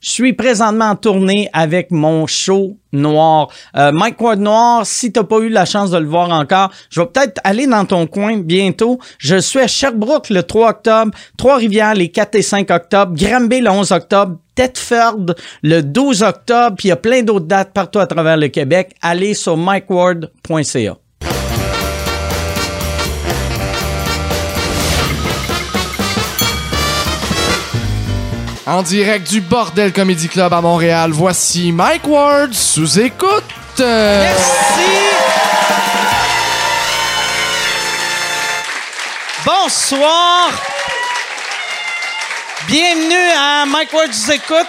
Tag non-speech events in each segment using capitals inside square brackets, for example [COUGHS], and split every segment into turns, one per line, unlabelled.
Je suis présentement en tournée avec mon show noir. Euh, Mike Ward Noir, si t'as pas eu la chance de le voir encore, je vais peut-être aller dans ton coin bientôt. Je suis à Sherbrooke le 3 octobre, Trois-Rivières les 4 et 5 octobre, Granby le 11 octobre, Thetford le 12 octobre, puis il y a plein d'autres dates partout à travers le Québec. Allez sur mikeward.ca.
En direct du Bordel Comedy Club à Montréal, voici Mike Ward sous écoute. Euh,
Merci. Bonsoir. Bienvenue à Mike Ward vous écoute.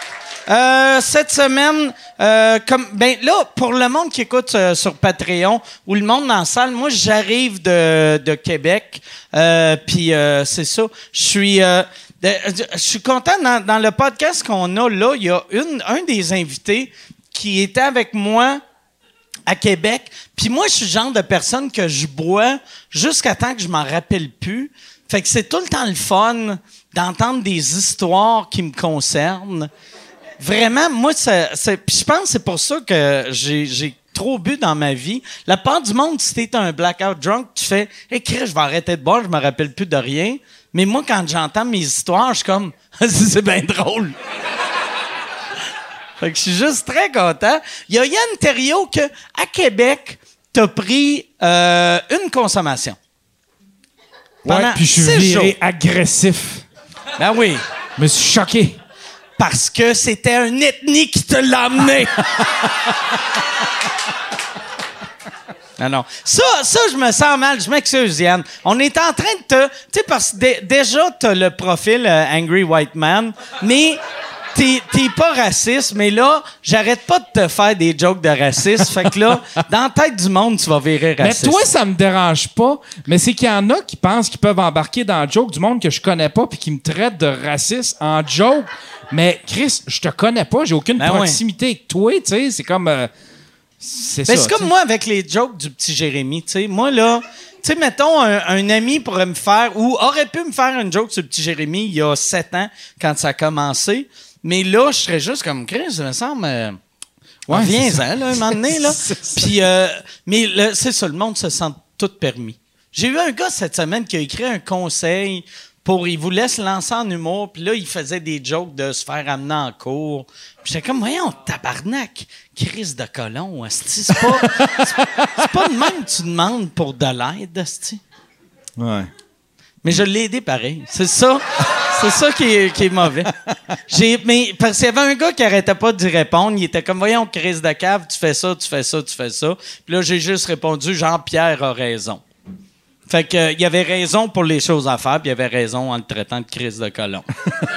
Euh, cette semaine, euh, comme ben là pour le monde qui écoute euh, sur Patreon ou le monde dans la salle, moi j'arrive de, de Québec, euh, puis euh, c'est ça. Je suis euh, de- je suis content dans, dans le podcast qu'on a là, il y a une un des invités qui était avec moi à Québec. Puis moi, je suis le genre de personne que je bois jusqu'à temps que je m'en rappelle plus. Fait que c'est tout le temps le fun d'entendre des histoires qui me concernent. Vraiment, moi, ça, ça- puis je pense que c'est pour ça que j'ai, j'ai trop bu dans ma vie. La part du monde, si t'es un blackout drunk, tu fais hey, « Chris, je vais arrêter de boire, je me rappelle plus de rien. » Mais moi, quand j'entends mes histoires, je suis comme [LAUGHS] « C'est bien drôle! » Fait que je suis juste très content. Il y a Yann Terriot que, à Québec, t'as pris euh, une consommation.
Ouais,
Pendant
puis je suis
six
viré
jours.
agressif.
Ben oui.
Je me suis choqué.
Parce que c'était un ethnie qui te l'a amené. Non, non. Ça, ça, je me sens mal. Je m'excuse, Yann. On est en train de te... Tu sais, parce que dé- déjà, t'as le profil euh, Angry White Man, mais t'es t'es pas raciste. Mais là, j'arrête pas de te faire des jokes de raciste. fait que là, dans la tête du monde, tu vas virer
Mais
raciste.
toi, ça me dérange pas. Mais c'est qu'il y en a qui pensent qu'ils peuvent embarquer dans le joke du monde que je connais pas puis qui me traitent de raciste en joke. Mais Chris, je te connais pas. J'ai aucune
Ben ouais.
proximité avec toi. Tu sais, c'est comme. euh, c'est
Mais
Ben,
ça,
Ben, c'est comme
tu sais.
moi avec les jokes du petit Jérémy, tu sais. Moi, là, tu sais, mettons, un, un ami pourrait me faire ou aurait pu me faire une joke sur le petit Jérémy il y a sept ans quand ça a commencé. Mais là, je serais juste comme Chris, il me semble. Euh,
Ouais, c'est
Reviens-en, là, un moment
[LAUGHS]
donné, là. Puis, euh, mais le- c'est ça, le monde se sent tout permis. J'ai eu un gars cette semaine qui a écrit un conseil pour. Il voulait se lancer en humour, puis là, il faisait des jokes de se faire amener en cours. Puis j'étais comme, voyons, tabarnak, crise de colon, esti, c'est pas, [LAUGHS] c'est- c'est pas de même que tu demandes pour de l'aide, esti.
Ouais.
Mais je l'ai aidé pareil. C'est ça. C'est ça qui est, qui est mauvais. J'ai, mais, parce qu'il y avait un gars qui arrêtait pas d'y répondre. Il était comme, voyons, crise de cave, tu fais ça, tu fais ça, tu fais ça. Puis là, j'ai juste répondu, Jean-Pierre a raison. Fait que, euh, il avait raison pour les choses à faire, puis il avait raison en le traitant de crise de colon.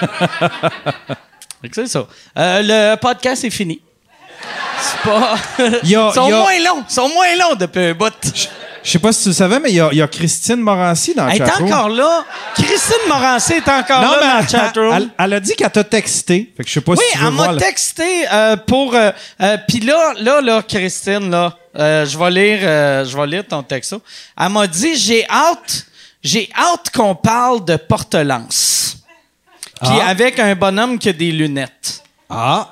[LAUGHS] fait que c'est ça. Euh, le podcast est fini. C'est pas.
Il y a-
Ils sont
il y a-
moins longs. Ils sont moins longs depuis un bout.
Je sais pas si tu le savais, mais il y a, il y a Christine Morancy dans le
Elle est
chatroom.
encore là. Christine Morancy est encore
Non,
là
mais
dans le
elle-
chatroom.
Elle, elle a dit qu'elle t'a texté. Fait que je sais pas
oui,
si tu veux
elle
voir.
m'a
la-
texté euh, pour. euh, euh, Puis là, là, là, Christine, là, euh, je vais lire, euh, je vais lire ton texto. Elle m'a dit j'ai hâte, j'ai hâte qu'on parle de portelance. Puis avec un bonhomme qui a des lunettes.
Ah,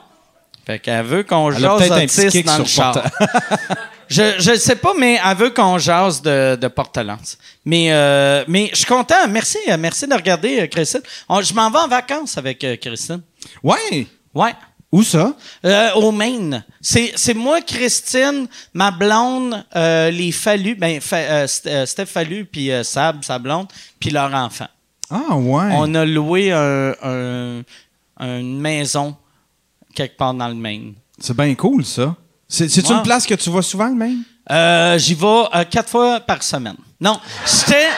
Fait qu'elle veut qu'on
elle a
jase
peut-être un petit
autiste
kick
dans
sur
le char.
porte-
[LAUGHS] Je, je sais pas, mais elle veut qu'on jase de, de portelance. Mais, euh, mais je suis content. Merci, euh, merci de regarder, euh, Christine. On- je m'en vais en vacances avec euh, Christine.
ouais.
Ouais.
Où ça?
Euh, au Maine. C'est, c'est moi, Christine, ma blonde, euh, les Fallu, ben, Fa- euh, St- euh, Steph Fallu, puis euh, Sab, sa blonde, puis leur enfant.
Ah, ouais.
On a loué un- un- une maison quelque part dans le Maine.
C'est bien cool, ça. C'est- C'est-tu
Ouais.
une place que tu vois souvent, le même?
Euh, j'y vais euh, quatre fois par semaine. Non, j'étais.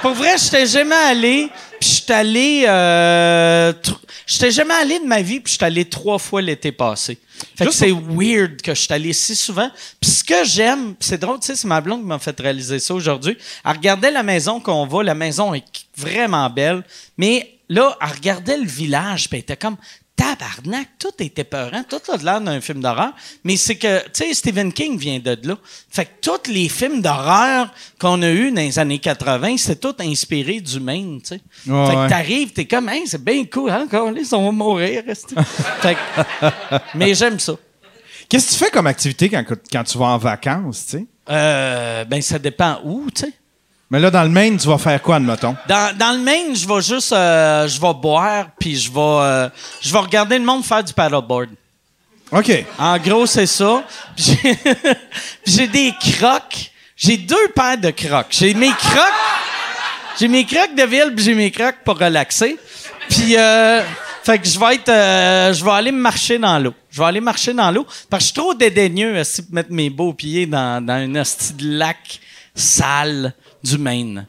Pour vrai, j'étais jamais allé. Puis j'étais allé. Euh, tr- j'étais jamais allé de ma vie. Puis j'étais allé trois fois l'été passé. Fait que
Juste
c'est weird que je suis allé si souvent. Puis ce que j'aime, puis c'est drôle, tu sais, c'est ma blonde qui m'a fait réaliser ça aujourd'hui. Elle regardait la maison qu'on va. La maison est vraiment belle. Mais là, elle regardait le village. Puis elle était comme tabarnak, tout est épeurant, tout a de l'air d'un film d'horreur. Mais c'est que, tu sais, Stephen King vient de là. Fait que tous les films d'horreur qu'on a eus dans les années 80, c'est tout inspiré du Maine, tu sais.
Ouais,
fait que
ouais.
t'arrives, t'es comme, Hey, c'est bien cool, hein, quand ils vont mourir. esti. fait que-
[LAUGHS]
mais j'aime ça.
Qu'est-ce que tu fais comme activité quand, quand tu vas en vacances, tu sais?
Euh, ben, ça dépend où, tu sais.
Mais là, dans le Maine, tu vas faire quoi, admettons?
Dans, dans le Maine, je vais juste, euh, je vais boire, puis je vais, euh, je vais regarder le monde faire du paddleboard.
OK.
En gros, c'est ça. Puis J'ai [LAUGHS] puis j'ai des crocs. J'ai deux paires de crocs. J'ai mes crocs. J'ai mes crocs de ville, puis j'ai mes crocs pour relaxer. Puis, euh, fait que je vais être, euh, je vais aller me marcher dans l'eau. Je vais aller marcher dans l'eau parce que je suis trop dédaigneux à si- mettre mes beaux pieds dans, dans une hostie de lac sale du Maine.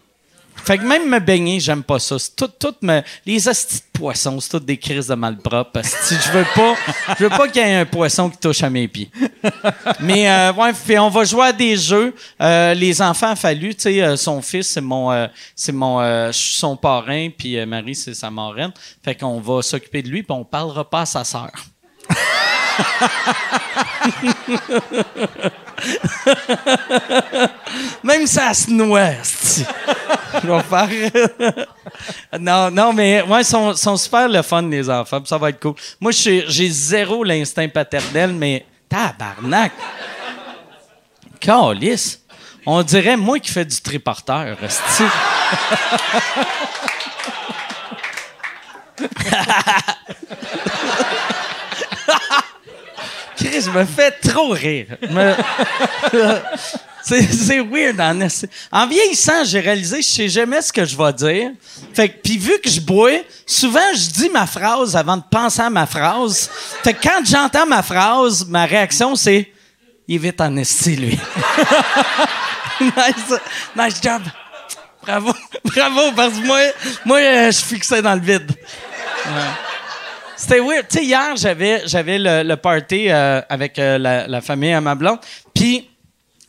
Fait que même me baigner, j'aime pas ça. C'est tout, tout me- les hosties de poissons, c'est toutes des crises de malpropre. Si je veux pas, je veux pas qu'il y ait un poisson qui touche à mes pieds. Mais euh, ouais, puis on va jouer à des jeux. Euh, les enfants fallu, tu sais, euh, son fils, c'est mon, euh, c'est mon, euh, je suis son parrain, puis euh, Marie, c'est sa marraine. Fait qu'on va s'occuper de lui, puis on parlera pas à sa sœur. [LAUGHS] Même ça se noie, c'ti. Je vais faire. non, non, mais ouais, ils sont, sont super le fun, les enfants. puis Ça va être cool. Moi, je suis- j'ai zéro l'instinct paternel, mais tabarnak! Calice! On dirait moi qui fais du triporteur, esti. [LAUGHS] Chris me fait trop rire. Me- c'est, c'est weird en esti. En vieillissant, j'ai réalisé je sais jamais ce que je vais dire. Fait que puis vu que je bois, souvent je dis ma phrase avant de penser à ma phrase. Fait que quand j'entends ma phrase, ma réaction c'est il est vite en esti lui. [LAUGHS] nice, nice job. Bravo, bravo parce que moi moi euh, je suis fixé dans le vide. C'était weird. Tu sais, hier, j'avais, j'avais le, le party euh, avec euh, la, la famille à ma blonde. Puis,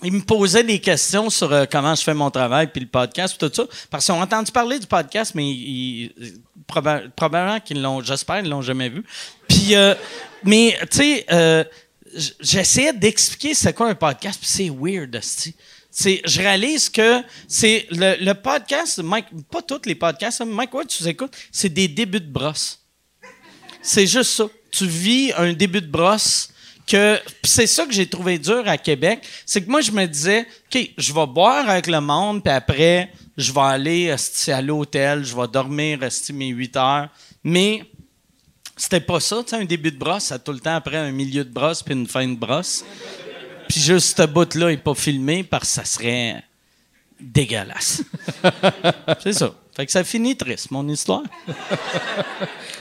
ils me posaient des questions sur euh, comment je fais mon travail, puis le podcast, puis tout ça. Parce qu'ils ont entendu parler du podcast, mais ils- ils- proba- probablement qu'ils l'ont, j'espère, ils l'ont jamais vu. Puis, euh, mais, tu sais, euh, j- j'essayais d'expliquer c'est quoi un podcast, puis c'est weird, hostie. C'est, je réalise que c'est le, le podcast, de Mike, pas tous les podcasts, hein, Mike Ward, tu les écoutes, c'est des débuts de brosse. C'est juste ça. Tu vis un début de brosse que pis c'est ça que j'ai trouvé dur à Québec, c'est que moi je me disais OK, je vais boire avec le monde puis après je vais aller esti, à l'hôtel, je vais dormir esti, mes 8 heures, mais c'était pas ça, tu sais un début de brosse, ça a tout le temps après un milieu de brosse puis une fin de brosse. Puis juste ce bout là est pas filmé parce que ça serait dégueulasse. c'est ça. Fait que ça finit triste mon histoire.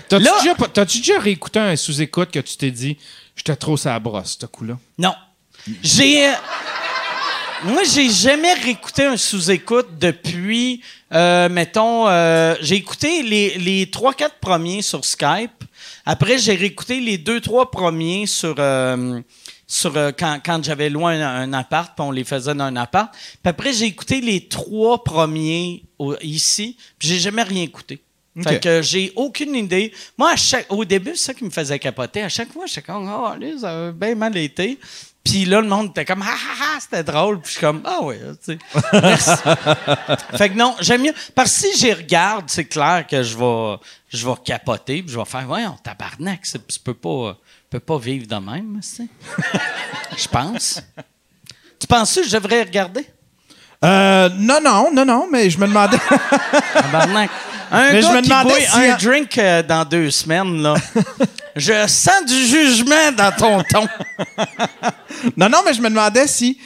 T'as-tu
Là-
déjà, t'as-tu déjà réécouté un sous-écoute que tu t'es dit, j'étais trop sur la brosse, ce coup-là?
Non. J'ai. euh, Moi, j'ai jamais réécouté un sous-écoute depuis, euh, mettons, euh, j'ai écouté les, les 3-4 premiers sur Skype. Après, j'ai réécouté les 2-3 premiers sur, euh, sur euh, quand, quand j'avais loin un, un appart, puis on les faisait dans un appart. Puis après, j'ai écouté les 3 premiers au- ici, puis j'ai jamais rien écouté. Fait
Ok.
que j'ai aucune idée. Moi, à chaque, au début, c'est ça qui me faisait capoter. À chaque fois, j'étais comme, oh, allez, ça a bien mal été. Puis là, le monde était comme, ah, ah, ah, c'était drôle. Puis je suis comme, ah ouais, tu sais. Merci. fait que non, j'aime mieux. Parce que si j'y regarde, c'est clair que je vais, je vais capoter. Puis je vais faire, voyons, tabarnak, c'est- tu peux pas, tu peux pas vivre de même, tu sais. Je pense. Tu penses-tu que je devrais regarder?
Euh, non, non, non, non, mais je me demandais. [LAUGHS]
[LAUGHS] Tabarnak. Un
Mais
gars
je me
qui
demandais
boit
si-
un drink euh, dans deux semaines, [LAUGHS] là. je sens du jugement dans ton ton.
non, non, mais je me demandais si,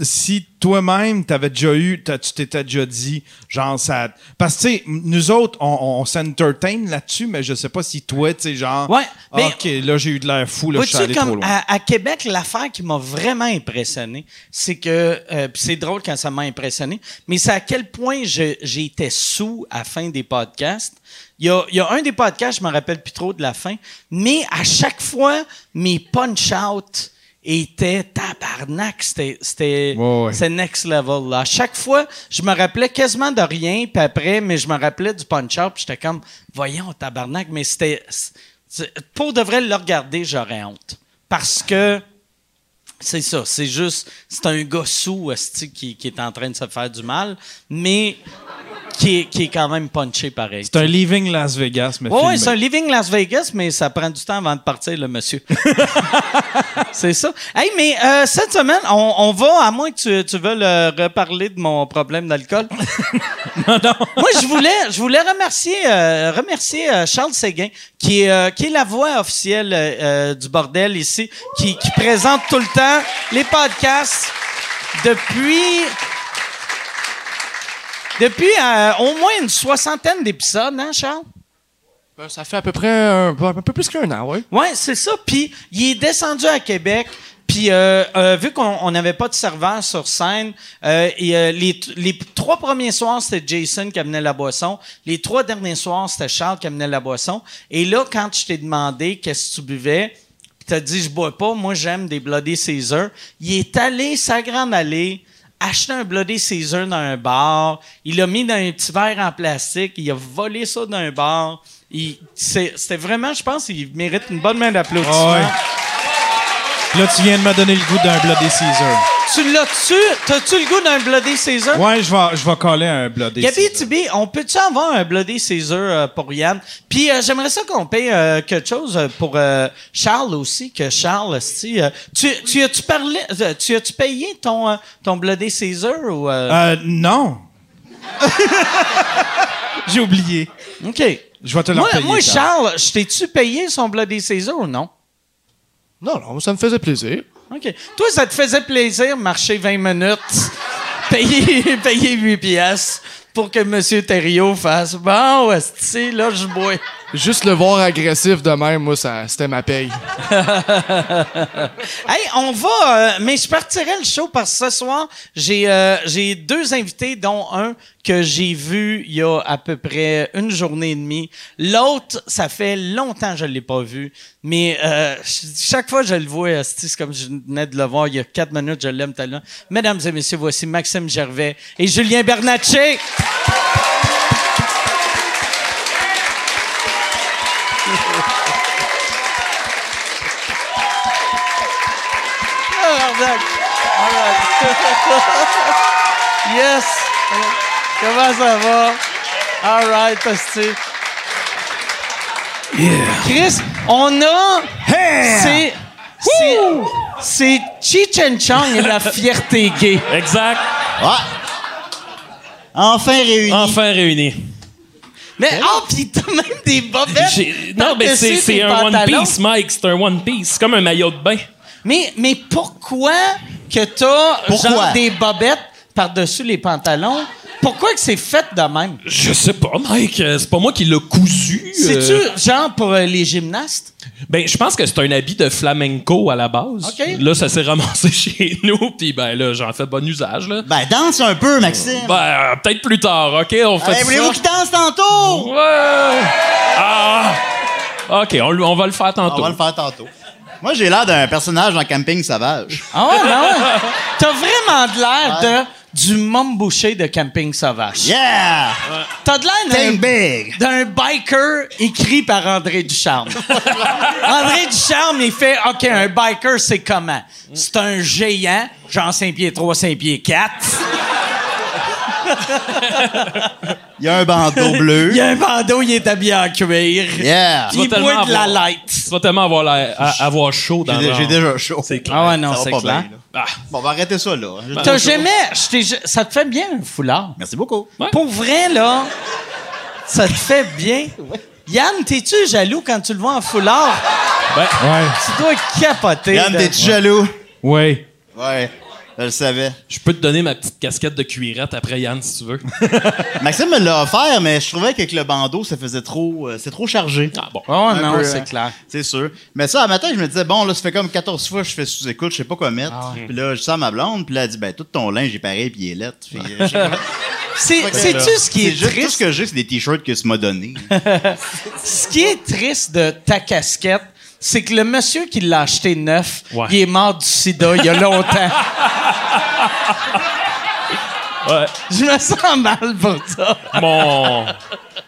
si toi-même, t'avais déjà eu, t'as- tu t'étais déjà dit, genre, ça. Parce que, tu sais, nous autres, on, on, on s'entertain là-dessus, mais je sais pas si toi, tu sais, genre.
Ouais, mais-
OK, là, j'ai eu de l'air fou, là, je suis
Vois-tu,
allé trop
comme
loin.
à, à Québec, l'affaire qui m'a vraiment impressionné, c'est que, euh, pis c'est drôle quand ça m'a impressionné, mais c'est à quel point je- j'étais sous à la fin des podcasts. Il y a, il y a un des podcasts, je me rappelle plus trop de la fin, mais à chaque fois, mes punch-out étaient tabarnak, c'était c'était
Ouais, ouais.
c'était next level. Là. À chaque fois, je me rappelais quasiment de rien, puis après, mais je me rappelais du punch-out, puis j'étais comme, voyons, tabarnak, mais c'était... C'est- Pour de vrai le regarder, j'aurais honte. Parce que c'est ça, c'est juste, c'est un gars sous esti, qui, qui est en train de se faire du mal, mais qui est, qui est quand même punché pareil.
C'est un Leaving Las Vegas, mais
Ouais, ouais,
filmé.
c'est un Living Las Vegas, mais ça prend du temps avant de partir, le monsieur. [LAUGHS] c'est ça. Hey, mais euh, cette semaine, on, on va, à moins que tu, tu veuilles euh, reparler de mon problème d'alcool. Moi, je voulais, je voulais remercier, euh, remercier euh, Charles Séguin, qui est, euh, qui est la voix officielle euh, euh, du bordel ici, qui, qui présente tout le temps les podcasts depuis. Depuis euh, au moins une soixantaine d'épisodes, hein, Charles?
Ben, ça fait à peu près un, un peu plus qu'un an, oui.
Ouais, c'est ça. Puis il est descendu à Québec. Puis euh, euh, vu qu'on on n'avait pas de serveur sur scène, euh, et, euh, les, t- les trois premiers soirs, c'était Jason qui amenait la boisson. Les trois derniers soirs, c'était Charles qui amenait la boisson. Et là, quand je t'ai demandé qu'est-ce que tu buvais, tu as dit « je bois pas, moi j'aime des Bloody Caesar », il est allé, sa grande allée, acheter un Bloody Caesar dans un bar. Il l'a mis dans un petit verre en plastique. Il a volé ça dans un bar. Il- c'est- C'était vraiment, je pense, il mérite une bonne main d'applaudissement.
Ah Là, tu viens de me donner le goût d'un Bloody Caesar.
Tu l'as-tu? T'as-tu le goût d'un Bloody Caesar?
Ouais, je vais, je vais coller un Bloody
Gabi
Caesar.
Tibi, on peut-tu avoir un Bloody Caesar euh, pour Yann? Puis euh, j'aimerais ça qu'on paye euh, quelque chose euh, pour euh, Charles aussi, que Charles, si, euh, tu, tu as-tu parlé, euh, tu as-tu payé ton, euh, ton Bloody Caesar ou... euh,
Euh, non. J'ai oublié.
OK.
Je vais te le
Moi,
repayer,
moi,
Charles.
Charles, je t'ai-tu payé son Bloody Caesar ou non?
Non, non, ça me faisait plaisir.
OK. Toi, ça te faisait plaisir marcher 20 minutes, [LAUGHS] payer, payer 8 piastres pour que M. Thériault fasse « Bon, esti, là, je bois.
Juste le voir agressif de même, moi, ça, c'était ma paye. »
Hey, on va... euh, mais je partirai le show parce que ce soir, j'ai euh, j'ai deux invités, dont un que j'ai vu il y a à peu près une journée et demie. L'autre, ça fait longtemps que je ne l'ai pas vu. Mais euh, ch- chaque fois que je le vois, esti, c'est comme je venais de le voir il y a quatre minutes, je l'aime tellement. Mesdames et messieurs, voici Maxime Gervais et Julien Bernatchez. Tabarnak. All right. [LAUGHS] yes. Comment ça va? All right, hostie. Chris, on a... C'est... c'est- C'est Cheech and Chong et la fierté gay.
Exact.
Enfin réunis.
Enfin réunis.
Mais oh, pis t'as même des
J'ai-
bobettes.
Non, mais
par-dessus
c'est
tes
c'est un One
pantalons.
Piece, Mike. C'est un One Piece. C'est comme un maillot de bain.
Mais, mais pourquoi que t'as
Pourquoi?
genre des bobettes par-dessus les pantalons? Pourquoi que c'est fait de même?
Je sais pas, Mike. euh, C'est pas moi qui l'ai cousu. euh.
C'est-tu genre pour euh, les gymnastes?
Ben, je pense que c'est un habit de flamenco à la base.
OK.
Là, ça s'est ramassé [LAUGHS] chez nous. Puis ben là, j'en fais bon usage, là.
Ben, danse un peu, Maxime.
Ben, euh, peut-être plus tard, OK? On fait
Allez, voulez-vous
ça.
qu'il danse tantôt?
Ouais. Ah! OK, on, le- on va le faire
On
tantôt.
va le faire tantôt. Moi, j'ai l'air d'un personnage dans Camping Sauvage.
Ah ouais, non! T'as vraiment de l'air de du mum boucher de camping sauvage.
Yeah!
T'as de l'air
Think
d'un-
big!
d'un biker écrit par André Ducharme. André Ducharme, il fait OK, un biker, c'est comment? C'est un géant, genre 5 pieds 3, 5 pieds 4.
Il y a un bandeau [LAUGHS] bleu.
Il y a un bandeau, il est habillé en cuir.
Yeah!
vas
Il
tellement
boit de la
avoir-
light.
Tu vas tellement avoir, l'air- à- avoir chaud dans
J'ai
le-
j'ai déjà chaud.
C'est clair.
Ah ouais,
Ça
non,
va
c'est
pas
clair.
bien, là.
Ah.
Bon, on va arrêter ça, là. J'ai
T'as
déjà chaud.
jamais. je t'ai ja- ça te fait bien un foulard.
Merci beaucoup.
Ouais.
Pour vrai, là, ça te fait bien. Yann, t'es-tu jaloux quand tu le vois en foulard?
ben.
Ouais.
Tu dois capoter.
Yann,
là.
t'es-tu jaloux?
Ouais.
Ouais. Je le savais.
Je peux te donner ma petite casquette de cuirette après, Yann, si tu veux.
Maxime me l'a offert, mais je trouvais qu'avec le bandeau, ça faisait trop. euh, c'est trop chargé.
Ah bon.
Oh
Un
non,
peu,
c'est
hein.
clair.
C'est sûr. Mais ça, à matin, je me disais, bon, là, ça fait comme 14 fois que je fais sous-écoute, je sais pas quoi mettre.
Ah
Puis là, je sens à ma blonde, puis là, elle dit, ben, tout ton linge est pareil, puis il est lettre. Puis,
[LAUGHS]
euh, je sais pas.
C'est- C'est-tu ce qui
C'est
est
juste- Tout ce
triste?
que j'ai, c'est des t-shirts que tu
[LAUGHS]
m'as donné.
Ce qui est triste de ta casquette, c'est que le monsieur qui l'a acheté neuf,
Ouais. [LAUGHS]
il est mort du sida il y a longtemps.
Ouais.
Je me sens mal pour ça.
Mon...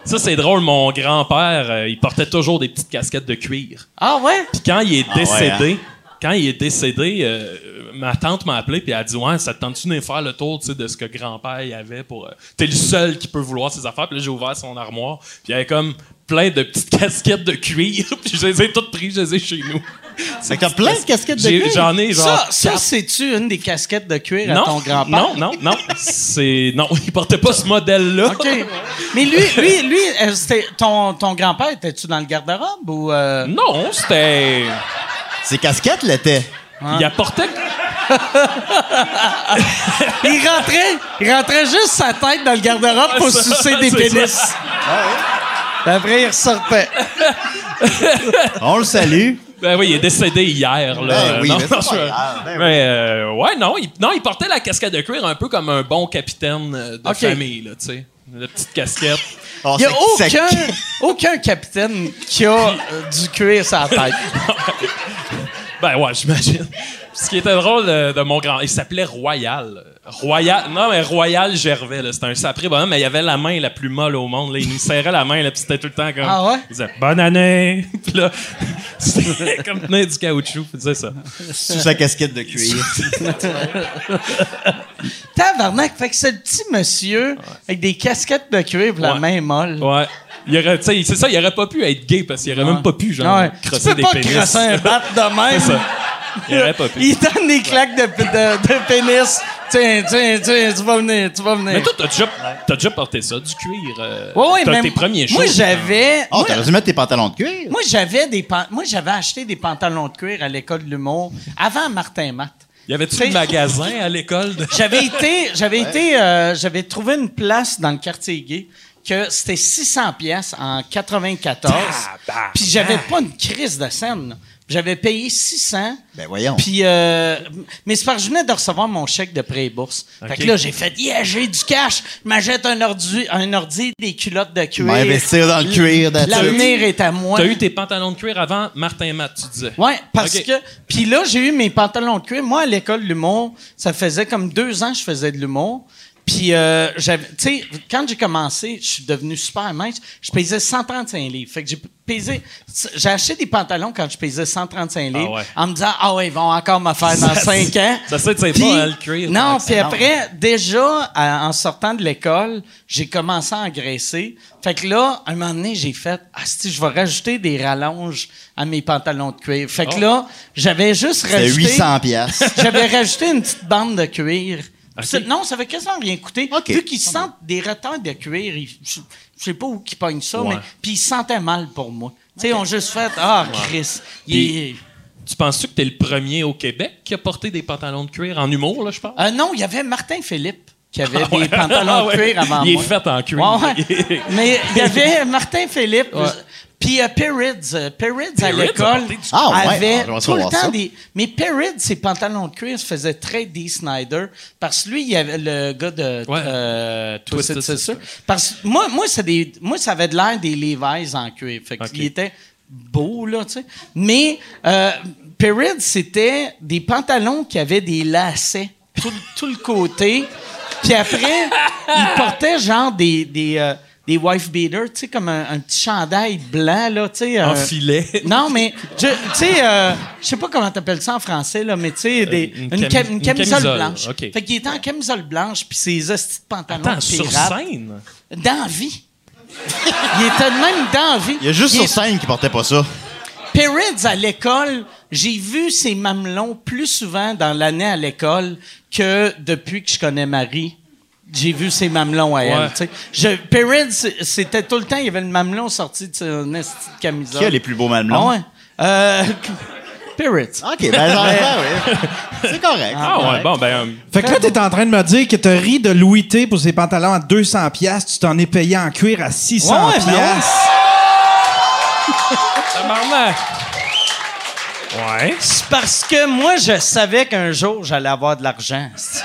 Ça, c'est drôle. Mon grand-père, euh, il portait toujours des petites casquettes de cuir.
Ah ouais?
Puis quand il est
Ah ouais,
décédé, quand il est décédé, euh, ma tante m'a appelé puis elle a dit Ouais, ça te tente-tu de faire le tour tu sais, de ce que grand-père y avait pour. euh, T'es le seul qui peut vouloir ses affaires. Puis là, j'ai ouvert son armoire. Puis il y avait comme plein de petites [LAUGHS] casquettes de cuir. puis je les ai toutes prises, je les ai chez nous.
Fait que t'as plein de casquettes de
J'ai-
cuir.
J'en ai genre.
Ça, ça c'est-tu une des casquettes de cuir à ton grand-père?
Non, non, non. C'est. Non, [LAUGHS] il portait pas ce modèle-là.
OK. Mais lui, lui, lui, euh, c'était- ton, ton grand-père, était-tu dans le garde-robe ou... euh,
Non, c'était.
Ces casquettes l'étaient.
Il apportait.
Il rentrait, il rentrait juste sa tête dans le garde-robe pour
Ça,
sucer des
c'est
pénis.
ça.
Ah Après, il ressortait.
On le salue.
Ben oui, il est décédé hier, là.
Ben oui,
non,
mais c'est
non,
pas
je-
grave. Ben oui.
Mais, euh, ouais, non il, non, il portait la casquette de cuir un peu comme un bon capitaine euh, de
Ok.
famille, là, tu sais. La petite casquette.
Oh,
[LAUGHS] Il n'y a
ça- ça-
aucun, aucun capitaine qui a euh, du cuir sur la tête.
Ben ouais, j'imagine. Ce qui était drôle euh, de mon grand, il s'appelait Royal. Royal, non mais Royal Gervais, là, c'était un sacré bonhomme, mais il avait la main la plus molle au monde. là. Il nous serrait la main, là, puis c'était tout le temps comme.
Ah ouais?
Il disait bonne année, puis là, [LAUGHS] c'était comme tenir du caoutchouc, puis il disait ça.
Sous sa casquette
[LAUGHS]
de cuir.
Tabarnak, fait que c'est le petit monsieur avec des casquettes de cuir pour la
Ouais.
main molle.
Ouais. Il aurait, tu sais, c'est ça, il aurait pas pu être gay parce qu'il aurait même pas pu, genre,
Ah. Ouais.
crosser
tu
des
peux pas
pénis.
crosser un batte de
[LAUGHS] C'est
même.
ça. Il aurait pas pu.
Il donne des claques de, de, de pénis. Tiens, tiens, tiens, tu vas venir, tu vas venir.
Mais toi, t'as déjà, t'as déjà porté ça, du cuir. euh,
Ouais, ouais,
t'as
mais
tes premiers shows.
Moi, j'avais.
Oh,
moi-
t'aurais dû mettre tes pantalons de cuir.
Moi, j'avais des pan- moi j'avais acheté des pantalons de cuir à l'école de l'humour avant Martin Matt.
Y avait-tu un magasin à l'école? de-
J'avais été j'avais été euh, j'avais trouvé une place dans le quartier gay que c'était 600 pièces en 94. Puis j'avais pas une crise de scène. là. J'avais payé 600.
Ben voyons.
Puis, euh, mais c'est parce que je venais de recevoir mon chèque de pré-bourse. Fait que
Ok.
là, j'ai fait, yeah, j'ai du cash. Je m'achète un ordi, un ordi, des culottes de cuir.
M'investir dans le cuir, that's it.
L'avenir est à moi.
T'as eu tes pantalons de cuir avant Martin Matt, tu disais.
Ouais, parce
Ok.
que. Puis là, j'ai eu mes pantalons de cuir. Moi, à l'école de l'humour, ça faisait comme deux ans que je faisais de l'humour. Puis, euh, j'avais- tu sais, quand j'ai commencé, je suis devenu super mince. Je pesais 135 livres. Fait que j'ai pesé. J'ai acheté des pantalons quand je pesais 135 livres.
ouais.
En me disant, ah ouais, ils vont encore me faire dans
Ça,
cinq
c'est-
ans.
ça, c'est pas,
Puis-
hein, le cuir,
Non,
c'est
puis après, déjà, à- en sortant de l'école, j'ai commencé à engraisser. Fait que là, un moment donné, j'ai fait, ah, si, je vais rajouter des rallonges à mes pantalons de cuir. Fait que
Oh.
là, j'avais juste
C'était
rajouté.
800 piastres.
[LAUGHS] J'avais rajouté une petite bande de cuir.
Ok.
Ça- Non, ça fait quasiment rien coûter.
Ok.
Vu qu'ils sentent des retards de cuir, ils- je je sais pas où qu'ils pognent ça,
Ouais.
mais puis ils sentaient mal pour moi. Tu sais, ils ont juste fait, ah, Chris, il est-
Tu penses-tu que t'es le premier au Québec qui a porté des pantalons de cuir en humour, là, je pense?
Euh, non, il y avait Martin Philippe qui avait
Ah ouais.
des pantalons
Ah ouais.
de cuir avant
Il est
moi.
fait en cuir.
Ouais, ouais.
[LAUGHS] Il-
Mais il y avait Martin Philippe. Puis euh, Perrids, euh, Perrids à
Perrids a
l'école
porté du-
Ah ouais,
avait
on va
tout le
savoir
temps
ça.
des. Mais Perrids, ses pantalons de cuir se faisaient très D. Snyder parce que lui, il y avait le gars de
Ouais.
euh, Twisted,
Twisted
Sister.
Sister.
Parce que moi, moi, c'est des, moi, ça avait de l'air des Levi's en cuir. Fait que
Ok.
il était beau, là, tu sais. Mais euh, Perrids, c'était des pantalons qui avaient des lacets tout, tout le côté. Puis après, il portait genre des, des, euh, des wife beaters, tu sais, comme un, un petit chandail blanc, là, tu sais. euh,
En filet.
Non, mais, je- tu sais, euh, je sais pas comment t'appelles ça en français, là, mais tu sais, des-
Euh,
une,
une
cam-
camis-
une
une
camisole,
camisole,
blanche.
ok.
Fait qu'il était en camisole blanche, puis ses hosties de pantalons
Attends,
de
sur
pirate.
scène?
Dans la vie. [LAUGHS] Il était de même dans la vie.
Il y a juste
Il
sur
est-
scène qui portait pas ça.
Perrids, à l'école, j'ai vu ses mamelons plus souvent dans l'année à l'école que depuis que je connais Marie. J'ai vu ses mamelons à elle.
Ouais.
tu sais. Je, Perrids, c'est- c'était tout le temps, il y avait le mamelon sorti de son esti de camisole.
Qui a les plus beaux
Ah
mamelons?
ouais. Euh, Perrids.
OK,
[LAUGHS]
ben j'en fais, oui. C'est correct.
Ah ouais, bon, ben. euh,
Fait que là, t'es en train de me dire que t'as ri de Louis T pour ses pantalons à 200 piastres, tu t'en es payé en cuir à 600
Ouais, ouais, ben
piastres.
tabarnak! Ouais.
C'est parce que moi, je savais qu'un jour, j'allais avoir de l'argent. esti.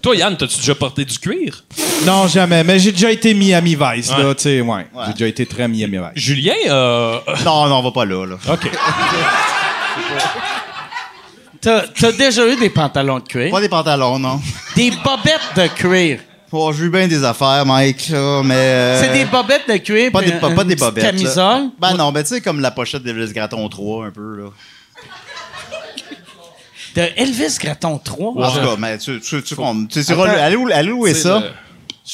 Toi, Yann, t'as-tu déjà porté du cuir?
Non, jamais. Mais j'ai déjà été Miami Vice, là,
Ouais.
tu sais, ouais. J'ai déjà été très Miami Vice.
Julien, euh,
Non, non, on va pas là, là.
OK.
T'as t'as déjà eu des pantalons de cuir?
Pas des pantalons, non.
Des bobettes de cuir.
Oh, j'ai eu bien des affaires, Mike, ça, mais. euh,
C'est des bobettes de cuir.
Pas
puis
des, pas,
une
pas des
petite
bobettes. là.
Camisole.
Ben non, ben tu sais, comme la pochette d'Elvis Graton 3, un peu, là.
De Elvis Graton 3.
En tout cas, mais tu, tu, tu, com- tu, sais, allez où,
[LAUGHS]
allez où est
C'est Oh,
ça?
le-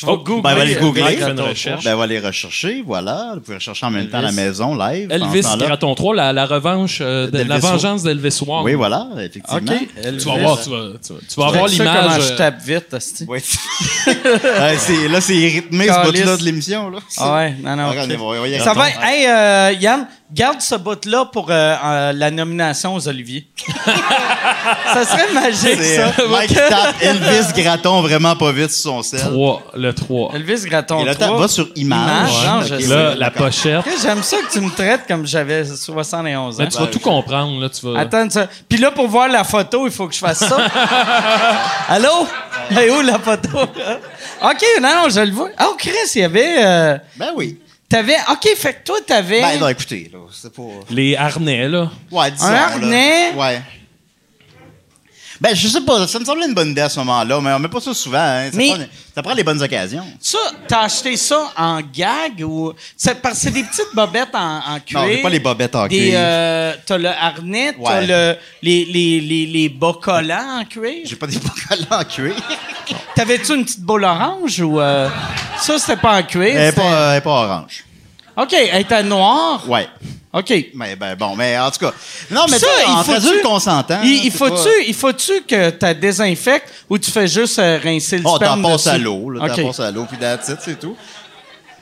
Faut googler.
Ben, va les googler.
Mike fait une recherche.
Ben, va les rechercher, voilà. Vous pouvez rechercher en même temps à la
Elvis.
maison, live. pendant
Elvis
ce temps-là.
Graton 3, la, la revanche, euh, de,
D'Elvis
la
Wong.
vengeance d'Elvis Wong.
Oui, voilà, effectivement.
Ok.
Tu vas voir, tu vas, tu vas- tu vas avoir
C'est ça comment
l'image.
je
euh,
tape vite, hostie.
Ouais. [LAUGHS] Ouais, c'est- là, c'est rythmé, ce
Calice.
bout-là de l'émission, là.
Ah ouais, non, non.
Regardez,
ok.
voyons, regardez.
Ça va. Hey, euh, Yann, garde ce bout-là pour euh, euh, la nomination aux Oliviers. [LAUGHS] ça serait magique,
C'est, euh,
ça.
Mike tape Elvis
[LAUGHS]
Graton vraiment pas vite sur son sel.
3, le 3.
Elvis Graton
Et là, tape,
3.
va sur image.
Image, non, je
Ah, Ok,
sais.
Là,
ouais,
la
d'accord.
pochette.
Chris, J'aime ça que tu me traites comme j'avais 71 ans.
Ben, tu vas tout comprendre, là, tu vas...
Attends, ça. Puis là, pour voir la photo, il faut que je fasse
[LAUGHS]
ça. Allô? Elle est où la photo? [LAUGHS] OK, non, non, je le vois. Oh, Chris, il y avait. euh,
Ben oui.
t'avais. OK, fait que toi, t'avais.
Ben non, écoutez, là, c'est pas...
Les harnais, là.
Ouais, disons,
Un
là.
harnais?
Ouais. Ben, je sais pas, ça me semblait une bonne idée à ce moment-là, mais on met pas ça souvent, hein. Ça,
Mais-
prend, ça prend les bonnes occasions.
Ça, t'as acheté ça en gag ou. C'est parce que c'est des petites bobettes en, en cuir.
Non, j'ai pas les bobettes en
Des,
cuir.
euh, t'as le harnais, t'as
Ouais.
le, les, les, les, les bas collants en cuir.
J'ai pas des [LAUGHS] collants en cuir.
T'avais-tu une petite boule orange ou. euh, Ça, c'était pas en cuir.
Elle est
c'était-
pas, elle est pas orange.
OK, elle était noire.
Ouais.
OK.
Mais ben, bon, mais en tout cas. Non, mais
Ça,
ça,
il
entre
faut-tu-
adultes consentants.
Il, il
hein, c'est
faut-tu,
pas-
il faut-tu que tu désinfectes ou tu fais juste euh, rincer le
Oh, t'en
sperme
passes à
dessus?
l'eau, là.
OK.
T'en passes à l'eau, puis that's it, c'est tout.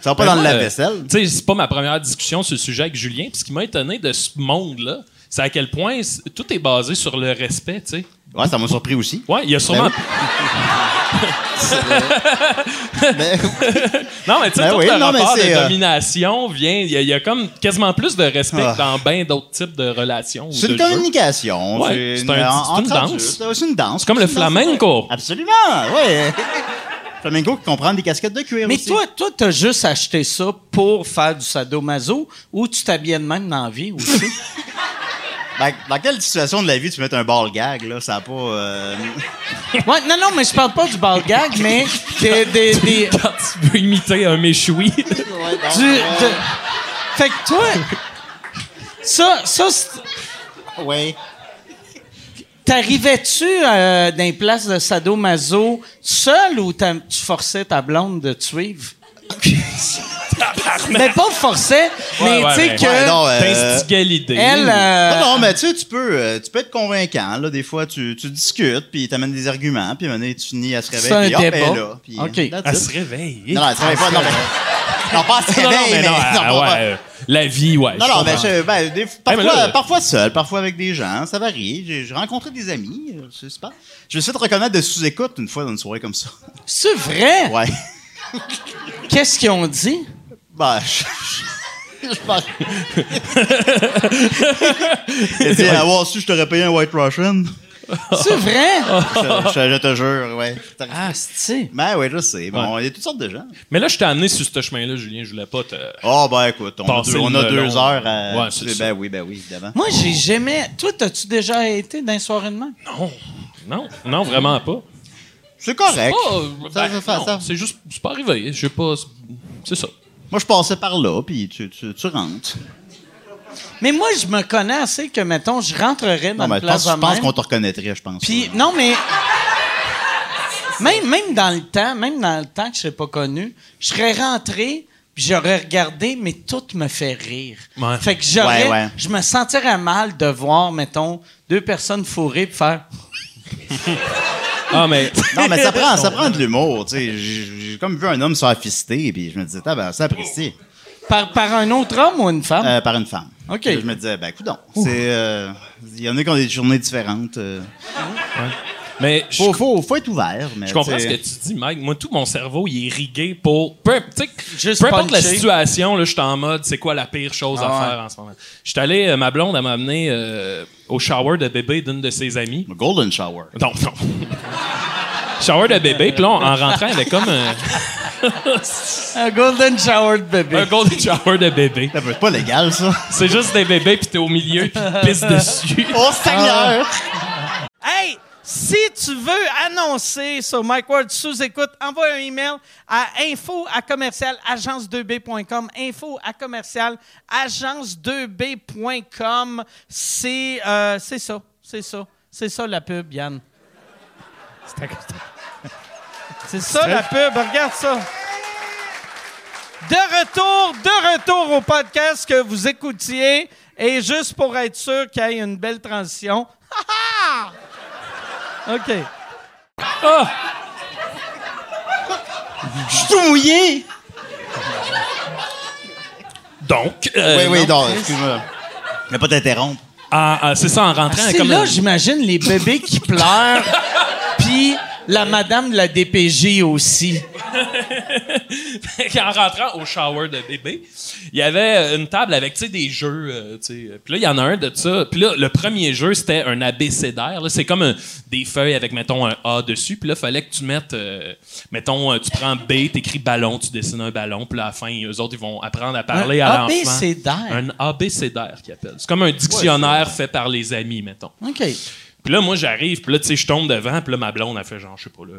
Ça va pas dans le
Ben, moi,
lave-vaisselle.
euh, Tu sais, c'est pas ma première discussion sur le sujet avec Julien. Puis ce qui m'a étonné de ce monde-là, c'est à quel point c- tout est basé sur le respect, tu sais.
Ouais, ça m'a
[LAUGHS]
surpris aussi.
Ouais, il y a sûrement.
Ben
Ben,
Mais-
Non, mais tu sais,
Ben
tout
oui,
le
non, mais
rapport
c'est,
de
euh,
domination vient. Il y, a- il y a comme quasiment plus de respect
Ah.
que dans bien d'autres types de relations. ou
C'est une
de jeux.
communication. euh,
Ouais, c'est un- c'est
entre
une danse.
adultes, euh, C'est une danse.
C'est comme le
C'est une danse.
flamenco.
Absolument, oui. [LAUGHS] flamenco qui comprend des casquettes de cuir
Mais
aussi.
toi, toi, t'as juste acheté ça pour faire du sadomaso ou tu t'habillais de même dans la vie
[LAUGHS]
aussi?
Dans, dans quelle situation de la vie tu mets un ball gag, là? Ça a pas... euh,
ouais, non, non, mais je parle pas du ball gag, mais des, des, des-
Quand tu veux imiter un méchoui.
du- de- Fait que toi, ça, ça, c'est-
Ouais.
t'arrivais-tu euh, dans les places de sadomaso seul ou t'as- tu forçais ta blonde de te suivre? mais pas forcer, mais
ouais,
tu sais
ouais.
que...
Ouais, non, euh,
T'instiguais l'idée.
Elle, euh,
Non, non, mais tu sais, tu peux, euh, tu peux être convaincant. Là, des fois, tu, tu discutes, puis tu amènes des arguments, puis à un moment donné, tu finis à se
C'est
réveiller,
un
puis hop, elle
débat.
est là. Puis,
OK.
that's
Elle
it.
se réveille.
Non, non, elle se réveille pas. Non,
[LAUGHS]
mais... Non, pas elle se
Non, non,
réveille,
mais non, ah,
non, pas-
ouais, euh, la vie, ouais.
Non,
je
non, mais
comprends.
je- ben, des-
mais
parfois,
là-
parfois seul, parfois avec des gens, ça varie. J'ai j'ai rencontré des amis, euh, je sais pas. Je me suis fait reconnaître de sous-écoute une fois dans une soirée
[LAUGHS]
comme ça.
C'est vrai?
Ouais.
Qu'est-ce qu'ils ont dit?
Ben, je.
[LAUGHS]
je- je pense. Elle dit, avoir su, je t'aurais payé un White Russian.
C'est
[LAUGHS]
vrai?
Je, je- je te jure, ouais.
Ah, c'est
Ben oui, je sais. Bon, il y a toutes sortes de gens.
Mais là, je t'ai amené sur ce chemin-là, Julien. Je voulais pas te.
Oh, ben écoute, on a
Passer
deux,
le
on a deux
melon.
heures à.
Ouais, c'est
ben
ça.
oui, ben oui, évidemment.
Moi, j'ai jamais. Toi, t'as-tu déjà été dans un soirée de même?
Non, non, non, vraiment pas.
C'est correct.
Pas-
Ça-
ben,
ça-
non,
ça-
C'est juste, c'est pas arrivé. Je sais pas. c'est- C'est ça.
Moi, je passais par là, puis tu, tu, tu rentres.
Mais moi, je me connais assez que, mettons, je rentrerais dans
Non, mais
une
je
place
pense,
de
je pense
même.
qu'on te reconnaîtrait, je pense.
Puis, non, mais. Même, même dans le temps, même dans le temps que je serais pas connu, je serais rentré, puis j'aurais regardé, mais tout me fait rire.
Ouais.
Fait que j'aurais.
Ouais, ouais.
Je me sentirais mal de voir, mettons, deux personnes fourrées, puis faire.
Ah, mais.
[LAUGHS]
Non, mais ça prend, ça prend de l'humour, tu sais. J'ai j'ai comme vu un homme se faire fister, puis je me disais, ben, c'est apprécié
Par, par un autre homme ou une femme?
euh, par une femme.
Ah. OK.
Puis Je me disais, ben, coudon. C'est, euh, il y en a qui ont des journées différentes. euh.
[LAUGHS] mais je,
Faut, faut, faut être ouvert, mais.
je comprends
tu
ce
sais,
que tu dis, Mike. Moi, tout mon cerveau, il est rigué pour. Peu, tu sais,
Juste
peu importe la
puncher.
situation, là, je suis en mode, c'est quoi la pire chose à
Ah ouais.
faire en ce moment. Je suis allé, euh, ma blonde, elle m'a amené euh, au shower de bébé d'une de ses amies.
Golden Shower.
Non, non. [LAUGHS] shower de bébé, puis là, en rentrant, elle avait comme euh, un,
Euh.
Un golden showered bébé.
un golden shower de bébé.
Ça peut être
[LAUGHS]
pas légal, ça.
C'est juste des bébés, puis t'es au milieu, puis tu pisses dessus.
Oh, Seigneur!
Si tu veux annoncer sur Mike Ward sous écoute, envoie un email à info à commercial agence2b.com. Info à commercial agence2b.com. C'est euh, c'est ça. C'est ça. C'est ça la pub, Yann. C'est ça la pub. Regarde ça. De retour, de retour au podcast que vous écoutiez. Et juste pour être sûr qu'il y ait une belle transition. Ha, ha! OK.
Je suis tout mouillé!
Donc, euh,
oui,
non.
oui, non, excuse-moi. Mais pas t'interrompre.
Ah, ah, c'est ça, en rentrant,
C'est
comme
là,
un-
j'imagine, les bébés qui pleurent, [LAUGHS] puis la madame de la DPJ aussi.
[LAUGHS] en rentrant au shower de bébé, il y avait euh, une table avec tu sais, des jeux. euh, tu sais. Puis là, il y en a un de ça. Puis là, le premier jeu, c'était un abécédaire. là. C'est comme un- des feuilles avec, mettons, un A dessus. Puis là, il fallait que tu mettes, euh, mettons, euh, tu prends B, tu écris ballon, tu dessines un ballon. Puis là, à la fin, eux autres, ils vont apprendre à parler
Un
à l'enfant.
abécédaire.
Un abécédaire qu'ils appellent. C'est comme un dictionnaire fait par les amis, mettons.
OK.
Puis là, moi, j'arrive, puis là, tu sais, je tombe devant, puis là, ma blonde, elle fait genre, je sais pas, là,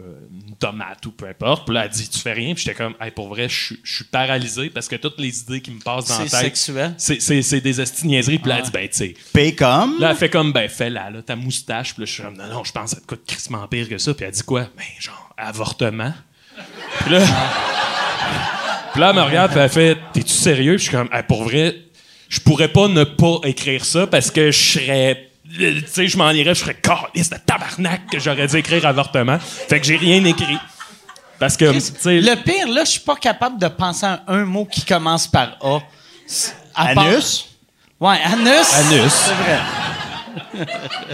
une tomate ou peu importe. Puis là, elle dit, tu fais rien. Puis j'étais comme, hey, pour vrai, je suis- je suis paralysé parce que toutes les idées qui me passent dans la
C'est
tête.
sexuel. Ah
C'est, c'est, c'est des esti niaiseries. Puis là, elle dit, ben, tu sais.
Pay comme.
Là, elle fait comme, ben, fais-la, là, ta moustache. Puis là, je suis comme, non, non, je pense à de quoi de crissement pire que ça. Puis elle dit quoi? Ben, genre, avortement. Puis là, [LAUGHS] puis là, elle me regarde, puis elle fait, t'es-tu sérieux? Puis je suis comme, Hey, pour vrai, je pourrais pas ne pas écrire ça parce que je serais. euh, Tu sais, je m'en irais, je serais caliste de tabarnak que j'aurais dû écrire avortement. Fait que j'ai rien écrit. Parce que, tu sais.
Le pire, là, je suis pas capable de penser à un mot qui commence par A. S- à part-
Anus?
Ouais, anus.
Anus.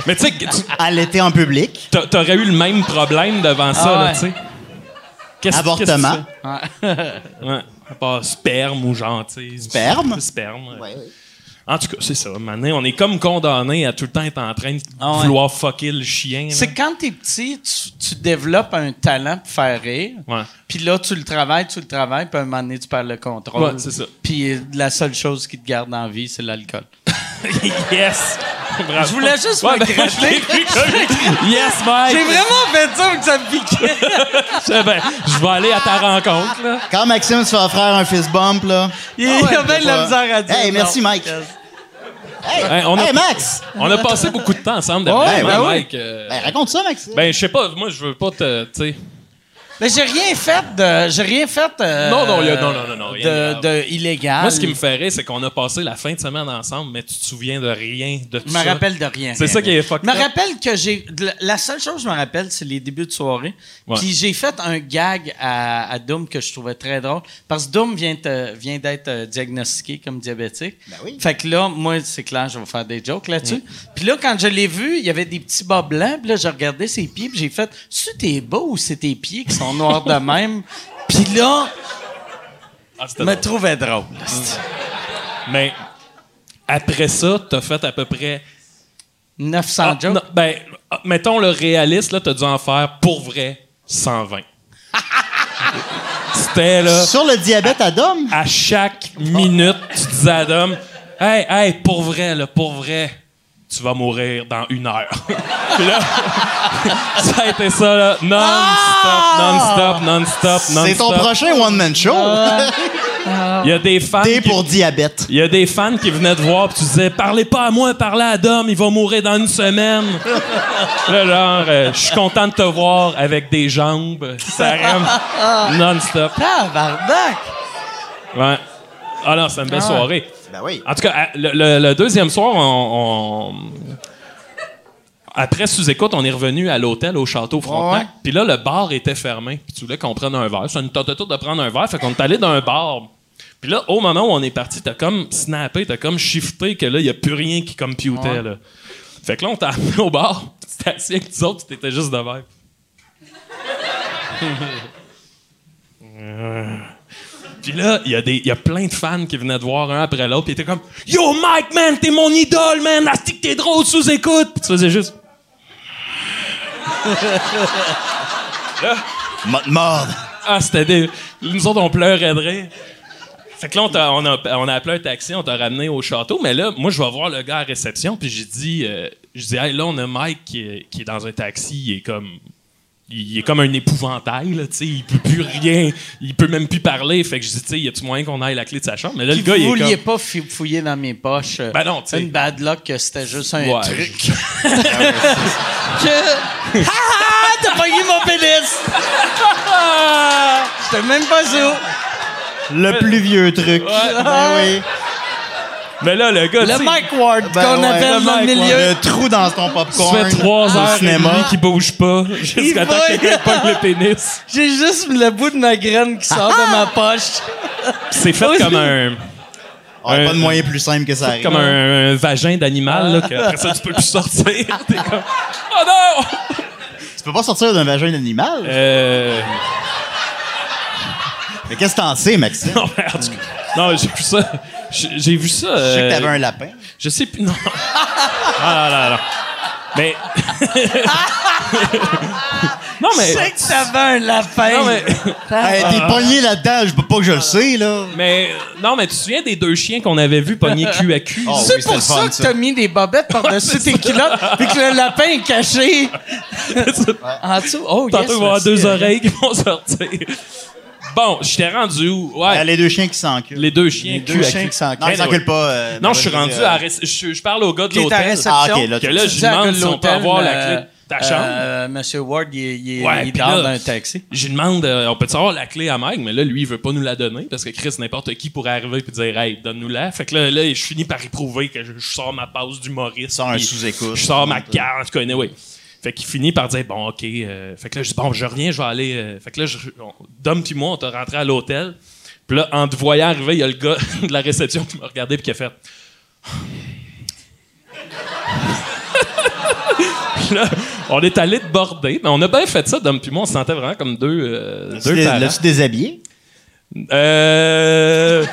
Mais tu sais, que tu-
Allaiter en public.
t'a- t'aurais eu le même problème devant ça,
Ah
là,
ouais.
tu sais. Qu'est-ce- qu'est-ce que tu
Avortement.
fais? Ouais, à part sperme ou genre, tu sais,
Sperme?
Sperme. euh.
Ouais, ouais.
En tout cas, c'est ça. Mané, on est comme condamné à tout le temps être en train de
Ah ouais.
vouloir fucker le chien. là.
C'est quand t'es petit, tu, tu développes un talent pour faire rire.
Ouais.
Puis là, tu le travailles, tu le travailles, puis à un moment donné, tu perds le contrôle.
Ouais, c'est ça.
Puis euh, la seule chose qui te garde en vie, c'est l'alcool.
[LAUGHS] yes! Bravo.
Je voulais juste
Ouais,
me
ben,
cracher.
je l'ai cru. yes, Mike!
J'ai vraiment fait ça que ça me piquait.
Je- ben, je vais aller à ta rencontre, là.
Quand Maxime se fait offrir un fist bump, là. Ah
Il y avait de la
pas-
misère à dire.
Hey, merci,
non.
Mike. Hey,
Hey, on a-
hey, Max!
On a passé beaucoup de temps ensemble, d'ailleurs,
Ouais,
hein,
ben oui.
Mike. euh,
Hey, raconte ça, Maxime.
ben, je sais pas, moi, je veux pas te. Tu sais.
Mais j'ai rien fait de. J'ai rien fait. euh,
Non, non, il y a- non, non, non, non, rien
de,
de grave.
de illégal.
Moi, ce qui me fait rire, c'est qu'on a passé la fin de semaine ensemble, mais tu te souviens de rien de tout
Je
ça.
me rappelle de rien.
C'est ça qui est fucked
Je me
up.
rappelle que j'ai. la- La seule chose que je me rappelle, c'est les débuts de soirée.
Ouais.
Puis j'ai fait un gag à, à Doom que je trouvais très drôle. Parce que Doom vient, te- vient d'être euh, diagnostiqué comme diabétique.
Ben oui.
Fait que là, moi, c'est clair, je vais faire des jokes là-dessus. Puis là, quand je l'ai vu, il y avait des petits bas blancs. Puis là, j'ai regardé ses pieds. Puis j'ai fait Tu t'es beau ou c'est tes pieds qui sont noirs de même? Puis là,
[LAUGHS] Ah, c'était
je me
drôle.
trouvais drôle.
Mais après ça, t'as fait à peu près.
900
Ah,
jokes.
non, ben, ah, mettons le réaliste, là, t'as dû en faire pour vrai 120. C'était là,
Sur le diabète à Dom?
à chaque minute, tu disais à Dom, hey, hey, pour vrai, là, pour vrai, tu vas mourir dans une heure. [LAUGHS] Puis là, ça a été ça, là, non-stop, non-stop, non-stop, non-stop.
C'est ton prochain one-man show.
[LAUGHS] Il y a des fans.
Ah. T'es
qui-
pour diabète.
Il y a des fans qui venaient te voir pis tu disais Parlez pas à moi, parlez à Dom, il va mourir dans une semaine. là, genre, euh, je suis content de te voir avec des jambes. Ça
[LAUGHS]
rame non-stop.
Tabarnak!
Ouais. Ah non, c'est une belle soirée.
Ben oui.
En tout cas, à- le, le- le deuxième soir, on. on- Après sous-écoute, on est revenu à l'hôtel au château Frontenac. Puis là, le bar était fermé. Puis tu voulais qu'on prenne un verre. Ça nous tentait tout de prendre un verre. Fait qu'on est allé dans un bar. Puis là, au moment où on est parti, t'as comme snappé, t'as comme shifté que là, il n'y a plus rien qui computait. Là. Fait que là, on t'a amené au bar. [LAUGHS] Tu t'es assis avec nous autres, tu t'étais juste devant. Puis là, il y, a des- il y a plein de fans qui venaient te voir un après l'autre. Puis ils étaient comme Yo, Mike, man, t'es mon idole, man. Asti que t'es drôle sous écoute. Puis tu faisais juste.
Mode mode.
Ah, c'était des. Nous autres, on pleurait de rire. Fait que là, on, t'a- on a, on a appelé un taxi, on t'a ramené au château. Mais là, moi, je vais voir le gars à réception, puis j'ai dit, euh, je dis, hey, là, on a Mike qui est, qui est dans un taxi, il est comme. Il est comme un épouvantail, là, tu sais, il peut plus rien, il peut même plus parler. Fait que je dis, tu sais, y a-tu moyen qu'on aille la clé de sa chambre? Mais là, le gars, il
Vous
est
vouliez
comme.
pas fou- fouiller dans mes poches. euh,
Ben non, tu sais.
Une bad luck que c'était juste un
Ouais.
truc. [LAUGHS] que... Ha ha! T'as pogné mon
[LAUGHS]
pénis! J'étais même pas sûr.
Le plus vieux truc. Ben oui.
[LAUGHS] Mais là, le gars, tu
Le
sais,
Mike Ward
Ben
qu'on
ouais,
appelle
le
dans le
Mike
milieu.
Le trou dans ton popcorn.
Ça fait trois
au
heures et
cinéma.
demie qu'il bouge pas [LAUGHS] jusqu'à
Ah, Il
temps
va-
que quelqu'un pogne le
[LAUGHS]
pénis.
J'ai juste le bout de ma graine qui sort de
Ah,
ma poche.
C'est fait comme un
On a
Euh,
pas de moyen plus simple que ça arrive.
comme un, un vagin d'animal là, que après ça tu peux plus sortir. [LAUGHS] T'es comme oh non.
Tu peux pas sortir d'un vagin d'animal.
Euh,
Mais qu'est-ce que t'en sais, Maxime?
non, mais en tout cas, non, j'ai vu ça. J'ai j'ai vu ça.
Je sais
euh,
que t'avais un lapin.
Je sais plus. Non. Ah là là là. Mais [LAUGHS] non
Je
mais
sais que t'avais un lapin. [LAUGHS]
non mais Ah.
Hey, T'es pogné là-dedans, je peux pas que je le sais, là.
mais non mais tu te souviens des deux chiens qu'on avait vus
[LAUGHS]
pogner cul à cul?
Oh,
C'est
oui, c'était
pour
le
ça
fun,
que t'as mis des bobettes
[LAUGHS]
par-dessus tes culottes puis que le lapin est caché en dessous. Oh, yes,
Tantôt, il va y avoir
merci,
deux
euh,
Eric.
oreilles qui vont sortir. Bon, je t'ai rendu où? Ouais,
Ah, Les deux chiens qui s'enculent.
les deux chiens.
Les
cul
deux
à
chiens
cul.
qui s'enculent. Non, ils
Anyway.
s'enculent pas. euh,
Non,
mais
je suis
vas-y,
rendu
euh,
à... ré- Je, je parle au gars de
Qui est à
l'hôtel.
réception.
Ah, ok, là,
Que
tu-
là, je
Tu sais, à
demande
côté
si
de
on peut avoir la
l'hôtel,
clé de ta chambre.
euh, Monsieur Ward, il, il, il
Ouais, puis
dort
là-
dans un taxi.
Je lui demande, euh, on peut avoir la clé à Mike, mais là, lui, il veut pas nous la donner parce que Chris, n'importe qui pourrait arriver et dire, hey, donne-nous-la. Fait que là, là, je finis par y prouver que je, je sors ma passe du Maurice.
Sors un
puis
sous-écoute.
Je sors ma carte, tu connais, oui. Fait qu'il finit par dire, bon, OK. euh, fait que là, je dis, bon, je reviens, je vais aller. euh, fait que là, je, on, Dom puis moi, on t'a rentré à l'hôtel. Puis là, en te voyant arriver, il y a le gars [LAUGHS] de la réception qui m'a regardé puis qui a fait. Puis là, on est allé te border, mais on a bien fait ça, Dom puis moi, on se sentait vraiment comme deux, euh,
l'as-tu
deux
dé-
parents.
L'as-tu déshabillé?
Euh...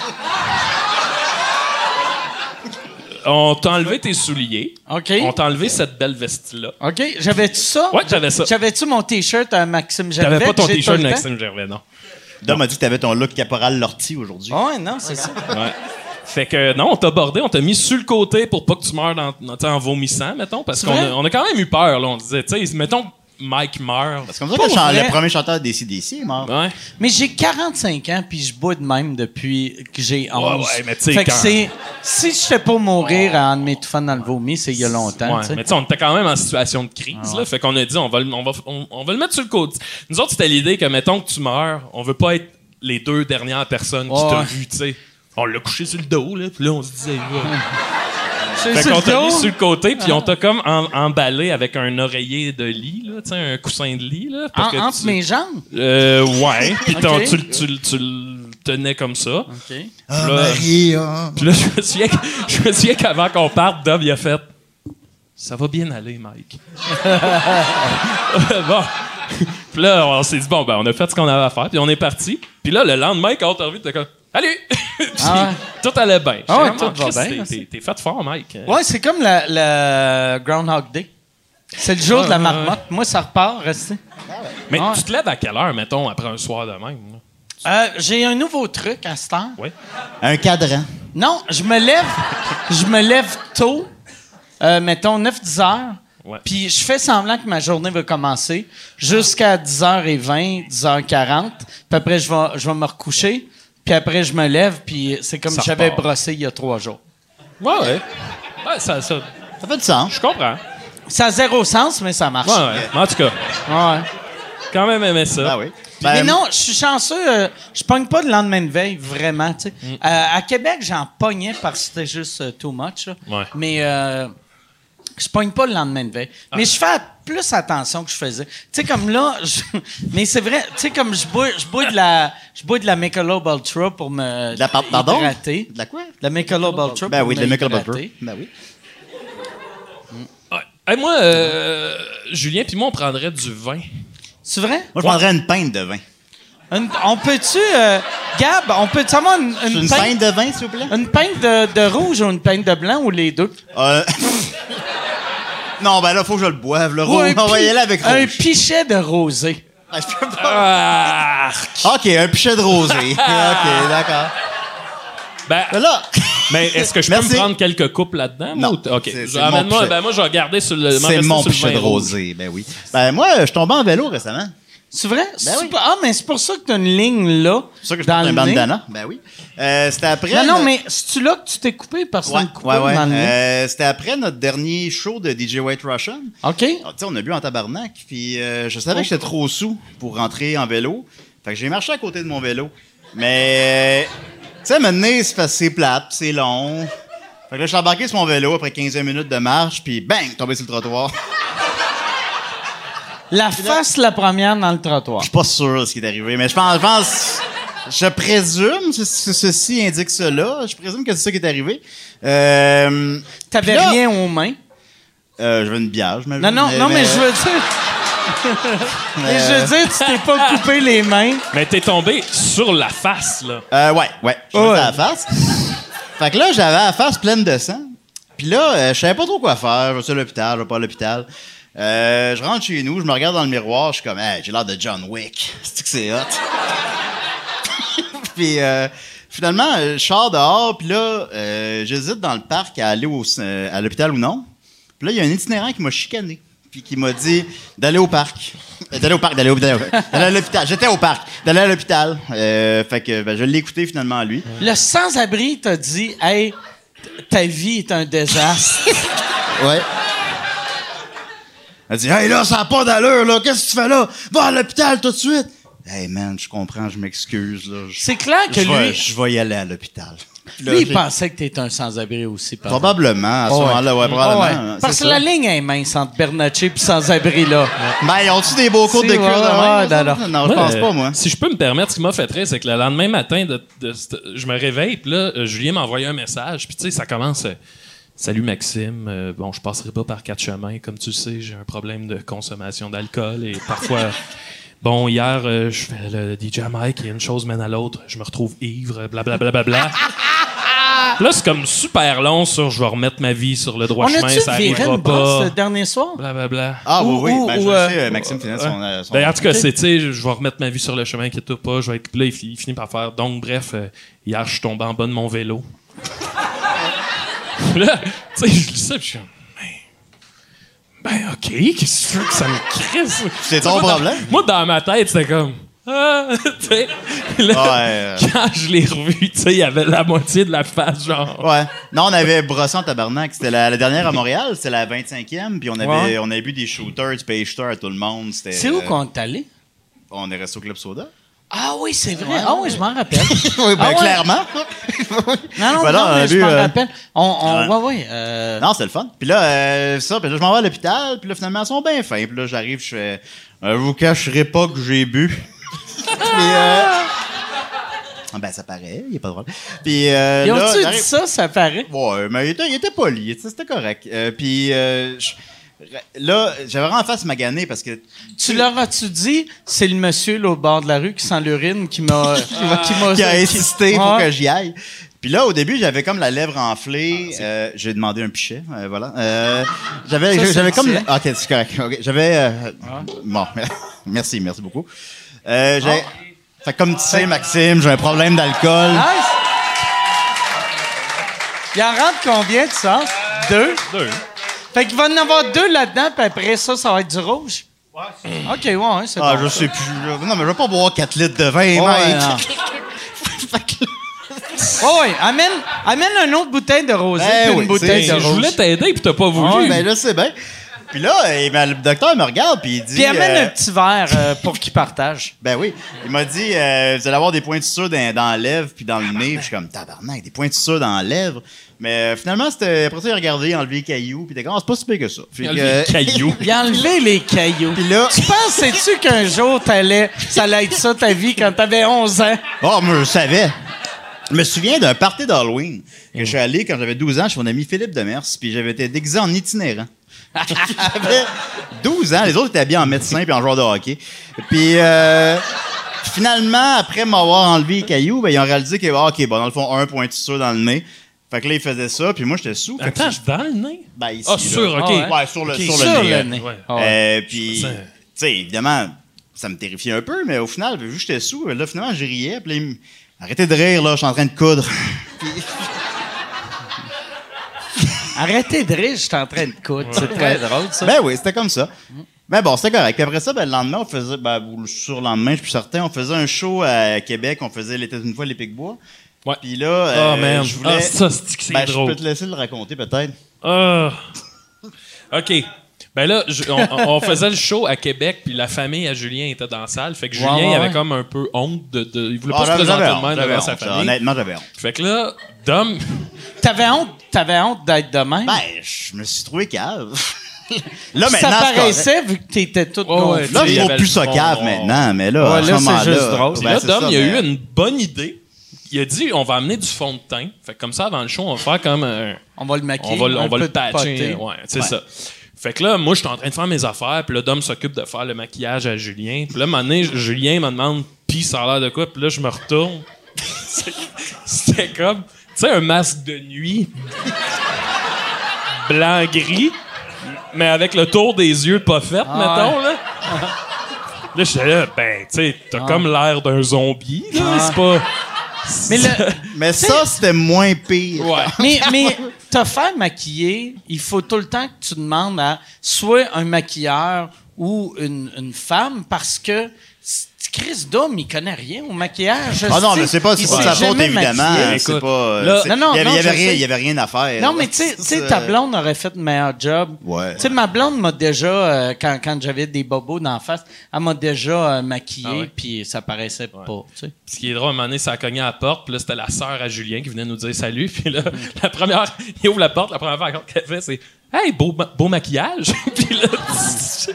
On t'a enlevé tes souliers.
OK.
On t'a enlevé cette belle veste-là.
OK. J'avais-tu ça?
Ouais, j'avais ça.
J'avais-tu mon T-shirt à Maxime Gervais?
T'avais pas ton
que j'ai
t-shirt
tout
de
le temps?
Maxime Gervais, non.
Dom m'a dit que t'avais ton look caporal lorti aujourd'hui.
Ouais, non, c'est ça.
Ouais. Fait que non, on t'a bordé, on t'a mis sur le côté pour pas que tu meurs dans, dans- t'sais, en vomissant, mettons, parce
C'est
qu'on
vrai?
a, on a quand même eu peur, là. On disait, tu sais, mettons, Mike meurt.
C'est comme ça
Pour
que le chan-
vrai?
le premier chanteur des CDC est mort.
Ouais.
Mais j'ai 45 ans, puis je bois de même depuis que j'ai 11.
ouais, mais tu sais,
Fait que
quand-
c'est... Si je fais pas mourir en m'étouffant dans le vomi, c'est il y a longtemps,
Ouais,
tu sais. Ah
mais tu sais, on était quand même en situation de crise, là. Fait qu'on a dit, on va, le- on, va, on, on va le mettre sur le côté. Nous autres, c'était l'idée que, mettons que tu meurs, on veut pas être les deux dernières personnes qui
Ouais.
t'ont vu, tu sais. On l'a couché sur le dos, là. Puis là, on se disait, ouais.
C'est
Fait
sur
qu'on
le
t'a mis
dos. Ah.
sur le côté, puis on t'a comme en- emballé avec un oreiller de lit, là. Tu sais, un coussin de lit, là. parce
En-
que
entre
tu-
mes jambes?
Euh, ouais. Puis t'en-
Ok.
tu, le- tu le- tu le tenais comme ça.
OK.
Ah,
Là.
hein.
Maria.
Puis là, je me souviens, que- je me souviens qu'avant qu'on parte, Dom, il a fait Ça va bien aller, Mike. [LAUGHS] bon. Puis là, on s'est dit, bon, ben, on a fait ce qu'on avait à faire, puis on est parti. Puis là, le lendemain, quand on t'a revu, t'es comme Salut! [LAUGHS] Puis
Ah
tout allait bien. J'étais
ouais,
comme,
tout
Ah,
va
Christ,
bien,
t'es-
merci.
T'es t'es fait fort, Mike.
Ouais, c'est comme la, la Groundhog Day. C'est le jour de la marmotte. Moi, ça repart, restez.
Mais
ouais.
tu te lèves à quelle heure, mettons, après un soir de même? là?
Euh, j'ai un nouveau truc à cette heure. Ah.
Un cadran.
Non, je me lève, je me lève tôt, euh, mettons 9-10 heures,
Ouais.
puis je fais semblant que ma journée va commencer jusqu'à 10h20, 10h40, puis après je vais, je vais me recoucher, puis après je me lève, puis c'est comme
Ça
si j'avais
repart.
brossé il y a trois jours.
Ouais, ouais. Ouais, ça, ça-
Ça fait du sens.
je comprends.
Ça a zéro sens, mais ça marche.
Ouais, ouais. Mais En tout cas,
Ouais.
quand même aimé ça.
Ah oui.
mais
Ben,
non, je suis chanceux. euh, je pogne pas de lendemain de veille, vraiment. tu sais. Euh, à Québec, j'en pognais parce que c'était juste euh, too much. là.
Ouais.
Mais euh, je pogne pas le lendemain de veille. Mais je fais plus attention que je faisais. Tu sais, comme là, [LAUGHS] je- mais c'est vrai, tu sais, comme je bois, je bois de la, je bois de la Michelob Ultra pour me
De la par- pardon?
hydrater.
De la quoi?
De la Michelob Ultra
Ben
pour
oui, de
me
la Michael
hydrater.
Butler. Ben oui.
Ouais. Hey, moi, euh, Julien, puis moi, on prendrait du vin.
C'est vrai?
Moi, je prendrais une pinte de vin.
Une- on peut-tu, euh, Gab, on peut-tu avoir une, une
Une
pinte-
pinte de vin, s'il vous plaît?
Une peinte de, de rouge ou une peinte de blanc ou les deux?
Euh, [LAUGHS] non, ben là, faut que je le boive, le
Ou
rouge. On va
pi-
y aller avec
Un
rouge.
pichet de rosé. [LAUGHS]
Ah, je peux pas. OK, un pichet de rosé. OK, d'accord.
Ben,
Mais là,
mais est-ce que je
Merci.
peux me prendre quelques coupes là-dedans?
Non.
moi, ou t- OK.
C'est- c'est
Je- amène-moi-
mon pichet.
ben, moi, je vais regarder sur le... m'en
c'est
rester
mon
sur le
pichet
vin
de
rouge.
rosé. Ben oui. Ben moi, je suis tombé en vélo récemment.
C'est vrai? C'est
Ben oui.
pas- Ah, mais c'est pour ça que t'as une ligne là.
C'est ça que je
dans
porte un
le nez.
bandana. Ben oui. Euh, c'était après.
Non, non,
le-
mais c'est-tu là que tu t'es coupé parce que
Ouais,
tu me coupes
ouais, ouais.
dans le nez?
Euh, c'était après notre dernier show de DJ White Russian.
OK.
Ah, tu sais, on a bu en tabarnak, puis euh, je savais que j'étais trop sous pour rentrer en vélo. Fait que j'ai marché à côté de mon vélo. Mais, euh, tu sais, maintenant, c'est parce que c'est plate, puis c'est long. Fait que là, je suis embarqué sur mon vélo après 15 minutes de marche, puis bang, tombé sur le trottoir.
La face la première dans le trottoir.
Je suis pas sûr de ce qui est arrivé, mais je pense, je pense, je présume, ce- ce- ceci indique cela, je présume que c'est ça qui est arrivé. Euh,
T'avais
puis là,
rien aux mains.
euh, je veux une bière, je m'avais-
Non, non, non, mais je veux dire.
euh,
Mais je veux dire, tu t'es
[LAUGHS]
pas coupé les mains.
Mais t'es tombé sur la face, là.
Euh, ouais, ouais. Je
Ouais.
me mettais à la face. fait que là, j'avais la face pleine de sang. Puis là, euh, je savais pas trop quoi faire. Je vais à l'hôpital, je vais pas à l'hôpital. Euh, je rentre chez nous, je me regarde dans le miroir, je suis comme, hey, j'ai l'air de John Wick. [LAUGHS] C'est que c'est hot. puis euh, finalement, euh, je sors dehors, puis là, euh, j'hésite dans le parc à aller au, euh, à l'hôpital ou non. Puis là, il y a un itinérant qui m'a chicané, puis qui m'a dit d'aller au parc. Euh, D'aller au parc, d'aller au d'aller au- d'aller à l'hôpital. J'étais au parc, d'aller à l'hôpital. Euh, fait que ben, je l'ai écouté finalement à lui.
Le sans-abri t'a dit, hey, t- ta vie est un
[LAUGHS]
désastre.
Ouais. Elle dit Hey là, ça n'a pas d'allure, là, qu'est-ce que tu fais là? Va à l'hôpital tout de suite! Hey man, je comprends, je m'excuse. là. Je-
C'est clair que
je vais-
lui-
Je vais y aller à l'hôpital. Là,
Lui, il
j'ai-
pensait que t'étais un sans-abri aussi. par exemple.
Probablement, à ce
Ah ouais.
moment-là, Oh, ouais, probablement.
Ah ouais.
hein,
Parce
c'est
que la
ça.
ligne est mince entre Bernacchi et sans-abri, là.
Ben, ils ont-tu des beaux cours de
Si,
cure
ouais,
de
ouais,
même,
ouais,
là,
d'accord.
ça? Non, je
Moi,
pense
euh,
pas, moi.
Si je peux me permettre, ce qui m'a fait très, c'est que le lendemain matin, de, de cette- je me réveille, puis là, euh, Julien m'a envoyé un message, puis tu sais, ça commence. euh, Salut Maxime, Euh, bon, je passerai pas par quatre chemins. Comme tu le sais, j'ai un problème de consommation d'alcool et
[LAUGHS]
parfois. Bon, hier, euh, je fais le DJ Mike et une chose mène à l'autre. Je me retrouve ivre, blablabla. Bla,
[LAUGHS]
bla, bla. là, c'est comme super long sur je vais remettre ma vie sur le droit
On
chemin,
a-tu
ça
viré
arrivera
une brosse
pas.
le dernier soir?
Blablabla.
Ah, oui,
ou-
oui. Ben,
ou-
je
ou,
le sais,
euh,
euh, Maxime finit son. euh, son-
Ben, en tout cas, c'est, tu sais, je je vais remettre ma vie sur le chemin, inquiète pas, je vais être. Puis là, il, fi- il finit par faire. Donc, bref, euh, hier, je suis tombé en bas de mon vélo. [LAUGHS] Puis là, tu sais, je lis ça, puis je suis comme. Ben, ben, OK, qu'est-ce que tu veux que ça me crisse?
C'est ton
Moi, dans-
problème.
Moi, dans ma tête, c'était comme. Ah, [LAUGHS] tu sais. Puis
Ouais.
là,
euh,
quand je l'ai revu, tu sais, il y avait la moitié de la face, genre.
Ouais. Non, on avait brossé en tabarnak. C'était la, la dernière à Montréal, c'était la 25e, puis on avait,
Ouais.
on avait bu des shooters, du pay shooter à tout le monde. C'était,
C'est où
euh,
qu'on est allé?
On est resté au Club Soda.
Ah oui, c'est vrai. ah oui, je m'en [LAUGHS] rappelle.
oui, ben,
Ah ouais?
clairement.
Non, non,
Voilà,
non,
on
mais
a
je
vu,
m'en
euh,
rappelle. On, on,
ouais.
ouais, ouais. euh,
Non, c'est le fun. Puis là, euh, ça, puis là, je m'en vais à l'hôpital, puis là, finalement, ils sont bien fins. Puis là, j'arrive, je fais, euh, vous cacherai pas que j'ai bu. [LAUGHS] puis, euh, ah, ben, ça paraît, il est pas drôle. Puis, euh,
Ils
là,
ont-tu dit
j'arrive-
ça, ça paraît?
Ouais, mais il était, il était poli, tu sais, c'était correct. Euh, puis, euh, je- là, j'avais vraiment face magané parce que
Tu leur as-tu dit, c'est le monsieur là, au bord de la rue qui sent l'urine qui
[LAUGHS]
m'a. qui m'a.
qui a insisté pour
Ouais.
que j'y aille. Puis là, au début, j'avais comme la lèvre
Ah,
enflée. Euh, j'ai demandé un pichet, euh, voilà. Euh, j'avais,
Ça, c'est
j'avais
le
comme,
pichet.
la- ok, c'est correct. ok. J'avais, euh, bon, [LAUGHS] merci, merci beaucoup. Euh, j'ai-
Ah.
fait que comme tu sais, Maxime, j'ai un problème d'alcool.
Nice. Ah, Il en rentre combien de sens? Deux?
Deux.
Fait qu'il va en avoir deux là-dedans, puis après ça, ça va être du rouge? Ouais. OK, ouais, ouais, c'est
Ah,
bon.
je sais plus. là. Non, mais je vais pas boire 4 litres de vin,
Ouais,
mec. [LAUGHS]
non.
Fait que là,
Oh, oui, amène, amène une autre bouteille de rosé
Eh
puis
oui,
une bouteille
Je
de
c'est-
rouge.
voulais t'aider, puis t'as pas
Ah,
voulu.
ben là, c'est bien. Puis là, eh ben, le docteur me regarde puis il dit.
Puis amène
euh,
un petit verre euh, pour qu'il partage.
Ben oui. Il m'a dit, euh, vous allez avoir des pointures dans, dans la lèvre puis dans le nez. Puis je suis comme, tabarnak, des pointures dans la lèvre. Mais euh, finalement, c'était, après ça, il a regardé, enlevé les cailloux. Puis il était comme, Ah, c'est pas si pire que ça. Fait
Il a
que,
enlevé les
euh,
cailloux.
[LAUGHS] Il a enlevé les cailloux.
[LAUGHS]
[LAUGHS]
Puis là,
Tu pensais-tu qu'un jour, t'allais, ça allait être ça ta vie quand t'avais 11 ans?
oh, mais je savais. Je me souviens d'un party d'Halloween que je suis allé quand j'avais 12 ans chez mon ami Philippe Demers. Puis j'avais été déguisé en itinérant. [LAUGHS] j'avais 12 ans. Les autres étaient habillés en médecin puis en joueur de hockey. Puis... euh, finalement, après m'avoir enlevé les cailloux, ben, ils ont réalisé que, ah, OK, bon, dans le fond, un point de suture dans le nez. Fait que là, ils faisaient ça, puis moi, j'étais sous. Fait que
Attends, dans le nez?
ben, ici,
Ah,
là.
sûr, OK.
Ah
Ouais, sur le, sur le
Sur
nez.
le
hein.
nez.
Ouais.
Ah ouais.
Euh, puis,
Je
tu
me sens-
sais, évidemment, ça me terrifiait un peu, mais au final, vu que j'étais sous, là, finalement, je riais, puis là, ils me- arrêtez de rire, là, je suis en train de coudre. Puis-
Arrêtez de rire, je suis en train de coudre. C'est très drôle, ça.
[LAUGHS] Ben oui, c'était comme ça.
Mm.
Mais bon, c'était correct. Puis après ça, ben, le lendemain, on faisait, ben, ou le surlendemain, je suis certain, on faisait un show à Québec. On faisait l'été une fois les Picbois.
Ouais.
Puis là, euh,
oh, man.
je voulais.
Ah, ça, c'est que c'est
ben, je
drôle.
peux te laisser le raconter peut-être.
Ah. OK. Ben là, je- on, on- on faisait le show à Québec, puis la famille à Julien était dans la salle. Fait que Julien
ouais,
avait
ouais.
comme un peu honte de. de- il voulait
Ah,
pas se
j'avais-
présenter
j'avais
de
honte,
même
j'avais
devant sa
honte, ça.
famille.
Honnêtement, j'avais honte.
Fait que là, Dom.
T'avais honte, t'avais honte d'être de même?
Ben, je me suis trouvé cave. [LAUGHS] là,
ça
maintenant, c'est correct.
paraissait vu que t'étais tout
ouais,
gonflé.
Là,
Il
je
y
trouve
avait
plus
le
ça
fond,
cave
on-
maintenant, mais là,
Ouais,
à ce
là, c'est
moment-là.
juste drôle.
Puis
ben,
là,
c'est
Dom,
ça,
il a
mais-
eu une bonne idée. Il a dit on va amener du fond de teint. Fait que comme ça, avant le show, on va faire comme un.
On va le maquiller.
on va, le-
un
on va
peu
le
de
patcher.
poté.
Ouais, c'est ça. Fait que là, moi, je suis en train de faire mes affaires, puis là, Dom s'occupe de faire le maquillage à Julien. Puis là, un moment donné, Julien me demande, pis ça a l'air de quoi? Puis là, je me retourne. [LAUGHS] C'est- C'était comme, tu sais, un masque de nuit, [LAUGHS] blanc-gris, mais avec le tour des yeux pas fait,
Ah
mettons, là.
[LAUGHS]
Là, j'étais là, ben, tu sais,
Ah.
t'as comme l'air d'un zombie, là, c'est pas...
Mais, le- [LAUGHS]
Mais ça, c'était moins pire.
Ouais.
mais, mais te faire maquiller, il faut tout le temps que tu demandes à soit un maquilleur ou une, une femme parce que c- Chris Dom, il connaît rien au maquillage.
Ah non, mais
sais,
c'est pas, c'est
il
pas de
s'est
sa faute,
jamais
évidemment.
maquillé.
C'est
Écoute,
pas.
là-
euh, c'est-
Non, non,
il y avait-
non,
il y avait
je
rien-
sais.
il y avait rien à faire. Euh,
Non, mais tu sais- tu sais, ta blonde aurait fait le meilleur job.
Ouais.
Tu sais, ma blonde m'a déjà, euh, quand, quand j'avais des bobos d'en face, elle m'a déjà euh,
Ah
maquillé,
ouais.
puis ça paraissait pas. tu sais.
Ce qui est drôle, à un moment donné, ça a cogné à la porte, puis là, c'était la sœur à Julien qui venait nous dire salut. [LAUGHS] Puis
Mm.
là, la première, il ouvre la porte, la première affaire qu'elle fait, c'est Hey, beau, ma- beau maquillage! [LAUGHS] puis là,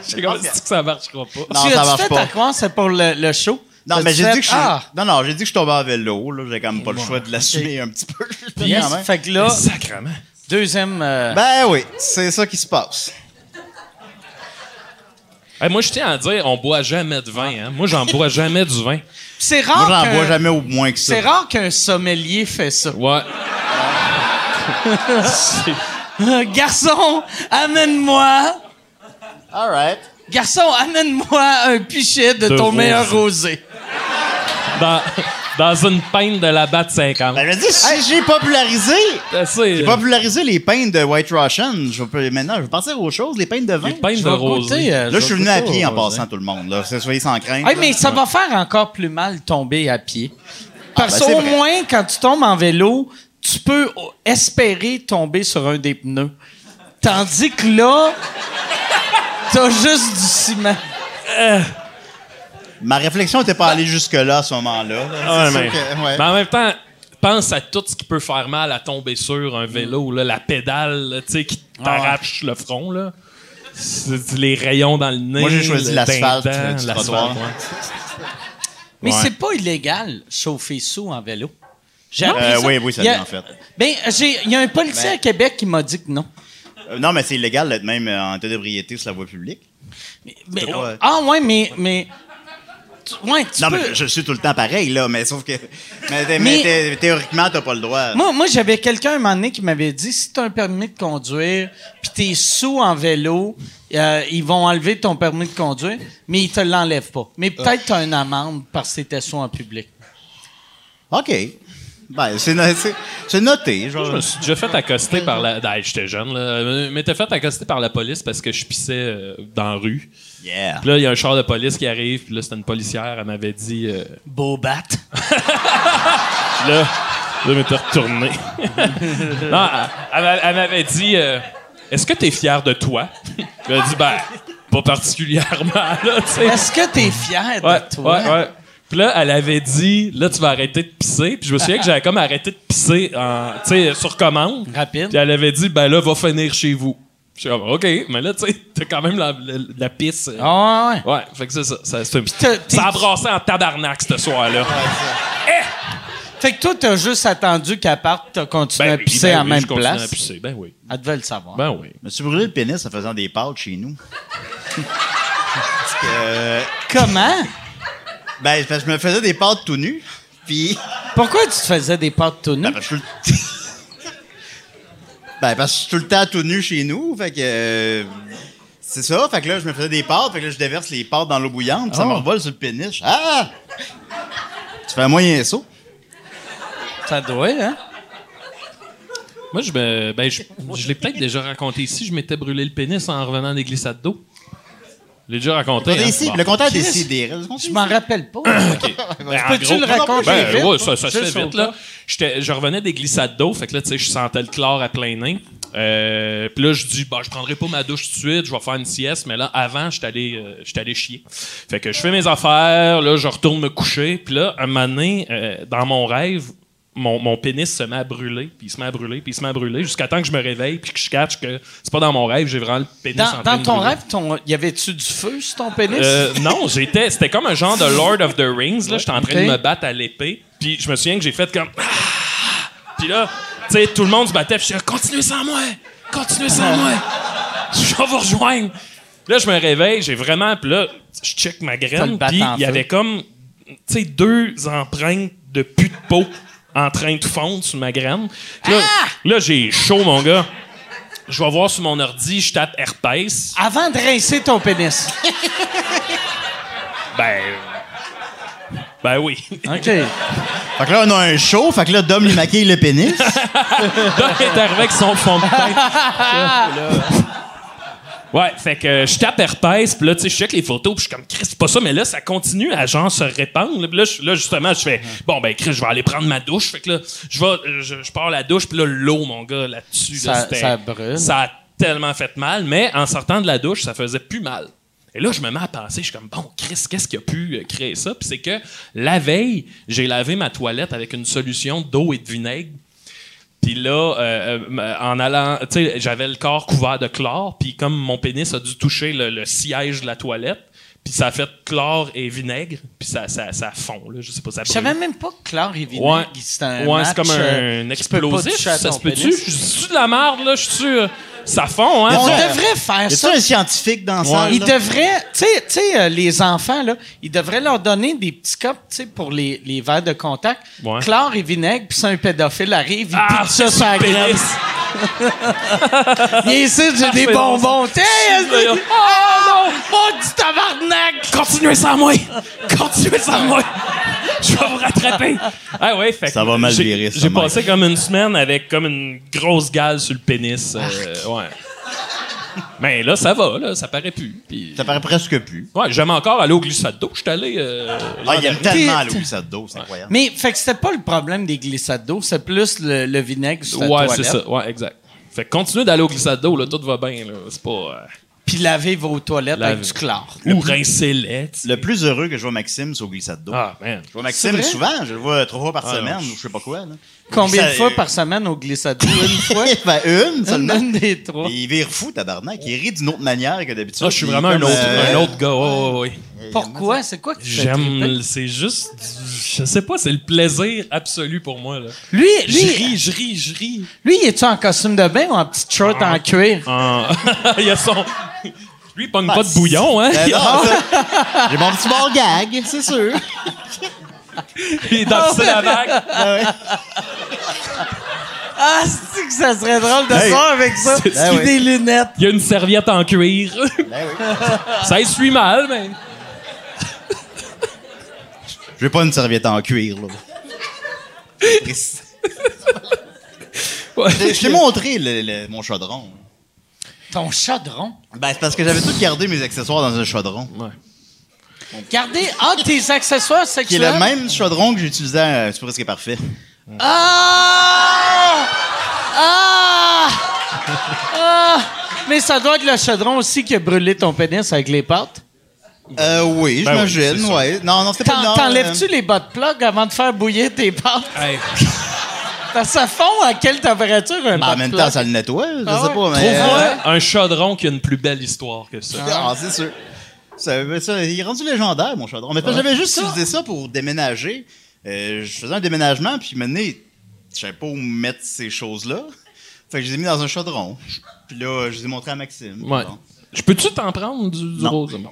j'ai comme dit que ça marchera pas.
Non,
tu
ça
as-tu
marche
fait
pas.
ta croix, c'est pour le, le show?
Non,
T'as-tu
mais j'ai
fait,
dit que je
Ah!
Non, non, j'ai dit que je tombais à vélo. là. J'ai quand même pas le choix de l'assumer un petit peu. [LAUGHS] quand
Yes,
même.
fait que
Ah,
là,
Sacrement.
deuxième... euh,
Ben oui, c'est ça qui se passe.
Hey, moi, je tiens à dire, on boit jamais de vin. Hein? Moi, j'en bois jamais du vin.
c'est
Moi,
rare
j'en
qu'un-
bois jamais au moins que ça.
Ah, C'est rare qu'un sommelier fait ça.
Ouais.
Garçon, amène-moi...
All right.
Garçon, amène-moi un pichet de,
De
ton
rosé.
meilleur rosé.
Dans, [LAUGHS] dans une peine de la batte 50.
Ben, je dis, si j'ai popularisé,
Ben,
C'est
j'ai popularisé les peintes de White Russian. Je peux, maintenant, je vais partir aux choses, les peintes de vin.
une peine
Je
de
vais
rosé.
goûter, euh,
Là, je suis
vais
venu à
goûter
pied
au
en
rosé.
passant tout le monde. Là, soyez sans crainte.
Hey,
là.
mais ça va faire encore plus mal tomber à pied. Parce
ben, c'est
qu'au
vrai.
moins, quand tu tombes en vélo, tu peux oh, espérer tomber sur un des pneus. Tandis que là, t'as juste du ciment.
Ma réflexion n'était pas allée jusque-là à ce moment-là.
Ah,
C'est sûr
mais,
que- ouais.
mais en même temps, pense à tout ce qui peut faire mal à tomber sur un vélo, là, la pédale là, tu sais, qui
Ah,
t'arrache le front. Là. C'est- c'est les rayons dans le nez.
Moi, j'ai choisi
le
l'asphalte
dindant,
euh, du
l'asphalte,
trottoir.
ouais.
Mais
Ouais.
c'est pas illégal chauffer sous en vélo. J'ai appris
Euh,
ça.
oui, oui, ça
Il y a-
l'est, en fait.
Ben, j'ai- il y a un policier
Ben.
à Québec qui m'a dit que non.
Euh, non, mais c'est illégal d'être même euh, en état d'ébriété sur la voie publique.
Mais-
C'est pas-
ah ouais, mais mais tu- ouais, tu
non,
peux-
mais je suis tout le temps pareil, là, mais sauf que. [LAUGHS] Mais, mais
Mais-
thé- théoriquement, t'as pas le droit.
Moi, moi j'avais quelqu'un un moment donné qui m'avait dit si t'as un permis de conduire, puis t'es sous en vélo, euh, ils vont enlever ton permis de conduire, mais ils te l'enlèvent pas. Mais peut-être t'as une amende parce que t'étais sous en public.
OK. Ben, c'est no- c'est- c'est noté.
Moi,
genre.
Je me suis déjà fait accoster par la. Ah, J'étais jeune, là. Mais t'es fait accoster par la police parce que je pissais euh, dans la rue.
Yeah.
Puis là, il y a un char de police qui arrive. Puis là, c'était une policière. Elle m'avait dit. euh,
Beau bat.
Puis là, je m'étais
[LAUGHS]
retourné. non, elle, m'a- elle m'avait dit euh, Est-ce que t'es fier de toi Elle m'a dit Ben, pas particulièrement, là, tu sais.
Est-ce que t'es fier de
Ouais,
toi?
ouais, ouais. Puis là, elle avait dit Là, tu vas arrêter de pisser. Puis je me souviens que j'avais comme arrêté de pisser en, tu sais, sur commande.
Rapide.
Puis elle avait dit Ben là, va finir chez vous. Je suis comme OK, mais là, tu sais, t'as quand même la, la, la pisse. euh,
Ah ouais, ouais.
Ouais, fait que c'est ça. Ça, c'est un-
t'as- t'es-
ça a brassé en tabarnak ce soir-là.
Fait que toi, t'as juste attendu qu'elle parte, t'as continué à
oui,
pisser
ben
à
oui,
même
je continue à
place.
pisser, ben oui.
Elle devait le savoir.
Ben oui.
Je me suis brûlé le pénis en faisant des pâtes chez nous. Parce que, euh,
Comment?
ben, parce que je me faisais des pâtes tout nu. Puis.
Pourquoi tu te faisais des pâtes tout nues?
Ben, parce que je suis tout le- [LAUGHS] Ben, parce que je suis tout le temps tout nu chez nous. Fait que. euh, C'est ça. Fait que là, je me faisais des pâtes. Fait que là, je déverse les pâtes dans l'eau bouillante.
Oh.
puis Ça me revole sur le pénis. Ah! Tu fais un moyen saut.
Ça doit, hein?
Moi, je me. Ben, je, je l'ai peut-être déjà raconté ici. Je m'étais brûlé le pénis en revenant des glissades d'eau. Je l'ai déjà raconté.
T'as
hein.
des cibles,
Bon.
Le compteur décidé.
Je m'en rappelle
[COUGHS]
pas.
Ben, en
Peux-tu
gros-
le raconter
Ben,
vite?
ouais, ça, ça se
C'est
fait
sur
vite,
toi.
là. J'étais- je revenais des glissades d'eau, fait que là, tu sais, je sentais le chlore à plein nez. Euh, puis là, je dis, bah, je prendrai pas ma douche tout de suite, je vais faire une sieste, mais là, avant, j'étais allé, euh, j'étais allé chier. Fait que je fais mes affaires, là, je retourne me coucher, puis là, un moment donné, euh, dans mon rêve, mon, mon pénis se met à brûler, puis il se met à brûler, puis il se met à brûler, jusqu'à temps que je me réveille, puis que je catch que c'est pas dans mon rêve, j'ai vraiment le pénis en
Dans,
train
dans
de
ton
brûler.
rêve, ton, y avait-tu du feu sur ton pénis?
Euh, non, j'étais. C'était comme un genre de Lord of the Rings. Là, j'étais en train
Ok.
de me battre à l'épée. Puis je me souviens que j'ai fait comme. Ah! Puis là, tu sais, tout le monde se battait. Puis je suis continuez sans moi, continuez sans moi. Je vais vous rejoindre. Là, je me réveille. J'ai vraiment. Puis là, je check ma
T'as le
graine.
battant
Puis il y
feu.
avait comme, tu sais, deux empreintes de pus de peau en train de fondre sur ma graine. Puis Là,
Ah!
là j'ai chaud, mon gars. Je vais voir sur mon ordi, je tape herpès.
Avant de rincer ton
[LAUGHS]
pénis.
Ben. Ben oui.
OK.
Fait que là, on a un show. Fait que là, Dom lui maquille le
[LAUGHS]
pénis.
Doc est arrivé avec son fond de teint. Ouais, fait que euh, je tape herpès, puis là, tu sais, je check les photos, puis je suis comme, Chris, c'est pas ça, mais là, ça continue à genre se répandre. là. Puis là, je- là, justement, je fais, bon, ben, Chris, je vais aller prendre ma douche. Fait que là, je vais, euh, je, je pars la douche, puis là, l'eau, mon gars, là-dessus, là,
Ça-
c'était-
ça brûle.
Ça a tellement fait mal, mais en sortant de la douche, ça faisait plus mal. Et là, je me mets à penser, je suis comme, bon, Chris, qu'est-ce qui a pu euh, créer ça? Puis c'est que la veille, j'ai lavé ma toilette avec une solution d'eau et de vinaigre. Puis là, euh, euh, en allant, tu sais, j'avais le corps couvert de chlore, puis comme mon pénis a dû toucher le, le siège de la toilette, puis ça a fait chlore et vinaigre, puis ça, ça, ça fond, là, je sais pas, ça
Je savais
brûle.
même pas que Claire et Vinaigre,
Ouais,
c'était un
ouais
match,
c'est comme
euh,
un
qui peut pas
explosif,
toucher à
ça
ton
se peut-tu?
pénis.
Je suis de la merde, là, je suis... euh, ça fond, hein?
On
Ouais.
devrait faire
Y
ça.
a un scientifique dans ça?
Ils devraient, tu sais- tu sais, euh, les enfants, là, ils devraient leur donner des petits cups, tu sais, pour les, les verres de contact.
Ouais.
Chlore et vinaigre, puis si un pédophile arrive, il
Ah,
pitche ça sur la
pénis.
graine. Il incite, j'ai des
Ah, c'est bon,
bonbons.
[LAUGHS]
Tiens,
d'ailleurs.
oh
Ah,
non, oh du tabarnak!
Continuez sans moi! Continuez sans moi! Je vais vous rattraper! Ah ouais, fait que
Ça va mal
j'ai-
virer, ça,
J'ai
Mike.
passé comme une semaine avec comme une grosse gale sur le pénis. euh, ouais. Mais là, ça va, là, ça paraît plus. Puis-
Ça paraît presque plus.
Ouais, j'aime encore aller au glissade d'eau. Je suis allé. euh,
Ah, il aime tellement
t'es-
Louis Sado, c'est incroyable.
Mais, fait que c'était pas le problème des glissades d'eau, c'est plus le, le vinaigre sur la
ouais,
toilette.
c'est ça. Ouais, exact. Fait que continuez d'aller au glissade d'eau, là, tout va bien, là. C'est pas. euh,
Puis laver vos toilettes
Laver.
avec du chlore.
le prince est laid, tu sais.
Le plus heureux que je vois Maxime, c'est au glissade d'eau.
Ah, man.
Je vois Maxime
vrai?
souvent, je le vois trois fois par
Ah,
semaine,
non, je-
ou je sais pas quoi. là.
Combien de
Ça- euh,
fois par semaine aux glissades d'eau? Une fois?
[LAUGHS] ben, une
Une,
seulement.
une des trois.
Et il vire fou, tabarnak. Il rit d'une autre manière que d'habitude.
Ah, je suis
Puis
vraiment un
comme,
autre,
euh,
un autre gars. Ouais, ouais, ouais.
Pourquoi? C'est quoi que tu fais
J'aime,
triper?
le- c'est juste, du- je sais pas, c'est le plaisir absolu pour moi. Là.
Lui,
Je
lui,
ris, je ris, je ris.
lui, il est-tu en costume de bain ou en petite short en cuir?
Ah. [LAUGHS] il a son, lui, il pogne pas de bouillon, hein.
Ben
Il,
non, ça- J'ai mon petit bord gag, c'est sûr.
[LAUGHS] il est dans le la vague.
Ah, c'est que ça serait drôle de
Hey.
voir avec ça.
C'est-
Puis
Ben
des lunettes.
Il y a une serviette en cuir.
Ben oui.
[LAUGHS] Ça essuie mal, mais.
Je veux pas une serviette en cuir, là.
Ouais.
Je t'ai- je t'ai montré le- le- mon chaudron.
Ton chaudron.
Ben, c'est parce que j'avais tout gardé mes accessoires dans un chaudron.
Gardez, ah, tes accessoires
Qui est
sexuels.
le même chaudron que j'utilisais à C'est presque parfait.
Ah! Ah! Ah! Mais ça doit être le chaudron aussi qui a brûlé ton pénis avec les pattes.
Euh, oui,
Ben oui,
j'imagine,
c'est ça.
ouais. Non, non, c'était pas non,
T'en- T'enlèves-tu
euh,
les bas de plug avant de faire bouillir tes pattes?
Hey,
Parce que ça fond à quelle température un
ben,
bas
en
de
même
plug?
temps, ça le nettoie, je
Ah
sais
ouais.
pas, mais.
trouve-moi
euh,
un chaudron qui a une plus belle histoire que ça.
Ah, c'est sûr. Ça, ça, il est rendu légendaire, mon chaudron. Mais parce que j'avais juste utilisé ça pour déménager. Euh, je faisais un déménagement, puis maintenant, je savais pas où mettre ces choses-là. Fait que je les ai mis dans un chaudron. Puis là, je les ai montrés à Maxime.
Ouais.
Bon.
Je peux-tu t'en prendre du, du
Non.
rose? Bon.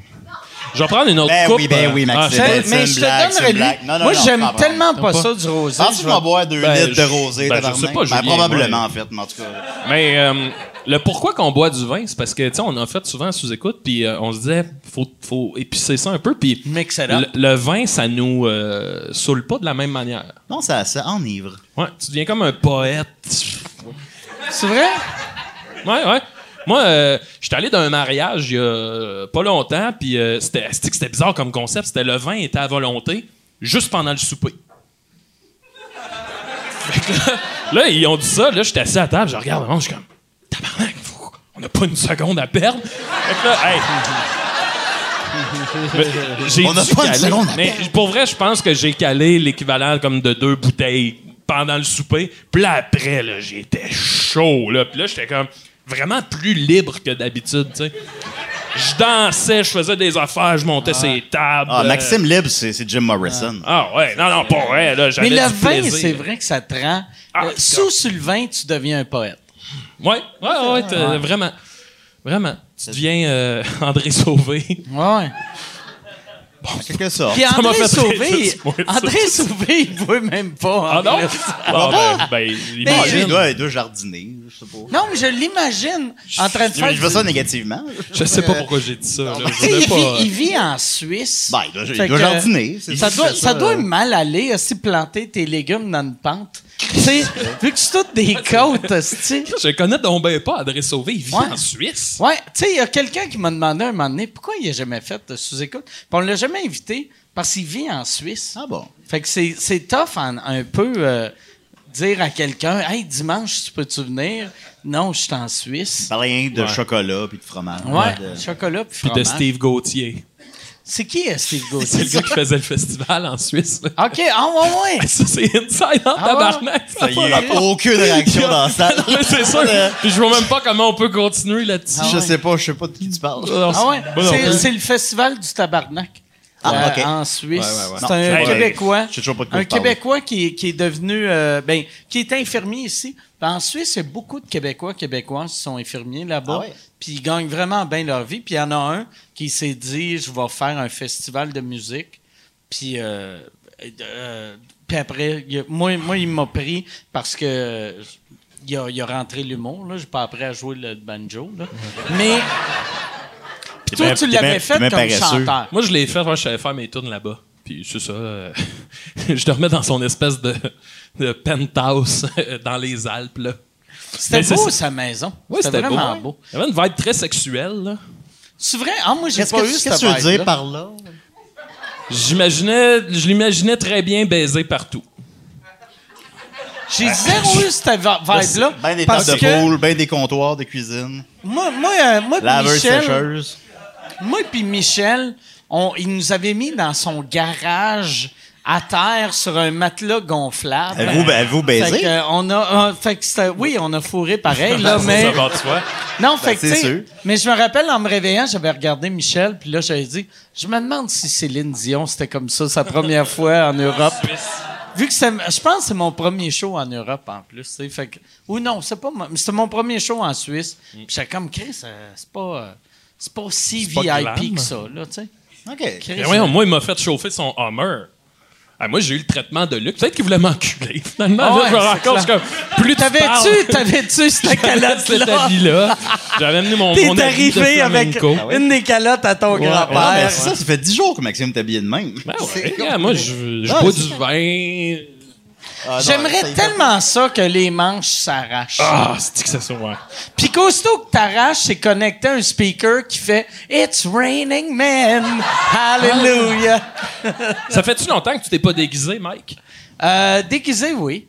Je vais prendre une autre
Ben
coupe.
oui, ben oui, Maxime.
ah,
Mais,
C'est
mais
une
je te
blague, c'est
donnerais
une blague.
lui.
Non, non,
Moi,
non,
j'aime
pas Ah, vrai.
tellement pas
T'aimes
ça du rosé.
Penses-tu
je
que je vais
vais-
boire deux
Ben,
litres de
je-
rosé,
ben, je
tabarnak?
sais pas,
Ben,
Julien,
probablement,
ouais.
en fait, mais en tout cas.
Mais euh, le pourquoi qu'on boit du vin, c'est parce que, tu sais, on en fait souvent sous-écoute, puis euh, on se disait, faut, faut épicer ça un peu, puis
Mix it
le,
up.
le vin, ça nous euh, saoule pas de la même manière.
Non, ça, ça enivre.
Ouais, tu deviens comme un poète.
C'est vrai?
Ouais, ouais. Moi, euh, j'étais allé d'un mariage il y a euh, pas longtemps, puis euh, c'était c'était c'était bizarre comme concept. C'était le vin était à volonté juste pendant le souper. Fait que là, là, ils ont dit ça. Là, j'étais assis à table, je regarde le monde, je suis comme tabarnak, faut- on n'a pas une seconde à perdre. Fait que là,
[LAUGHS]
hey. Mais j'ai
On n'a
dû
pas une
caler,
seconde à
mais pour vrai, je pense que j'ai calé l'équivalent comme de deux bouteilles pendant le souper. Puis là, après, là, j'étais chaud. Là. Puis là, j'étais comme vraiment plus libre que d'habitude. tu sais. Je dansais, je faisais des affaires, je montais ces tables.
Ah,
euh,
Maxime Libre, c'est c'est Jim Morrison.
Ah ouais, non, non, pas vrai. Là,
Mais
j'avais
le
du
vin,
plaisir.
c'est vrai que ça te rend.
Ah,
euh,
c'est
sous sur le vin, tu deviens un poète.
Ouais, ouais, ouais, t'as- vraiment. Vraiment. Tu deviens euh, [LAUGHS] André Sauvé.
Ouais.
Quelque sorte.
Puis
Ça m'a
André
fait rire,
Sauvé,
juste moi, ça.
André Sauvé, il ne voit même pas.
Ah non?
André
Ah, ben, ben, il
Ah,
Mais-
lui, il
imagine.
doit, il doit jardiner, je sais pas.
Non, mais je l'imagine en train de faire.
Je veux
du-
ça négativement.
Je sais pas pourquoi j'ai dit ça. là. Je
Tu sais,
voulais
il,
pas,
vit,
euh,
il vit en Suisse.
Ben, il doit, il
Fait
doit
que,
jardiner. c'est-
Ça
il
doit,
fait
ça doit mal aller aussi planter tes légumes dans une pente. Tu sais, vu que c'est toutes des côtes, hostie.
Je connais donc ben pas André Sauvé. Il vit
Ouais.
en Suisse.
Ouais, tu sais, il y a quelqu'un qui m'a demandé un moment donné pourquoi il a jamais fait de sous-écoute. Puis on l'a jamais invité parce qu'il vit en Suisse.
Ah bon.
Fait que c'est, c'est tough en- un peu euh, dire à quelqu'un Hey, dimanche, tu peux-tu venir Non, je suis en Suisse.
Ça rien de
Ouais.
chocolat puis de fromage.
Ouais,
euh, De-
chocolat puis
Puis de
fromage.
Steve Gauthier.
C'est qui euh, Steve
[LAUGHS]
C'est
Gauthier
le gars qui faisait le festival en Suisse. là. [LAUGHS]
OK, ah ouais, ouais.
Ça, c'est inside en
Ah
tabarnak. Ça
Ça
a
y
pas
est,
rapport.
aucune réaction [LAUGHS] dans la salle.
Mais c'est sûr.
Euh,
Puis je vois même pas comment on peut continuer là-dessus.
Ah
je
ouais.
sais pas, je sais pas de qui tu parles.
Non, c'est-
Ah ouais,
Bon, non,
c'est,
plus.
c'est le festival du tabarnak. euh,
Ah, ok.
En Suisse.
Ouais, ouais, ouais.
C'est
Non,
un
je-
Québécois.
je sais toujours pas de quoi
un
vous parlez.
Québécois qui, qui est devenu. euh, ben, qui est infirmier ici. Puis en Suisse, il y a beaucoup de Québécois, Québécois qui sont infirmiers là-bas.
Ah ouais?
Puis ils gagnent vraiment bien leur vie. Puis il y en a un qui s'est dit je vais faire un festival de musique. Puis. euh, euh, puis après, il a- moi, moi, il m'a pris parce que. euh, Il a, il a rentré l'humour, là. J'ai pas appris à jouer le banjo, là. Mais.
T'es
Toi,
bien-
tu
t'es bien-
l'avais
t'es
fait
bien
comme
paresseux.
chanteur.
Moi, je l'ai fait, moi, je savais faire mes tournes là-bas. Puis c'est ça. euh, [LAUGHS] je dormais dans son espèce de, de penthouse euh, dans les Alpes. Là. Mais
C'était
c'est
beau,
ça.
sa maison.
Ouais,
c'était vraiment
ouais.
beau.
Il y avait une vibe très sexuelle. là.
C'est vrai? Ah, moi, j'ai
Qu'est-ce
pas eu
que qu'est-ce
cette
que tu veux dire
vibe-là.
par là?
J'imaginais, je l'imaginais très bien baiser partout.
J'ai zéro eu cette vibe-là.
Ben des tables
parce
de
que
poule, ben des comptoirs de cuisine,
moi, moi, euh, moi, puis
laveuse,
Michel,
sécheuse.
moi puis Michel, on- il nous avait mis dans son garage à terre sur un matelas gonflable.
Avez-vous avez
Fait que,
baisé?
euh, on a, euh, fait que c'était- oui, on a fourré pareil,
[LAUGHS]
là,
C'est
mais...
ça, bon, tu vois.
Non, fait que,
Ben, c'est
tu sais,
sûr.
Mais je me rappelle, en me réveillant, j'avais regardé Michel, puis là, j'avais dit, je me demande si Céline Dion, c'était comme ça, sa première fois en Europe. Vu que c'est, je pense que c'est mon premier show en Europe, en plus, tu sais, fait que, ou non, c'est pas, mon- c'était mon premier show en Suisse. Puis j'étais comme, Chris, euh, c'est pas, euh, c'est pas si
Mm. pas
VIP
glam.
que ça, là, tu sais.
OK.
Chris, euh,
Mais voyons, moi, il m'a fait chauffer son Hummer. Ah, moi, j'ai eu le traitement de Luc. Peut-être qu'il voulait m'enculer. Finalement,
Ah
là,
ouais,
je me
c'est
rends compte, je suis
clair.
comme, plus tu parles,
T'avais-tu,
[LAUGHS]
t'avais-tu cette
cette
calotte-là?
habit-là. J'avais amené mon,
T'es
mon habit de
arrivé avec
flamenco.
une des calottes à ton
Ah, mais
grand-père.
c'est ça, ça fait 10 jours que Maxime t'a habillé de même.
Ben ouais,
C'est-
regarde, moi, je, je
Ah,
bois
c'est
du vin.
Ah, non, ça
J'aimerais
y va.
tellement ça que les manches s'arrachent.
Ah, c'est que ça soit. ouais.
Puis costaud que t'arraches, c'est connecté à un speaker qui fait It's raining
[LAUGHS]
men, hallelujah.
Ça fait-tu longtemps que tu t'es pas déguisé, Mike?
Euh, déguisé, oui.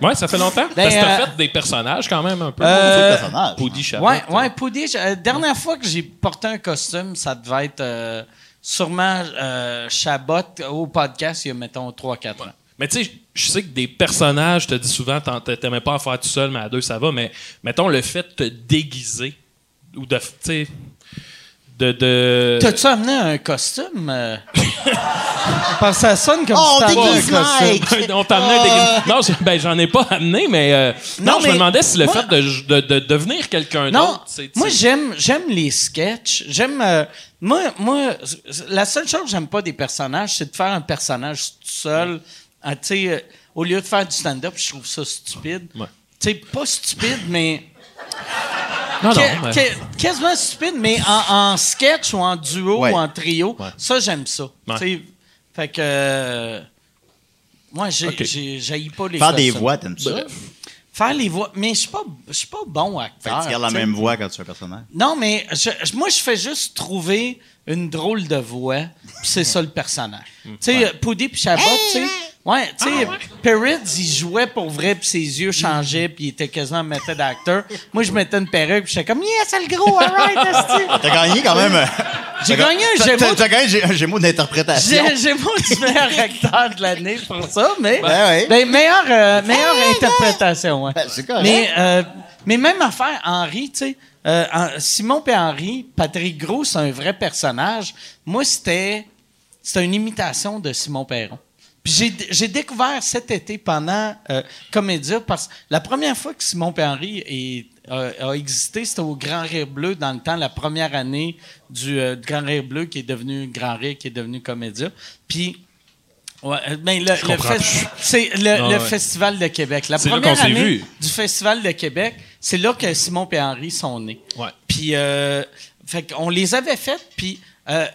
Ouais, ça fait longtemps.
Ben,
Parce que t'as
euh,
fait des personnages quand même un peu.
Euh,
personnage.
Poudy Chabot.
Ouais, ouais, Poudy, j- euh, dernière fois que j'ai porté un costume, ça devait être euh, sûrement euh, Chabot au podcast il y a, mettons, 3-4 ans.
Mais tu sais, je sais que des personnages, je te dis souvent, t'en- t'aimais pas en faire tout seul, mais à deux, ça va. Mais mettons le fait de te déguiser ou de. Tu sais. De. de... [LAUGHS]
T'as-tu amené un costume? euh? [LAUGHS] Parce que ça sonne comme
Oh, on
si t'avais un
déguise
costume.
Mike!
On t'a amené un déguisement. Non, je- ben, j'en ai pas amené, mais. euh,
Non,
non, je
mais
me demandais si le
moi-
fait de, de- de devenir quelqu'un
Non,
d'autre. c'est-
moi
c'est-
j'aime j'aime les sketchs. J'aime euh, moi moi la seule chose que j'aime pas des personnages, c'est de faire un personnage tout seul. Ah, tu sais, euh, au lieu de faire du stand-up, je trouve ça stupide.
Ouais.
Tu sais, pas stupide, mais
Ah
Non, non,
que-
mais-
que- quasiment stupide, mais en, en sketch ou en duo
Ouais.
ou en trio,
Ouais.
ça j'aime ça.
Ouais.
Tu sais, fait que euh, moi j'ai
Ok.
j'ai- j'haïs pas les
Faire des
costumes. Ben,
voix, t'aimes ça?
Bref.
faire les voix. Mais je suis pas, je suis pas bon
Fait
acteur.
que tu gardes la
tu sais.
même voix quand tu fais un personnage.
Non, mais je- je- moi, je fais juste trouver une drôle de voix, puis c'est ça le personnage.
Hmm.
tu sais, Poudy puis Chabot, tu sais. Ouais, tu sais, Perrids, il jouait pour vrai, puis ses yeux changeaient, puis il était quasiment méthode d'acteur. Moi, je mettais une perruque, puis j'étais comme, yeah, c'est le gros, alright, esti.
T'as gagné quand même. euh,
J'ai
t'as-
gagné un
t'as-
Gémeaux.
t'as- T'as gagné un Gémeaux d'interprétation.
J'ai j'ai mon meilleur acteur de l'année pour ça, mais.
Ben oui.
Ben, meilleure, euh, meilleure interprétation, ouais.
Ben, c'est correct.
Mais, euh, mais même affaire, Henri, tu sais. euh, en- Simon et Henri, Patrick Gros, c'est un vrai personnage. Moi, c'était c'était une imitation de Simon Perron. Puis j'ai, j'ai découvert cet été pendant euh, Comédia, parce que la première fois que Simon et Henri est- a- a existé, c'était au Grand Rire Bleu, dans le temps, la première année du euh, Grand Rire Bleu, qui est devenu Grand Rire, qui est devenu Comédia. Puis. Ouais, euh, ben, le, le
comprends
fes-
plus.
c'est le,
Ah
le
ouais.
Festival de Québec. La
C'est là
première
qu'on s'est
année
vus.
du Festival de Québec, c'est là que Simon et Henri sont nés.
Ouais.
Puis, euh, fait on les avait faites, puis euh,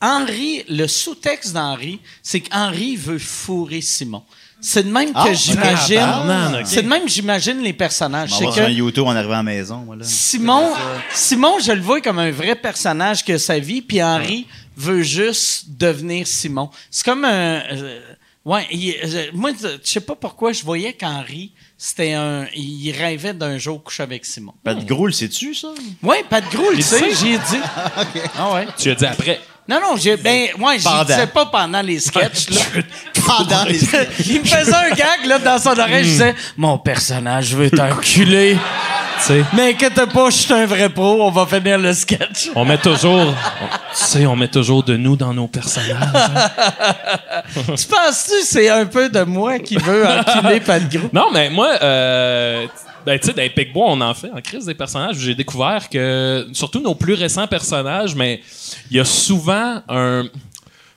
Henri, le sous-texte d'Henri, c'est qu'Henri veut fourrer Simon. C'est de même que
Ah,
j'imagine.
tabarnak, ok.
C'est de même que j'imagine les personnages.
On va
C'est
voir
que
sur un YouTube en arrivant à la maison. Voilà.
Simon, Simon, je le vois comme un vrai personnage que sa vie, puis Henri veut juste devenir Simon. C'est comme un. euh, ouais, il- euh, moi, je sais pas pourquoi, je voyais qu'Henri, c'était un. Il rêvait d'un jour coucher avec Simon.
Pas de gros, le sais-tu, ça?
Ouais, pas de gros, tu sais, j'y ai dit. Ah ouais.
Tu as dit après.
Non, non, j'ai. Ben, ouais, j'y
Pendant.
disais pas pendant les sketchs, là.
[LAUGHS] Pendant les.
Il me faisait un gag, là, dans son oreille, je disais Mon personnage veut t'enculer.
sais.
Mais inquiète pas, je suis un vrai pro, on va finir le sketch.
On met toujours. on- tu sais, on met toujours de nous dans nos personnages.
Tu penses-tu que c'est un peu de moi qui veut enculer pas de gros?
[LAUGHS] Non, mais moi, euh, ben, tu sais, dans les Pic-Bois, on en fait en crise des personnages. J'ai découvert que, surtout nos plus récents personnages, mais il y a souvent un.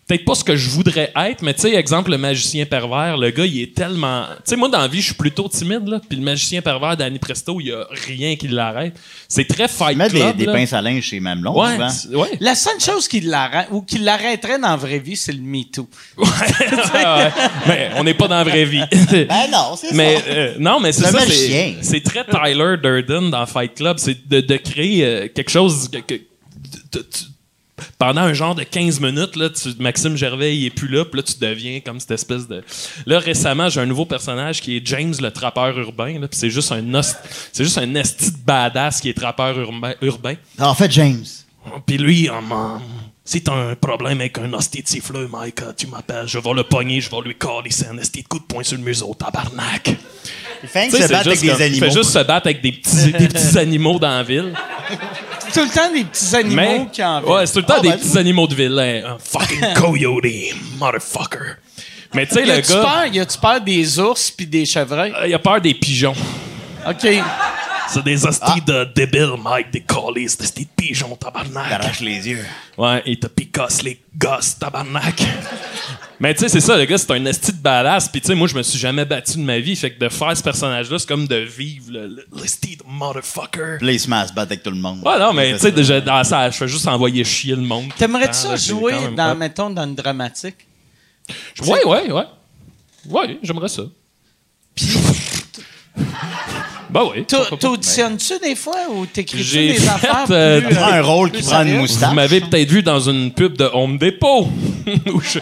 Peut-être pas ce que je voudrais être, mais tu sais, exemple, le magicien pervers, le gars, il est tellement. Tu sais, moi, dans la vie, je suis plutôt timide, là. Puis le magicien pervers d'Annie Presto, il y a rien qui l'arrête. C'est très fight
Ils mettent des,
club,
des
là.
pinces à linge chez Mamelon,
Ouais,
souvent.
c'est- ouais. [LAUGHS]
La seule chose qui l'arrête ou qui l'arrêterait dans la vraie vie, c'est le MeToo.
Ah ouais. Mais on n'est pas dans la vraie
[LAUGHS]
vie.
Ben non, c'est
Mais
ça.
euh, non, mais c'est
Le
ça. c'est-
magicien.
C'est très Tyler Durden dans Fight Club. C'est de, de créer euh, quelque chose que, que- tu- tu- pendant un genre de 15 minutes, là, tu- Maxime Gervais, il est plus là, puis là, tu deviens comme cette espèce de... Là, récemment, j'ai un nouveau personnage qui est James, le trappeur urbain, là, puis c'est juste un os- c'est juste un esti de badass qui est trappeur urbain. urbain.
En fait, James.
Puis lui, en man, si t'as un problème avec un hostie de siffleux, Mike, tu m'appelles, je vais le pogner, je vais lui coller, c'est un hostie de coup de poing sur le museau, tabarnak.
Il fait
Tu
que
sais,
se battre
c'est
avec
juste
des
comme-
animaux.
Fait juste se battre avec des
[LAUGHS]
petits, des petits animaux dans la ville.
Tout le temps des petits animaux
Mais,
qui en
ouais, c'est tout le temps
Ah,
des
ben-
petits animaux de ville. hein. Un
[LAUGHS]
fucking coyote, motherfucker. Mais tu sais,
Y
le
a-tu
gars,
peur? Y a-tu peur des ours puis des chevreuils?
euh, il a peur des pigeons.
OK.
C'est des hosties
Ah.
de débiles, Mike, des collies, des hosties de pigeons, tabarnak.
T'arraches les yeux.
Ouais, il te picasse les gosses, tabarnak. Mais tu sais, c'est ça, le gars, c'est un esti de badass. Puis tu sais, moi, je me suis jamais battu de ma vie. Fait que de faire ce personnage-là, c'est comme de vivre le, le, l'esti de motherfucker.
Puis là, il se met à se battre avec tout le monde.
Ouais, non, mais
Il
tu
fait
sais, déjà, dans ça, je fais juste envoyer chier le monde.
T'aimerais-tu
Dans
ça
le
jouer
temps, même
dans,
pas.
mettons, dans une dramatique?
Ouais, ouais, ouais. Ouais, j'aimerais ça. bah oui.
T'a- T'auditionnes-tu
ben.
des fois ou t'écris-tu
J'ai
des
fait,
affaires?
euh,
plus,
ça. Il prend un rôle qui
plus
prend une
sérieux?
Vous
moustache. Ah,
m'avez peut-être vu dans une pub de Home Depot. [LAUGHS] Où je-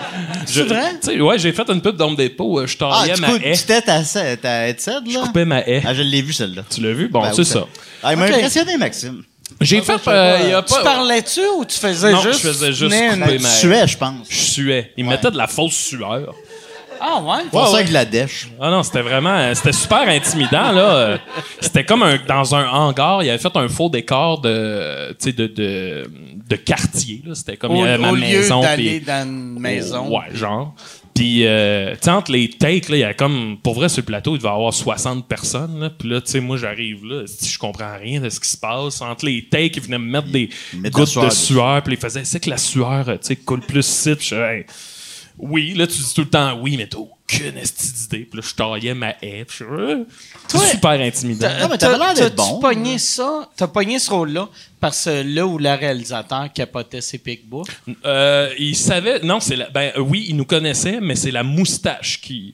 je-
vrai?
tu sais, Ouais, j'ai fait une pub d'Home Depot. euh, Je
Ah,
taillais
tu,
ma
cou-
haie.
tu t'es ta, ta, ta headset,
Je
là?
coupais ma haie.
Ah, je l'ai vu, celle-là.
Tu l'as vu? Bon,
Ben,
c'est
oui,
ça.
Ah, il m'a
Ok.
impressionné, Maxime.
J'ai fait... euh, il y a
Tu
pas-
parlais-tu ou tu faisais
Non,
juste...
je faisais juste
tenir une-
couper. Oui,
Tu
mais-
suais, je pense.
Je suais. Il me mettait de la fausse sueur.
Ah ouais?
Pour ça
ouais.
que la dèche.
Ah non, c'était vraiment, euh, c'était super intimidant là. Euh, C'était comme un, dans un hangar, il avait fait un faux décor de, euh, tu sais, de, de, de quartier là. C'était comme il y
Au,
avait ma
au lieu
maison
d'aller
puis
dans une maison.
Euh, ouais, genre. Puis, euh, tu sais, entre les takes, là, il y a comme, pour vrai, sur le plateau, il devait y avoir 60 personnes. Là. Puis là, tu sais, moi, j'arrive là, si je comprends rien de ce qui se passe. Entre les takes, ils venaient me mettre des
Ils mettent
gouttes
la
de
sueur.
sueur. Puis ils faisaient, c'est que la sueur, euh, tu sais, coule plus ici. Puis je fais, Hey, oui, là, tu dis tout le temps oui, mais t'as aucune esti d'idée. Puis là, je taillais ma haie. Puis je fais, Euh, c'est
Toi,
super intimidant.
Ah, mais t'avais l'air d'être
T'as-tu
bon.
pogné ça? T'as pogné ce rôle-là parce que là où le réalisateur capotait ses pics-bois.
Euh, il savait. Non, c'est la. Ben euh, oui, il nous connaissait, mais c'est la moustache qui.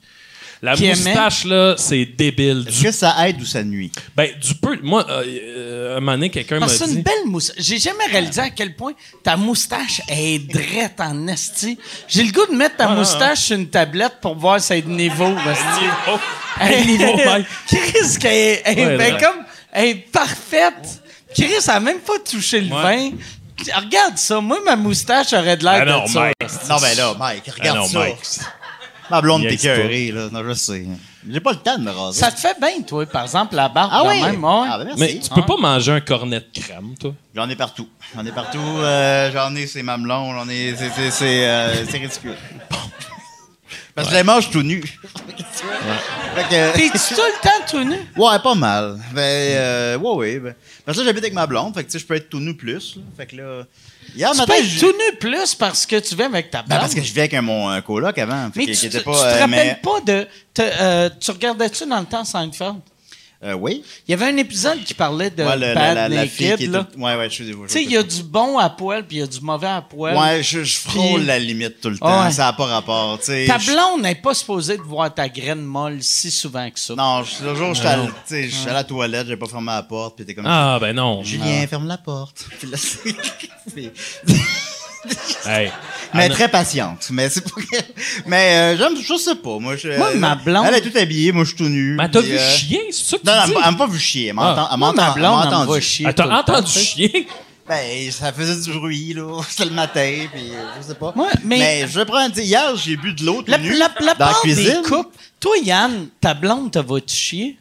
La
Qui aimait.
moustache, là, c'est débile.
Est-ce
Du,
que ça aide ou ça nuit?
ben, du peu. Moi, euh, euh, un moment donné, quelqu'un m'a
Parce que Ah, c'est
dit.
une belle moustache. J'ai jamais réalisé à quel point ta moustache est drette en esti. J'ai le goût de mettre ta
Ouais,
moustache sur une tablette pour voir si elle est de
[LAUGHS]
niveau. esti.
Oh,
Elle est- [LAUGHS]
oh, ben.
Chris, qu'elle est, elle est
Ouais,
ben
drette.
comme, elle est parfaite. Chris, elle a même pas touché le
Ouais.
vin. Regarde ça. Moi, ma moustache aurait de l'air
Ah non,
de ça.
Mike.
Non, ben là, Mike,
Ah
regarde
non,
ça.
Mike.
Ma blonde
Il
t'es
existe pas.
écoeurée, là. Non, je sais. J'ai pas le temps de me raser.
Ça te fait bien, toi, par exemple, la barbe.
Ah
de
oui?
Même, ouais.
Ah ben
Mais
merci.
tu peux pas manger un cornet de crème, toi?
J'en ai partout. J'en ai partout. euh, j'en ai, c'est mamelon. J'en ai, c'est, c'est, c'est, euh, c'est ridicule. Parce que je les mange tout nu. Fait que- [LAUGHS]
T'es-tu tout le temps tout nu?
Ouais, pas mal. Ben, euh, ouais, ouais. ben. Parce que là, j'habite avec ma blonde, fait que tu sais, je peux être tout nu plus. là. Fait que là, hier
Tu
matin,
peux être
Ah, ben, je-
tout nu plus parce que tu vis avec ta barbe.
Ben, parce que je vivais avec un- mon euh, coloc avant. Fait
Mais
que-
tu,
qui
tu-
était
tu
pas,
te
euh,
rappelles
mais-
pas de. te- euh, tu regardais-tu dans le temps Seinfeld?
Euh, oui.
Il y avait un épisode qui parlait de
Ouais, le-
Bad
fille
Naked.
qui est
là.
tout- Ouais, ouais, je suis désolé.
Tu sais, il y a du bon à poil puis il y a du mauvais à poil.
Ouais, je, je frôle
Puis-
la limite tout le temps.
Ah ouais.
Ça n'a pas rapport. tu sais.
Ta
Je-
blonde n'est pas supposée de voir ta graine molle si souvent que ça.
Non, je- le jour où je suis allé- tu sais, je suis allé à la toilette, j'ai pas fermé la porte, puis t'es comme.
Ah, ben non.
Julien, ferme la porte. [LAUGHS] Puis là, c'est- c'est-
Hey.
mais
Ah,
Anna-
très patiente. Mais c'est pas. Mais euh, j'aime, je sais pas. Moi, je,
Moi, ma blonde-
Elle est tout habillée, moi, je suis tout nu.
Mais t'as
puis,
vu
euh,
chien, c'est ça que tu
Non, non,
dis?
elle m'a- elle m'a pas vu chier. Elle
Ah.
m'a entend- elle
Moi,
m'entend-
ma
elle m'a
blonde, elle me voit
entendu.
chier.
Ah,
tout le
T'as
temps,
entendu
tu sais.
chien?
Ben, ça faisait du bruit, là. [LAUGHS] C'était le matin, puis euh, je sais pas.
Ouais, mais-
je prends un Hier, j'ai bu de l'eau tout
La,
nu
la, la
dans la
part
cuisine.
des couples. Toi, Yann, ta blonde, te va-tu chier?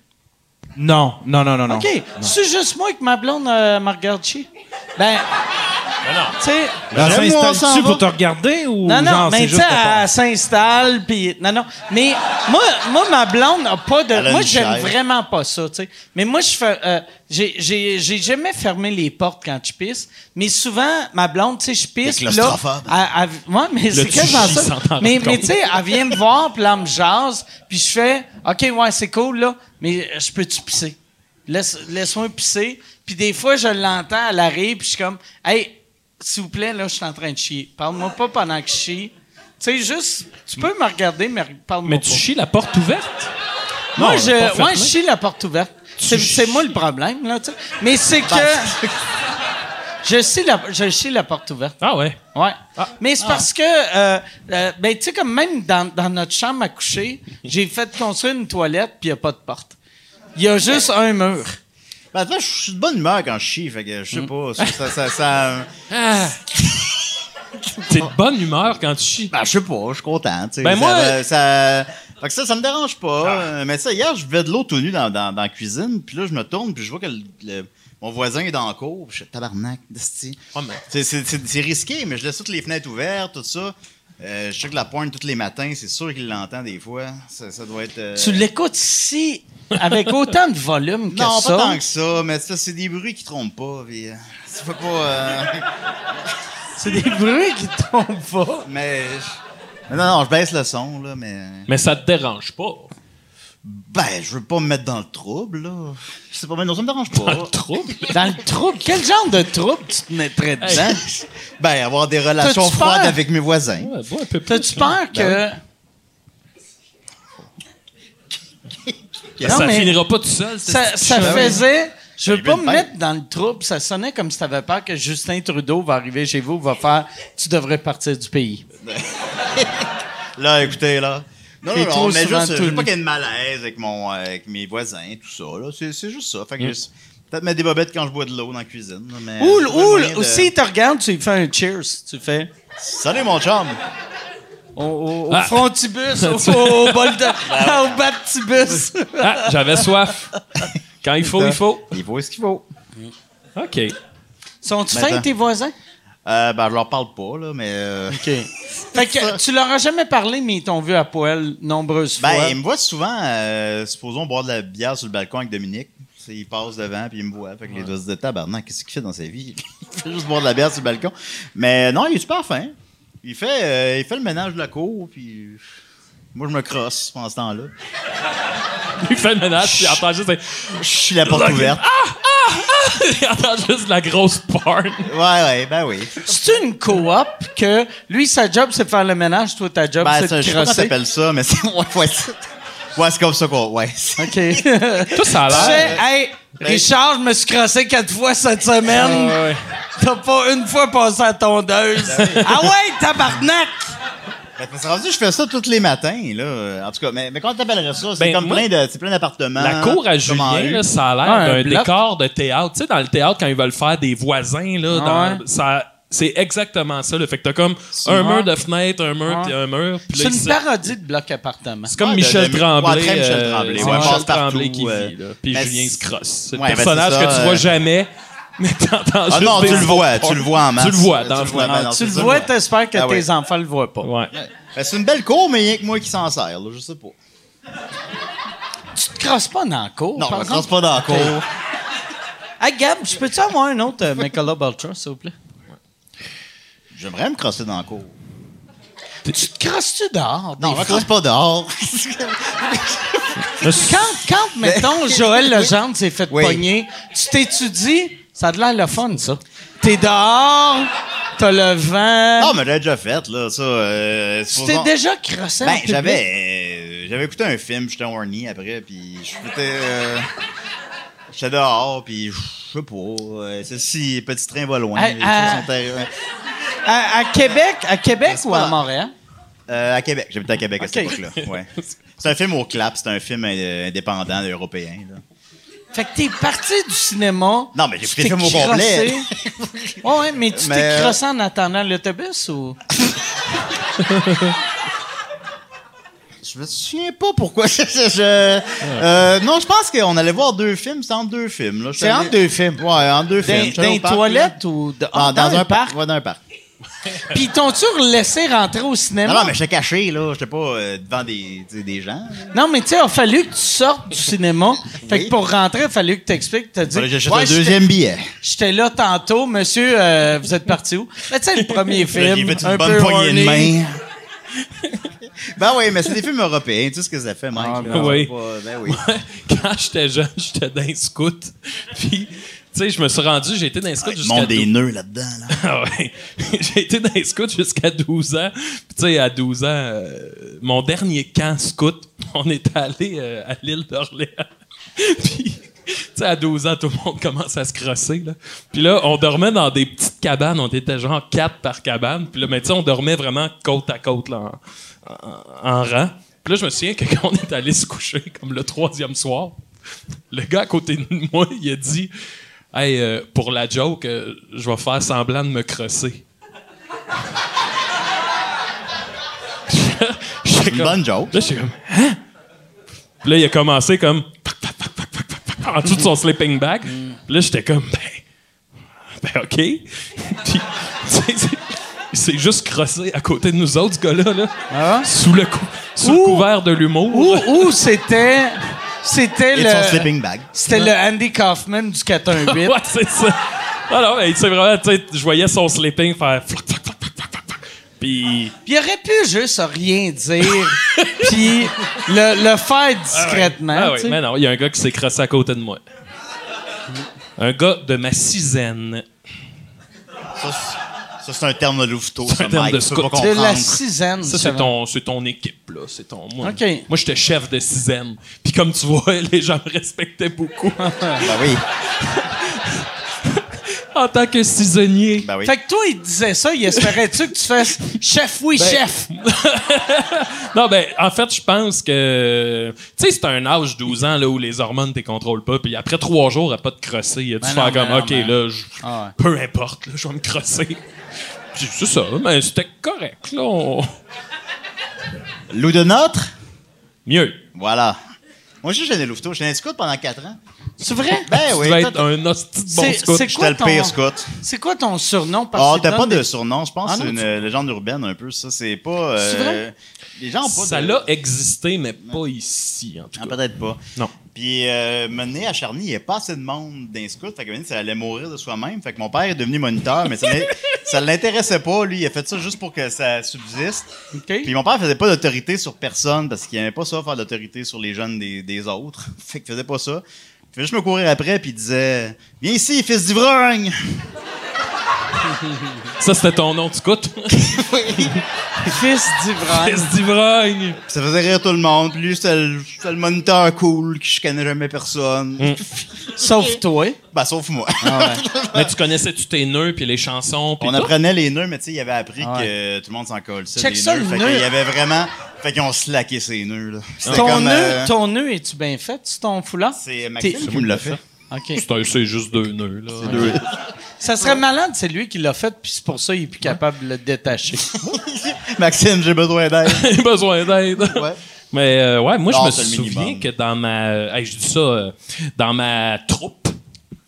Non, non, non, non, non.
OK. C'est juste moi que ma blonde euh, me regarde chier? Ben,
Ben non.
tu sais.
Elle
J'aime où on s'en
s'installe-tu
va.
pour te regarder ou
Non, non,
genre, c'est
mais tu
juste
sais,
pour ton-
elle s'installe, puis... Non, non, mais moi, moi ma blonde n'a pas de...
Elle a
Moi,
une
j'aime
chaise.
vraiment pas ça, tu sais. Mais moi, je fais... euh, j'ai- J'ai j'ai jamais fermé les portes quand je pisse, mais souvent, ma blonde, tu sais, je pisse, puis
T'es
là...
claustrophobe.
Elle, elle- ouais, mais c'est
tu
quasiment
chies
ça.
sans t'en
Mais,
rendre
mais
compte.
tu sais, elle vient me voir, puis là, elle me jase, puis je fais... OK, ouais, c'est cool, là, mais je peux-tu pisser? Laisse- Laisse-moi pisser. Puis des fois, je l'entends, elle arrive, puis je suis comme... Hey, s'il vous plaît, là, je suis en train de chier. Parle-moi pas pendant que je chie. Tu sais, juste, tu peux me regarder, mais parle-moi
Mais
pas.
tu chies la porte ouverte?
moi,
Non,
je,
la porte
ouais, je
fermée.
chie la porte ouverte. C'est, c'est moi le problème, là, tu sais. Mais c'est que... Je chie, la, je chie la porte ouverte,
Ah ouais.
ouais. Mais
Ah.
c'est parce que, euh, euh, ben, tu sais, comme même dans, dans notre chambre à coucher, j'ai fait construire une toilette, puis il n'y a pas de porte.
Euh.
Il y a juste un mur.
Ben, attends, je suis de bonne humeur quand je chie, fait que je
Mm.
sais pas. Ça, ça, ça,
[LAUGHS]
ça-
Ah. T'es de bonne humeur quand tu chies.
ben, je sais pas, je suis content, tu sais.
Ben,
ça,
moi- Ah.
va- ça, fait que ça, ça me dérange pas. Euh, Mais ça, hier, je buvais de l'eau tout nu dans, dans, dans la cuisine, puis là, je me tourne, puis je vois que le- le- mon voisin est dans la cour, puis je suis tabarnak, d'esti.
Ouais, Ah, mais-
C'est- C'est c'est- c'est risqué, mais je laisse toutes les fenêtres ouvertes, tout ça. Euh, je check la pointe tous les matins, c'est sûr qu'il l'entend des fois. Ça, ça doit être. euh,
Tu l'écoutes si, avec autant de volume que
Non,
ça.
pas tant que ça, mais ça, c'est des bruits qui trompent pas. Puis, euh, ça fait pas. euh, [LAUGHS]
C'est des bruits qui te trompent pas.
mais, mais Non, non, je baisse le son, là, mais.
Mais ça te dérange pas.
Ben, je veux pas me mettre dans le trouble, là. C'est pas mal, non, ça me dérange pas.
Pas de trouble.
Dans le trouble? Quel genre de trouble tu te mettrais dedans?
Hein? ben, avoir des relations
T'as-tu
froides
peur?
avec mes voisins.
Ouais, bois un peu plus,
T'as-tu
là.
peur que.
Ben, ça
Non, mais-
finira pas tout seul. c'est-
Ça, ça
Ben oui.
faisait. Je veux
J'ai
pas
vu
me
une bête.
mettre dans le trouble. Ça sonnait comme si t'avais peur que Justin Trudeau va arriver chez vous, va faire Tu devrais partir du pays.
Là, écoutez, là. Non,
T'es
non,
trop
non, mais
souvent
juste, je
tout
veux pas
nu.
qu'il y ait de malaise avec, mon, euh, avec mes voisins, tout ça, là. C'est c'est juste ça. Fait
Mm.
que je- peut-être mettre des bobettes quand je bois de l'eau dans la cuisine. là, Mais
Ou,
trouver Euh, le
ou,
moyen de-
ou s'il te regarde, tu lui fais un cheers. Tu fais.
Salut, mon chum!
Au, au, au
Ah.
[LAUGHS]
frontibus, au, au, au bol
Ben
de. au baptibus.
Ah, j'avais soif. Quand il faut, il faut.
Euh, Il faut ce qu'il faut.
OK.
Sont-tu
Ben,
fins,
attends.
tes voisins?
Euh, ben, je leur parle pas, là, mais.
[LAUGHS]
euh,
OK. Fait que tu leur as jamais parlé, mais ils t'ont vu à poil nombreuses
Ben,
fois.
il me voit souvent, euh, supposons, boire de la bière sur le balcon avec Dominique. Tu sais, Il passe devant, puis il me voit. Fait que les doigts de tabarnak, qu'est-ce qu'il fait dans sa vie? [LAUGHS] il fait juste boire de la bière sur le balcon. Mais non, il est super fin. Il fait, euh, il fait le ménage de la cour, puis. Moi, je me crosse pendant ce temps-là.
Il fait le ménage, puis il entend juste,
Je suis la porte ouverte.
[LAUGHS] Ah! il entend juste de la grosse porn.
Ouais, ouais, ben oui.
C'est une coop que lui, sa job, c'est de faire le ménage, toi, ta job,
Ben,
c'est
ça,
de
je sais pas comment
crosser.
[LAUGHS] t'appelles ça, mais c'est. Ouais, ouais, c'est- Ouais, c'est comme ça qu'on. Ouais.
OK. Tu
[LAUGHS]
sais,
Tout ça a l'air.
Ah,
hey,
Ben,
Richard, je me suis crossé quatre fois cette semaine.
Ah,
Ouais.
T'as pas une fois passé à tondeuse.
Ben
ah ouais, tabarnak!
Mais c'est rendu, ben, que je fais ça tous les matins, là. En tout cas, mais, mais comment t'appellerais ça? C'est
Ben,
comme
moi-
plein de. C'est plein d'appartements.
La cour à
comme
Julien,
en rue.
là, ça a
Ah,
l'air
un
d'un
bloc.
décor de théâtre. Tu sais, dans le théâtre, quand ils veulent faire des voisins, là,
Ah
dans- ça- c'est exactement ça. Là. Fait que t'as comme un mur de fenêtre, un mur,
Ah.
Ouais.
puis un mur. puis là,
C'est une
c'est-
parodie de bloc appartement.
c'est comme
Ouais, de-
Michel
de-
Tremblay.
ouais, très Michel
euh,
Tremblay,
c'est
ouais,
Michel
passe partout,
Tremblay qui
euh,
vit. là. Puis
mais
Julien
c'est-
se crosse. C'est le
Ouais, ben,
personnage
c'est ça,
que tu vois
euh,
jamais, [LAUGHS] mais t'entends
Ah
juste
non, tu
des-
le vois, tu le vois en masse.
Tu le vois, dans
Tu
le
le vois,
fenêtre.
non,
tu le
c'est ça,
vois,
moi.
t'espères que
Ah
tes
ouais.
enfants le voient pas.
Ouais.
Ben, c'est une belle cour, mais il y a que moi qui s'en sert, là. Je sais pas.
Tu te crosses pas dans la cour.
Non,
par
on ne
exemple?
pas dans la cour.
[LAUGHS] Hey, Gab, je peux-tu avoir un autre euh, Michelob Ultra, s'il vous plaît?
J'aimerais me crosser dans la cour.
Tu te crosses-tu dehors? des
Non, je
fois?
me crosse pas dehors.
Quand, quand,
[LAUGHS]
mettons, Joël Legendre s'est fait
Oui.
pogner, tu t'étudies, ça a de l'air le fun, ça. T'es dehors, t'as le vent.
[LAUGHS] non, mais j'ai déjà fait, là, ça. euh,
tu t'es
supposons-
déjà crossé en
Ben,
public.
j'avais. euh, j'avais écouté un film, j'étais horny après, puis j'étais. euh, j'étais dehors, puis je sais pas. euh, c'est si Petit Train va loin.
Ah,
les choses
ah.
sont euh, arrivées.
À, à Québec, à Québec
C'est
ou
pas
à
là.
Montréal?
Euh, à Québec, j'habitais à Québec à cette
Ok.
époque-là. Ouais. C'est un film au clap, c'est un film euh, indépendant européen. Là.
Fait que t'es parti du cinéma.
Non, mais j'ai
tu t'es
écouté le film au complet.
crossé. Ouais, ouais, mais tu
Mais,
t'es
euh,
crossé en attendant l'autobus ou.
Je me souviens pas pourquoi. [LAUGHS] je- je- euh, non, je pense qu'on allait voir deux films. C'est entre deux films. là. Je
C'est
suis allé-
entre deux films.
Ouais, entre deux films.
Dans,
Je suis
dans
allé au
les
parc,
toilettes
là.
ou de-
Ah,
ah,
dans, un
parc?
parc. Ouais, dans un parc.
Puis t'ont-tu laissé rentrer au cinéma?
Non, non, mais j'étais caché, là. J'étais pas euh, devant des, tu sais, des gens.
Non, mais tu sais, il a fallu que tu sortes du cinéma. Fait que pour rentrer, il a fallu que tu expliques, tu as dit.
Fallait que J'achète
Ouais,
le
j'étais-
deuxième billet.
J'étais là tantôt, monsieur, euh, vous êtes parti où? Ben, tu sais, le premier
Là,
film.
[LAUGHS] j'ai fait une
un
bonne
peu
poignée de
horny.
main. ben oui, mais c'est des films européens. Tu sais ce que ça fait, Mike? là, on
oui.
va pas-
[LAUGHS]
Ben oui.
quand j'étais jeune, j'étais dans les scouts. Puis, tu sais, je me suis rendu, j'ai été dans les scouts
Ils
jusqu'à
montent des
12
nœuds là-dedans, là.
[LAUGHS] Ah ouais. [LAUGHS] J'ai été dans les scouts jusqu'à 12 ans. Puis, tu sais, à 12 ans, euh, mon dernier camp scout, [LAUGHS] on est allé euh, à l'île d'Orléans. [LAUGHS] Puis, tu sais, à 12 ans, tout le monde commence à se crosser, là. Puis là, on dormait dans des petites cabanes. On était genre quatre par cabane. Puis là, mais tu sais, on dormait vraiment côte à côte, là, en, en- en rang. Puis là, je me souviens que quand on est allé se coucher, comme le troisième soir, le gars à côté de moi, il a dit Hey, euh, pour la joke, euh, je vais faire semblant de me crosser. [LAUGHS]
C'est une bonne joke.
Là, j'étais comme Hein? Puis là, il a commencé comme Pac, pac, pac, pac, pac, pac, pac, pac, en dessous de son sleeping bag. Puis là, j'étais comme Ben, ben OK. [LAUGHS] Puis, tu sais, c'est- il s'est juste crossé à côté de nous autres, ce gars-là, là,
Hein?
sous, le, cou- sous le
Ouh!
couvert de l'humour. [LAUGHS]
Où, où c'était. C'était
Et son
le.
sleeping bag.
C'était le Andy Kaufman du 418.
Ouais, c'est ça. Alors, mais c'est vraiment, tu sais, je voyais son sleeping faire flac, flac, flac, flac, flac, flac, flac. Puis,
Puis il aurait pu juste rien
[LAUGHS]
dire, puis le, le faire discrètement.
ah
tu
oui,
sais.
mais non, il y a un gars qui s'est crossé à côté de moi. Un gars de ma sizaine.
Hmm,
Ça, c'est- ça, c'est un terme de louveteau.
C'est un
ça,
terme
Mike,
de
tu peux
scout.
pas
de la
comprendre.
sizaine.
Ça, c'est ton, c'est ton équipe, là. C'est ton. Moi,
OK.
moi j'étais chef de sizaine. Puis, comme tu vois, [LAUGHS] les gens me
[LAUGHS]
respectaient beaucoup
Ben oui,
en tant que saisonnier.
ben oui.
Fait que toi, il te disait ça, il espérait-tu que tu fasses chef, oui,
Ben,
chef?
Non, ben, en fait, je pense que. Tu sais, c'est un âge 12 ans là, où les hormones ne contrôles pas. Puis après trois jours, à pas te crosser, il a dû
Ben non,
faire
ben
comme
non,
OK,
ben
là, je-
Ah
peu importe, là, je vais me crosser. [LAUGHS] Puis c'est ça, mais c'était correct, là. on-
Loup de notre?
Mieux.
Voilà. Moi, je suis des louveteaux. J'étais un scout pendant 4 ans.
C'est vrai?
Ben
tu
oui.
devais
toi,
être un hostie de bon
C'est-
scout.
c'est-
J'étais le
Quoi,
pire
ton-
scout.
C'est quoi ton surnom?
Ah,
Parce que
t'as pas
donne
de
des-
surnom. Je pense
Ah
que c'est
non,
une
tu-
euh, légende urbaine, un peu, ça. C'est pas. euh,
C'est vrai? eh,
Les gens ont pas.
Ça
de-
l'a existé, mais pas ici, en tout
Ah,
cas.
peut-être pas.
Non.
Puis, euh, mené à Charny, il n'y a pas assez de monde d'un scout. Fait que, mené, ça allait mourir de soi-même. Fait que mon père est devenu moniteur, mais ça l'in- [LAUGHS] ça l'intéressait pas, lui. Il a fait ça juste pour que ça subsiste.
OK.
Puis mon père faisait pas d'autorité sur personne parce qu'il aimait pas ça faire d'autorité sur les jeunes des, des autres. [LAUGHS] Fait qu'il faisait pas ça. Il faisait juste me courir après puis il disait Viens ici, fils d'ivrogne! ben-
Ça, c'était ton nom, tu
[LAUGHS]
coûtes.
Fils d'ivraie.
Fils d'ivrogne.
Ça faisait rire tout le monde. Puis lui, c'était le, c'était le moniteur cool, qui je connais jamais personne.
Sauf toi.
Ben, sauf moi.
Mais tu connaissais-tu tes nœuds, puis les chansons, puis
[LAUGHS] On
tout?
apprenait les nœuds, mais tu sais, il avait appris
Ah
que tout le monde s'en colle.
Check
les
ça,
nœuds.
le
Fait
nœud.
qu'il y avait vraiment. Fait qu'ils ont slacké ses nœuds, là. C'était
Ton
comme,
nœud,
euh,
ton nœud, es-tu bien fait, sur ton foulard?
C'est Maxime
T'es-
qui me l'a fait. [LAUGHS]
OK.
C'est un- C'est juste deux nœuds, là.
Ça serait malade, c'est lui qui l'a fait, puis c'est pour ça qu'il est plus capable de le détacher.
Maxime, j'ai besoin d'aide.
J'ai [LAUGHS] besoin d'aide.
Ouais.
Mais euh, ouais, moi,
Non,
je me
c'est le
souviens
minimum.
que dans ma. euh, hey, je dis ça. euh, dans ma troupe,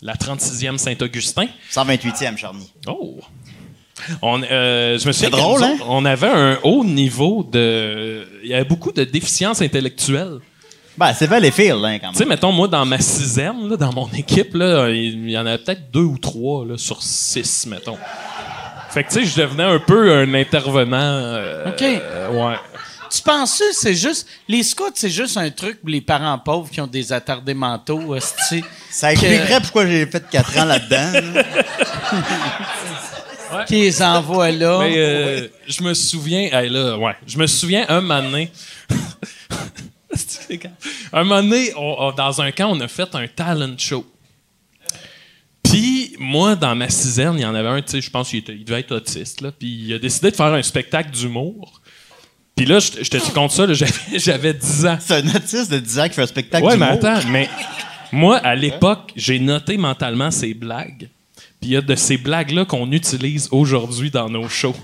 la 36e Saint-Augustin.
128e, Charny.
Oh! On, euh, je me souviens
C'est
que
drôle,
nous
hein?
autres, on avait un haut niveau de. Il y avait beaucoup de déficience intellectuelle.
Ben, c'est Valleyfield, hein, quand
Tu sais,
même.
mettons, moi, dans ma sixième, là, dans mon équipe, là, il il y en avait peut-être deux ou trois là, sur six, mettons. Fait que, tu sais, je devenais un peu un intervenant. euh,
OK.
euh, ouais.
Tu penses c'est juste les scouts, c'est juste un truc pour les parents pauvres qui ont des attardés mentaux, hostie.
Ça expliquerait pourquoi j'ai fait 4 ans là-dedans. là.
qui les envoient là.
[LAUGHS] Mais euh, je me souviens, hey, là, ouais, je me souviens un moment donné. C'est-tu que c'est grave? un moment donné, on- on- dans un camp, on a fait un talent show. Puis moi, dans ma sixième, il y en avait un, tu sais, je pense qu'il était- il devait être autiste, là. Puis il a décidé de faire un spectacle d'humour. Puis là, je j'étais contre ça, là, [LAUGHS] j'avais- j'avais 10 ans.
[LAUGHS] C'est un autiste de 10 ans qui fait un spectacle
Ouais, mais
d'humour.
attends, mais moi, à l'époque, j'ai noté mentalement ces blagues. Puis il y a de ces blagues-là qu'on utilise aujourd'hui dans nos shows.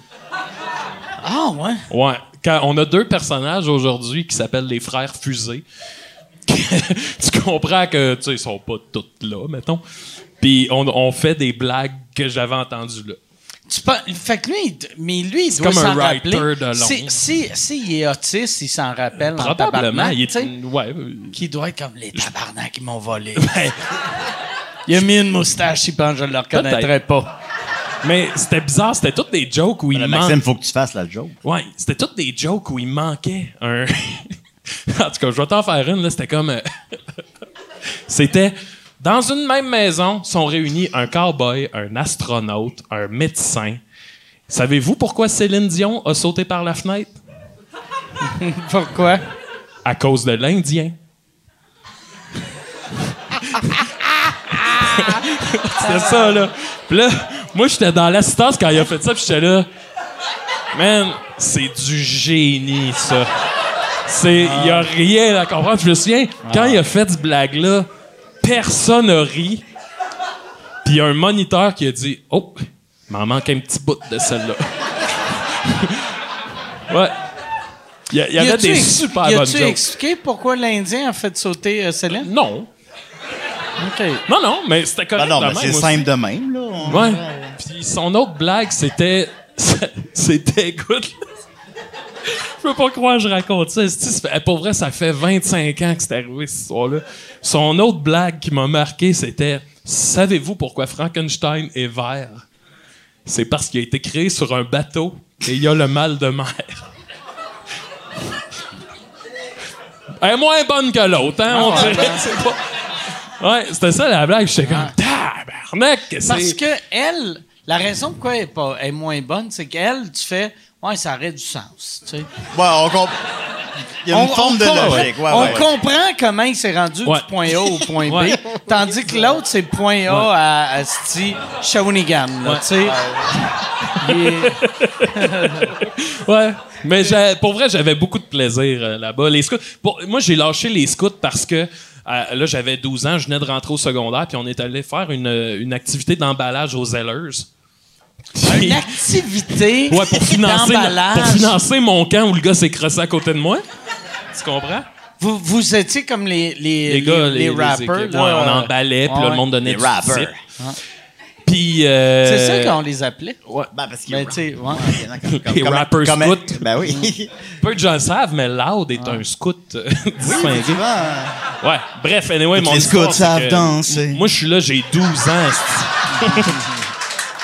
Ah ouais.
Ouais. Quand on a deux personnages aujourd'hui qui s'appellent les frères fusées. [LAUGHS] tu comprends que, tu sais, ils sont pas tous là, mettons. Puis on, on fait des blagues que j'avais entendues là.
Tu pen- Fait que lui, il d- mais lui, il doit
comme
s'en
un writer
rappeler.
de long.
Si, si, si il est autiste, il s'en rappelle. en
Probablement.
tabarnak,
Il
tu sais,
est, ouais, euh,
Qui doit être comme les tabarnaks qui m'ont volé. il a mis une moustache, il pense que je ne le reconnaîtrais pas.
mais c'était bizarre, c'était toutes des jokes où il
Là,
manquait.
Euh, Maxime, faut que tu fasses la joke.
Ouais, c'était toutes des jokes où il manquait un. [LAUGHS] en tout cas, je vais t'en faire une, là. C'était comme. euh, [LAUGHS] c'était. Dans une même maison sont réunis un cowboy, un astronaute, un médecin. Savez-vous pourquoi Céline Dion a sauté par la fenêtre?
Pourquoi?
À cause de l'Indien. C'était ça, là. Puis là, moi, j'étais dans l'assistance quand il a fait ça, puis j'étais là. Man, c'est du génie, ça. C'est. Il a rien à comprendre. Je me souviens, quand il a fait ce blague-là, personne n'a ri. Puis il y a un moniteur qui a dit Oh, m'en manque un petit bout de celle-là. [LAUGHS] ouais. Il y, a- il y avait
a-tu
des
ex-
super
y
bonnes
a-tu
jokes.
expliqué pourquoi l'Indien a fait sauter euh, Céline?
Non.
OK.
Non, non, mais c'était
Ben
correct.
non,
de
mais
même,
c'est
moi,
simple de même, là. On-
Ouais. Puis son autre blague, c'était. [LAUGHS] C'était. Écoute. Je peux pas croire que je raconte ça. Esti, ça fait- Pour vrai, ça fait 25 ans que c'est arrivé ce soir-là. Son autre blague qui m'a marqué, c'était Savez-vous pourquoi Frankenstein est vert C'est parce qu'il a été créé sur un bateau et il a le mal de mer. Elle est moins bonne que l'autre, hein, on dirait. C'est pas- Ouais, c'était ça la blague. J'étais comme Tabarnak, que c'est.
Parce que elle, la raison pourquoi elle est, pas, elle est moins bonne, c'est qu'elle, tu fais, ouais, ça aurait du sens. tu sais.
Ouais, on comprend. Il y a une forme de
com-
logique. Ouais,
on
ouais.
comprend comment il s'est rendu
Ouais.
du point A au point B,
Ouais.
tandis que l'autre, c'est point A à, à Sti, Shawinigan. là,
Ouais.
tu sais. Il est-
Ouais. Mais j'ai- pour vrai, j'avais beaucoup de plaisir euh, là-bas. Les scouts. pour- moi, j'ai lâché les scouts parce que euh, là, j'avais 12 ans, je venais de rentrer au secondaire, puis on est allé faire une, euh, une activité d'emballage aux Zellers. [LAUGHS] Puis-
Une activité
ouais, pour financer,
d'emballage.
pour financer mon camp où le gars s'est crossé à côté de moi. Tu comprends?
Vous, vous étiez comme les, les,
les gars, les,
les rappers.
équipes,
là.
ouais, on emballait, puis là,
Ouais.
le monde donnait
Les
du
rappers.
type. Puis. euh,
C'est ça qu'on les appelait.
Ben, parce qu'il
Ben, tu sais, ouais.
Comme-
Les
comme-
rappers
comme-
scouts.
Ben oui.
Peu de gens le savent, mais Loud est un scout euh, [LAUGHS] distingué.
Souvent, euh,
Ouais, bref, anyway, mon
les
histoire,
scouts
c'est
savent
que
danser.
Moi, je suis là, j'ai 12 ans. esti. [LAUGHS]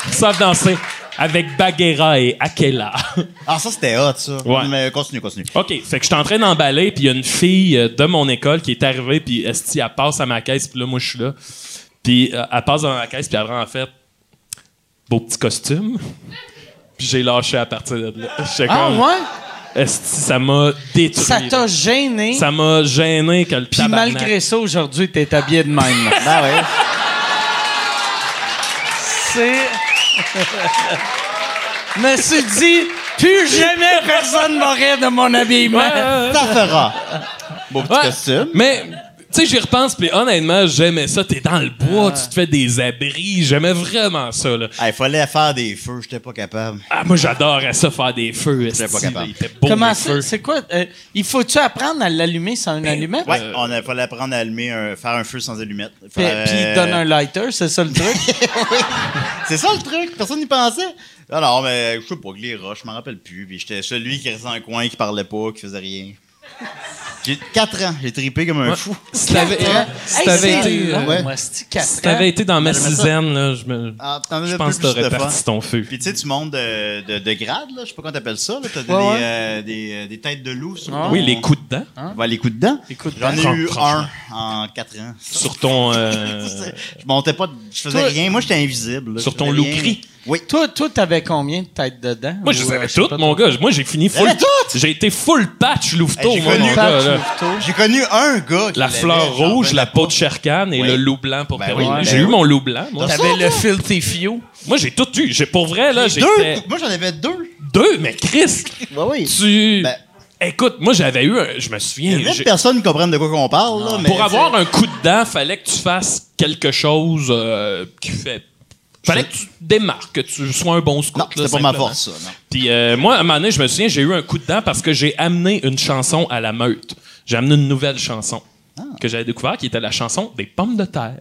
Ils savent danser avec Baguera et Akela. [LAUGHS]
Ah, ça, c'était hot, ça.
Ouais.
Mais continue, continue.
OK, fait que je suis en train d'emballer, puis il y a une fille euh, de mon école qui est arrivée, puis esti, elle passe à ma caisse, puis là, moi, je suis là. Puis euh, elle passe dans ma caisse, puis elle en fait... beau petit costume. Puis j'ai lâché à partir de là. [LAUGHS] J'étais
Ah,
comme,
ouais?
Esti, ça m'a détruit.
Ça
là.
t'a gêné.
Ça m'a gêné que le
Puis
tabarnak-
malgré ça, aujourd'hui, t'es habillé de même.
Ben ouais.
C'est. me suis dit, plus jamais personne m'aurait de mon habillement.
Ouais, ouais, ouais.
Ça fera. Beau petit
Ouais.
costume.
Mais, tu sais, j'y repense, puis honnêtement, j'aimais ça. T'es dans le
Ah.
bois, tu te fais des abris. J'aimais vraiment ça, là.
Il fallait faire des feux, j'étais pas capable.
Ah, moi, j'adorais ça, faire des feux.
J'étais pas
esti,
capable.
là. Il était beau,
Comment
les
ça?
feux.
C'est quoi? euh, il faut-tu apprendre à l'allumer sans
Ben,
une allumette?
Ouais, Euh, on a, fallait apprendre à allumer un, faire un feu sans allumette.
Puis,
Faire,
puis il
euh,
donne un lighter, c'est ça
[LAUGHS]
le truc?
C'est ça le truc, personne n'y pensait. Alors, mais je sais pas, Glira, je m'en rappelle plus. Puis j'étais celui qui restait dans un coin, qui parlait pas, qui faisait rien. J'ai 4 ans, j'ai tripé comme un fou.
Si t'avais si
Hey,
t'avais
c'est
été,
long,
euh,
ouais.
moi, c'est-tu quatre
si
ans?
t'avais été dans ma
J'aimerais ça.
sixaine, là, je me-
Ah, t'en avais
je
un
pense que
peu plus
t'aurais
de fun.
parti ton feu.
Puis tu sais, tu montes de, de, de grade, là, je sais pas comment t'appelles ça, là, t'as des,
Ouais, ouais.
euh, des, euh, des têtes de loup sur
Ah.
ton-
Oui, les coups de dents
Ouais, les coups de dents.
Les coups de
J'en
dents.
ai eu
Franchement.
un en 4 ans.
sur ton.
[LAUGHS]
euh,
Je montais pas, de- je faisais
Toi-
rien, moi j'étais invisible. là,
Sur
je
ton
faisais
loup
rien.
gris.
Oui.
Toi, toi, t'avais combien de têtes dedans?
Moi, je
Ou,
les avais
euh, sais
toutes,
pas
mon gars. Moi, j'ai fini full.
T'avais toutes?
J'ai été full patch Louveteau,
Hey, j'ai
moi,
connu
mon
patch
gars, là.
Louveteau.
J'ai connu un gars qui
La
l'avait,
fleur
j'en
rouge,
revenais
la
pas.
peau de Sherkan et
ben, Oui.
le loup blanc pour
Ben
terminer.
oui, ben
J'ai eu
oui.
mon loup blanc, moi.
T'as-
T'avais
Ça,
le
toi?
filthy few.
Moi, j'ai tout eu. J'ai, pour vrai, là, j'étais
Deux? Moi j'en avais deux.
deux, mais Chris,
Ouais, oui.
tu.
Ben-
Écoute, moi, j'avais eu un. Je me souviens.
Les
j'ai-
personnes ne comprennent de quoi qu'on parle. Là, mais
Pour avoir un coup de dent, fallait que tu fasses quelque chose euh, qui fait. Fallait que tu te démarques, que tu sois un bon scout.
Non,
là,
c'était pas ma
simplement.
force, ça. non.
Puis euh, moi, à un moment donné, je me souviens, j'ai eu un coup de dent parce que j'ai amené une chanson à la meute. J'ai amené une nouvelle chanson
Ah.
que j'avais découvert qui était la chanson des pommes de terre.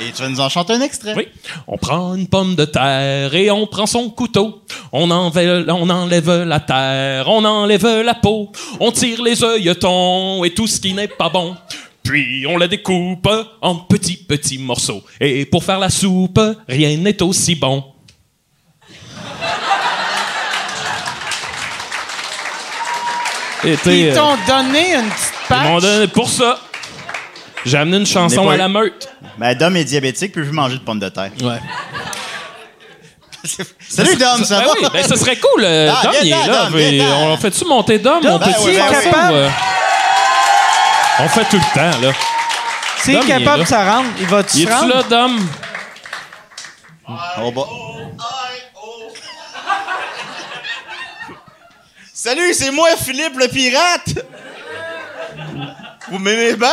Et tu vas nous en chanter un extrait.
Oui. On prend une pomme de terre et on prend son couteau. On enlève, on enlève la terre, on enlève la peau. On tire les œilletons et tout ce qui n'est pas bon. Puis on la découpe en petits, petits morceaux. Et pour faire la soupe, rien n'est aussi bon. Et t'es,
Ils
euh,
t'ont donné une petite
ils m'ont
patch.
donné pour ça. J'ai amené une chanson
pas
à
eu-
la meute.
Ben, Dom est diabétique, puis je manger de pommes de terre.
Ouais.
Salut Dom, ça
Ben
va?
oui, ben ce serait cool. euh,
Ah,
Dom,
viens
il est
donc,
là.
Dom,
mais euh,
viens donc.
on fait-tu monter Dom?
Dom,
on
ben
peut-tu
ouais,
faire
ben
ça,
capable.
ou, euh? On fait tout le temps, là.
C'est
Dom, il est
capable
là.
de se rendre. Il va-tu
Il
se
est-tu
rendre?
là, Dom?
Au bas. Salut, c'est moi, Philippe le pirate! Vous m'aimez bien?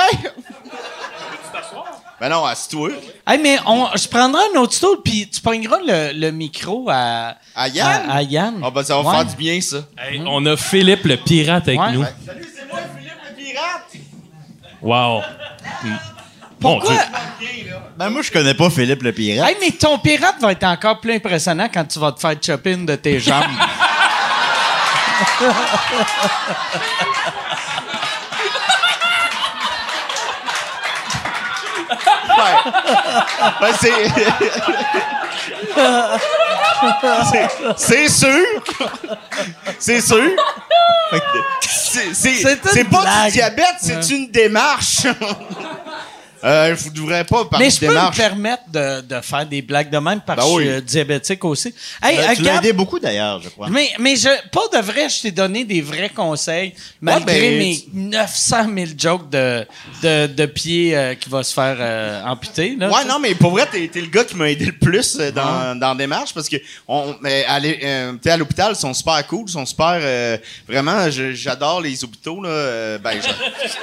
Ben non, assis-toi.
Hey, mais on, je prendrai un autre stool, puis tu pogneras le, le micro à,
À Yann?
À, à Yann.
Ah ben ça va
Ouais.
faire du bien, ça.
Hey, on a Philippe le pirate avec
Ouais.
nous.
Ouais.
Salut, c'est moi, Philippe le pirate!
Wow. Mm. Mon
Pourquoi?
Dieu.
Ben moi, je connais pas Philippe le pirate.
Hey, mais ton pirate va être encore plus impressionnant quand tu vas te faire chopper une de
[LAUGHS]
tes jambes.
Ben, ben, c'est... C'est- c'est sûr! C'est sûr! C'est- C'est
C'est une
c'est pas
blague.
du diabète, c'est une démarche! Euh, je voudrais pas parler
mais
de
je peux me
démarche.
permettre de, de faire des blagues de même parce
Ben
que je suis
oui.
euh, diabétique aussi. Hey,
Euh, tu l'as
regarde,
aidé beaucoup d'ailleurs, je crois.
mais, mais je, pas de vrai, je t'ai donné des vrais conseils malgré
ben,
mes 900 000 jokes de, de, de pied euh, qui va se faire euh, amputer. Là,
Ouais, non, mais pour vrai, t'es t'es le gars qui m'a aidé le plus euh, dans, dans la démarche parce que on, mais aller, euh, t'sais, à l'hôpital, ils sont super cool, ils sont super. euh, vraiment, je- j'adore les hôpitaux. Là, euh, ben, je- [LAUGHS]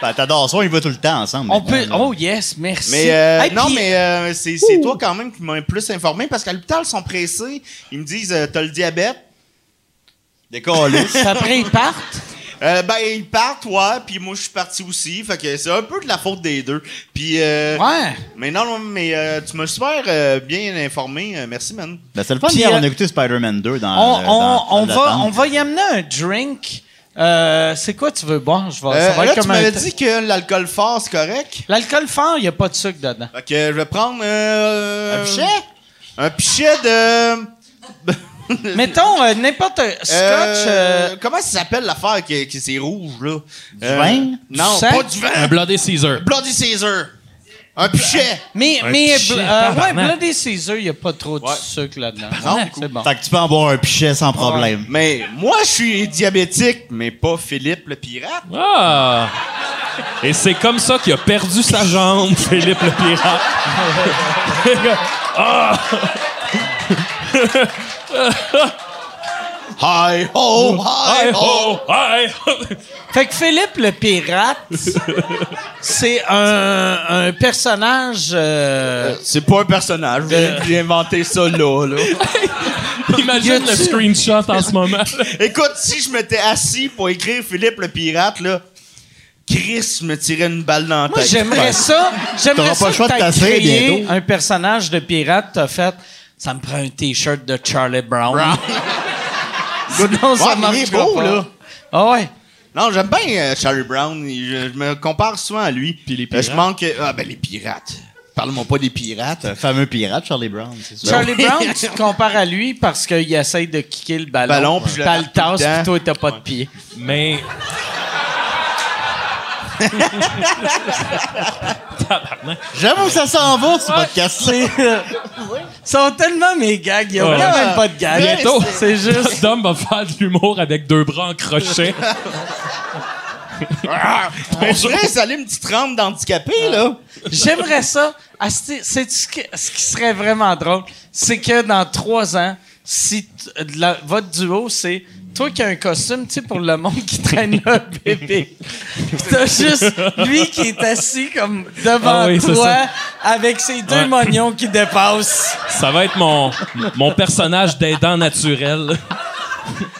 Ben, t'adores ça, on y va tout le temps ensemble.
On
maintenant,
peut.
là.
Oh yes, merci.
Mais euh,
Hey,
non,
puis-
mais euh, c'est c'est toi quand même qui m'as plus informé parce qu'à l'hôpital, ils sont pressés. Ils me disent euh, T'as le diabète. Décollé.
[LAUGHS] Après, ils partent.
Euh, ben, ils partent, ouais, puis moi, je suis parti aussi. Fait que c'est un peu de la faute des deux. Puis. euh,
Ouais.
mais non, non, mais euh, tu m'as super euh, bien informé. Euh, merci, man. Ben, c'est le fun.
Puis, Hier, euh, on a
écouté Spider-Man 2 dans.
On, on- on va, on va y amener un drink. Euh, c'est quoi tu veux boire? Je vais, ça va
Euh, là,
être
tu
comme un
m'avais
thé.
dit que l'alcool fort, c'est correct.
L'alcool fort, il n'y a pas de sucre dedans.
Fait que je vais prendre. euh,
Un pichet?
Un pichet de.
Mettons euh, n'importe scotch.
Euh,
euh,
Comment ça s'appelle l'affaire qui, qui c'est rouge, là? Du
vin?
Non,
Du sang?
pas du vin.
Un Bloody Caesar.
Bloody Caesar. Un pichet!
Mais,
Un
mais
pichet,
bl- euh, ouais,
tabarnak.
Bloody Caesar, il n'y a pas trop de
Ouais.
sucre là-dedans.
Ah Non,
Ouais, c'est bon.
Fait que tu peux en boire un pichet sans problème.
Mais moi, je suis diabétique, mais pas Philippe le pirate.
Ah! Et c'est comme ça qu'il a perdu sa jambe, Philippe le pirate.
Hi ho, hi
Hi
ho!
ho, hi ho.
Fait que Philippe le pirate, [LAUGHS] c'est un, un personnage. euh,
C'est pas un personnage. J'ai- J'ai inventé ça là, là.
[LAUGHS] Imagine le screenshot en ce moment.
[LAUGHS] Écoute, si je m'étais assis pour écrire Philippe le pirate, là, Chris me tirait une balle dans la
Moi,
tête.
j'aimerais ça. J'aimerais
T'auras
ça
pas le choix
que
de
t'aies
t'asseoir
créé
bientôt.
un personnage de pirate, t'as fait. Ça me prend un t-shirt de Charlie Brown. [LAUGHS] Sinon, ça
Ouais, mais il
marche
est beau,
pas.
là.
Ah ouais.
Non, j'aime bien euh, Charlie Brown. Il- Je, je me compare souvent à lui. Puis les pirates. je manque. Ah, ben les pirates. Parle-moi pas des pirates.
Le fameux pirate, Charlie Brown, c'est
Ben
ça?
Charlie Brown, tu te compares à lui parce qu'il essaye de kicker le ballon.
Ballon, puis je le
T'as le
tape tout le
tasse,
temps.
puis toi, t'as pas de pied.
Mais. Tabarnak.
J'aime où ça s'en va, ce podcast
sont tellement mes gags. Il n'y a
Ouais.
vraiment même pas de gags.
Bientôt.
C'est juste.
Dom va faire de l'humour avec deux bras en crochet.
On dirait ça allait une petite rampe d'handicapé, là.
J'aimerais ça. Asti, C'est ce, que- ce qui serait vraiment drôle, c'est que dans trois ans, si t- de la- votre duo, c'est toi qui as un costume, tu sais, pour le monde qui traîne le
[LAUGHS]
bébé. Puis T'as juste lui qui est assis comme devant
Ah oui, c'est
toi
ça.
avec ses deux
Ouais.
mognons qui dépassent.
Ça va être mon, mon personnage d'aidant naturel.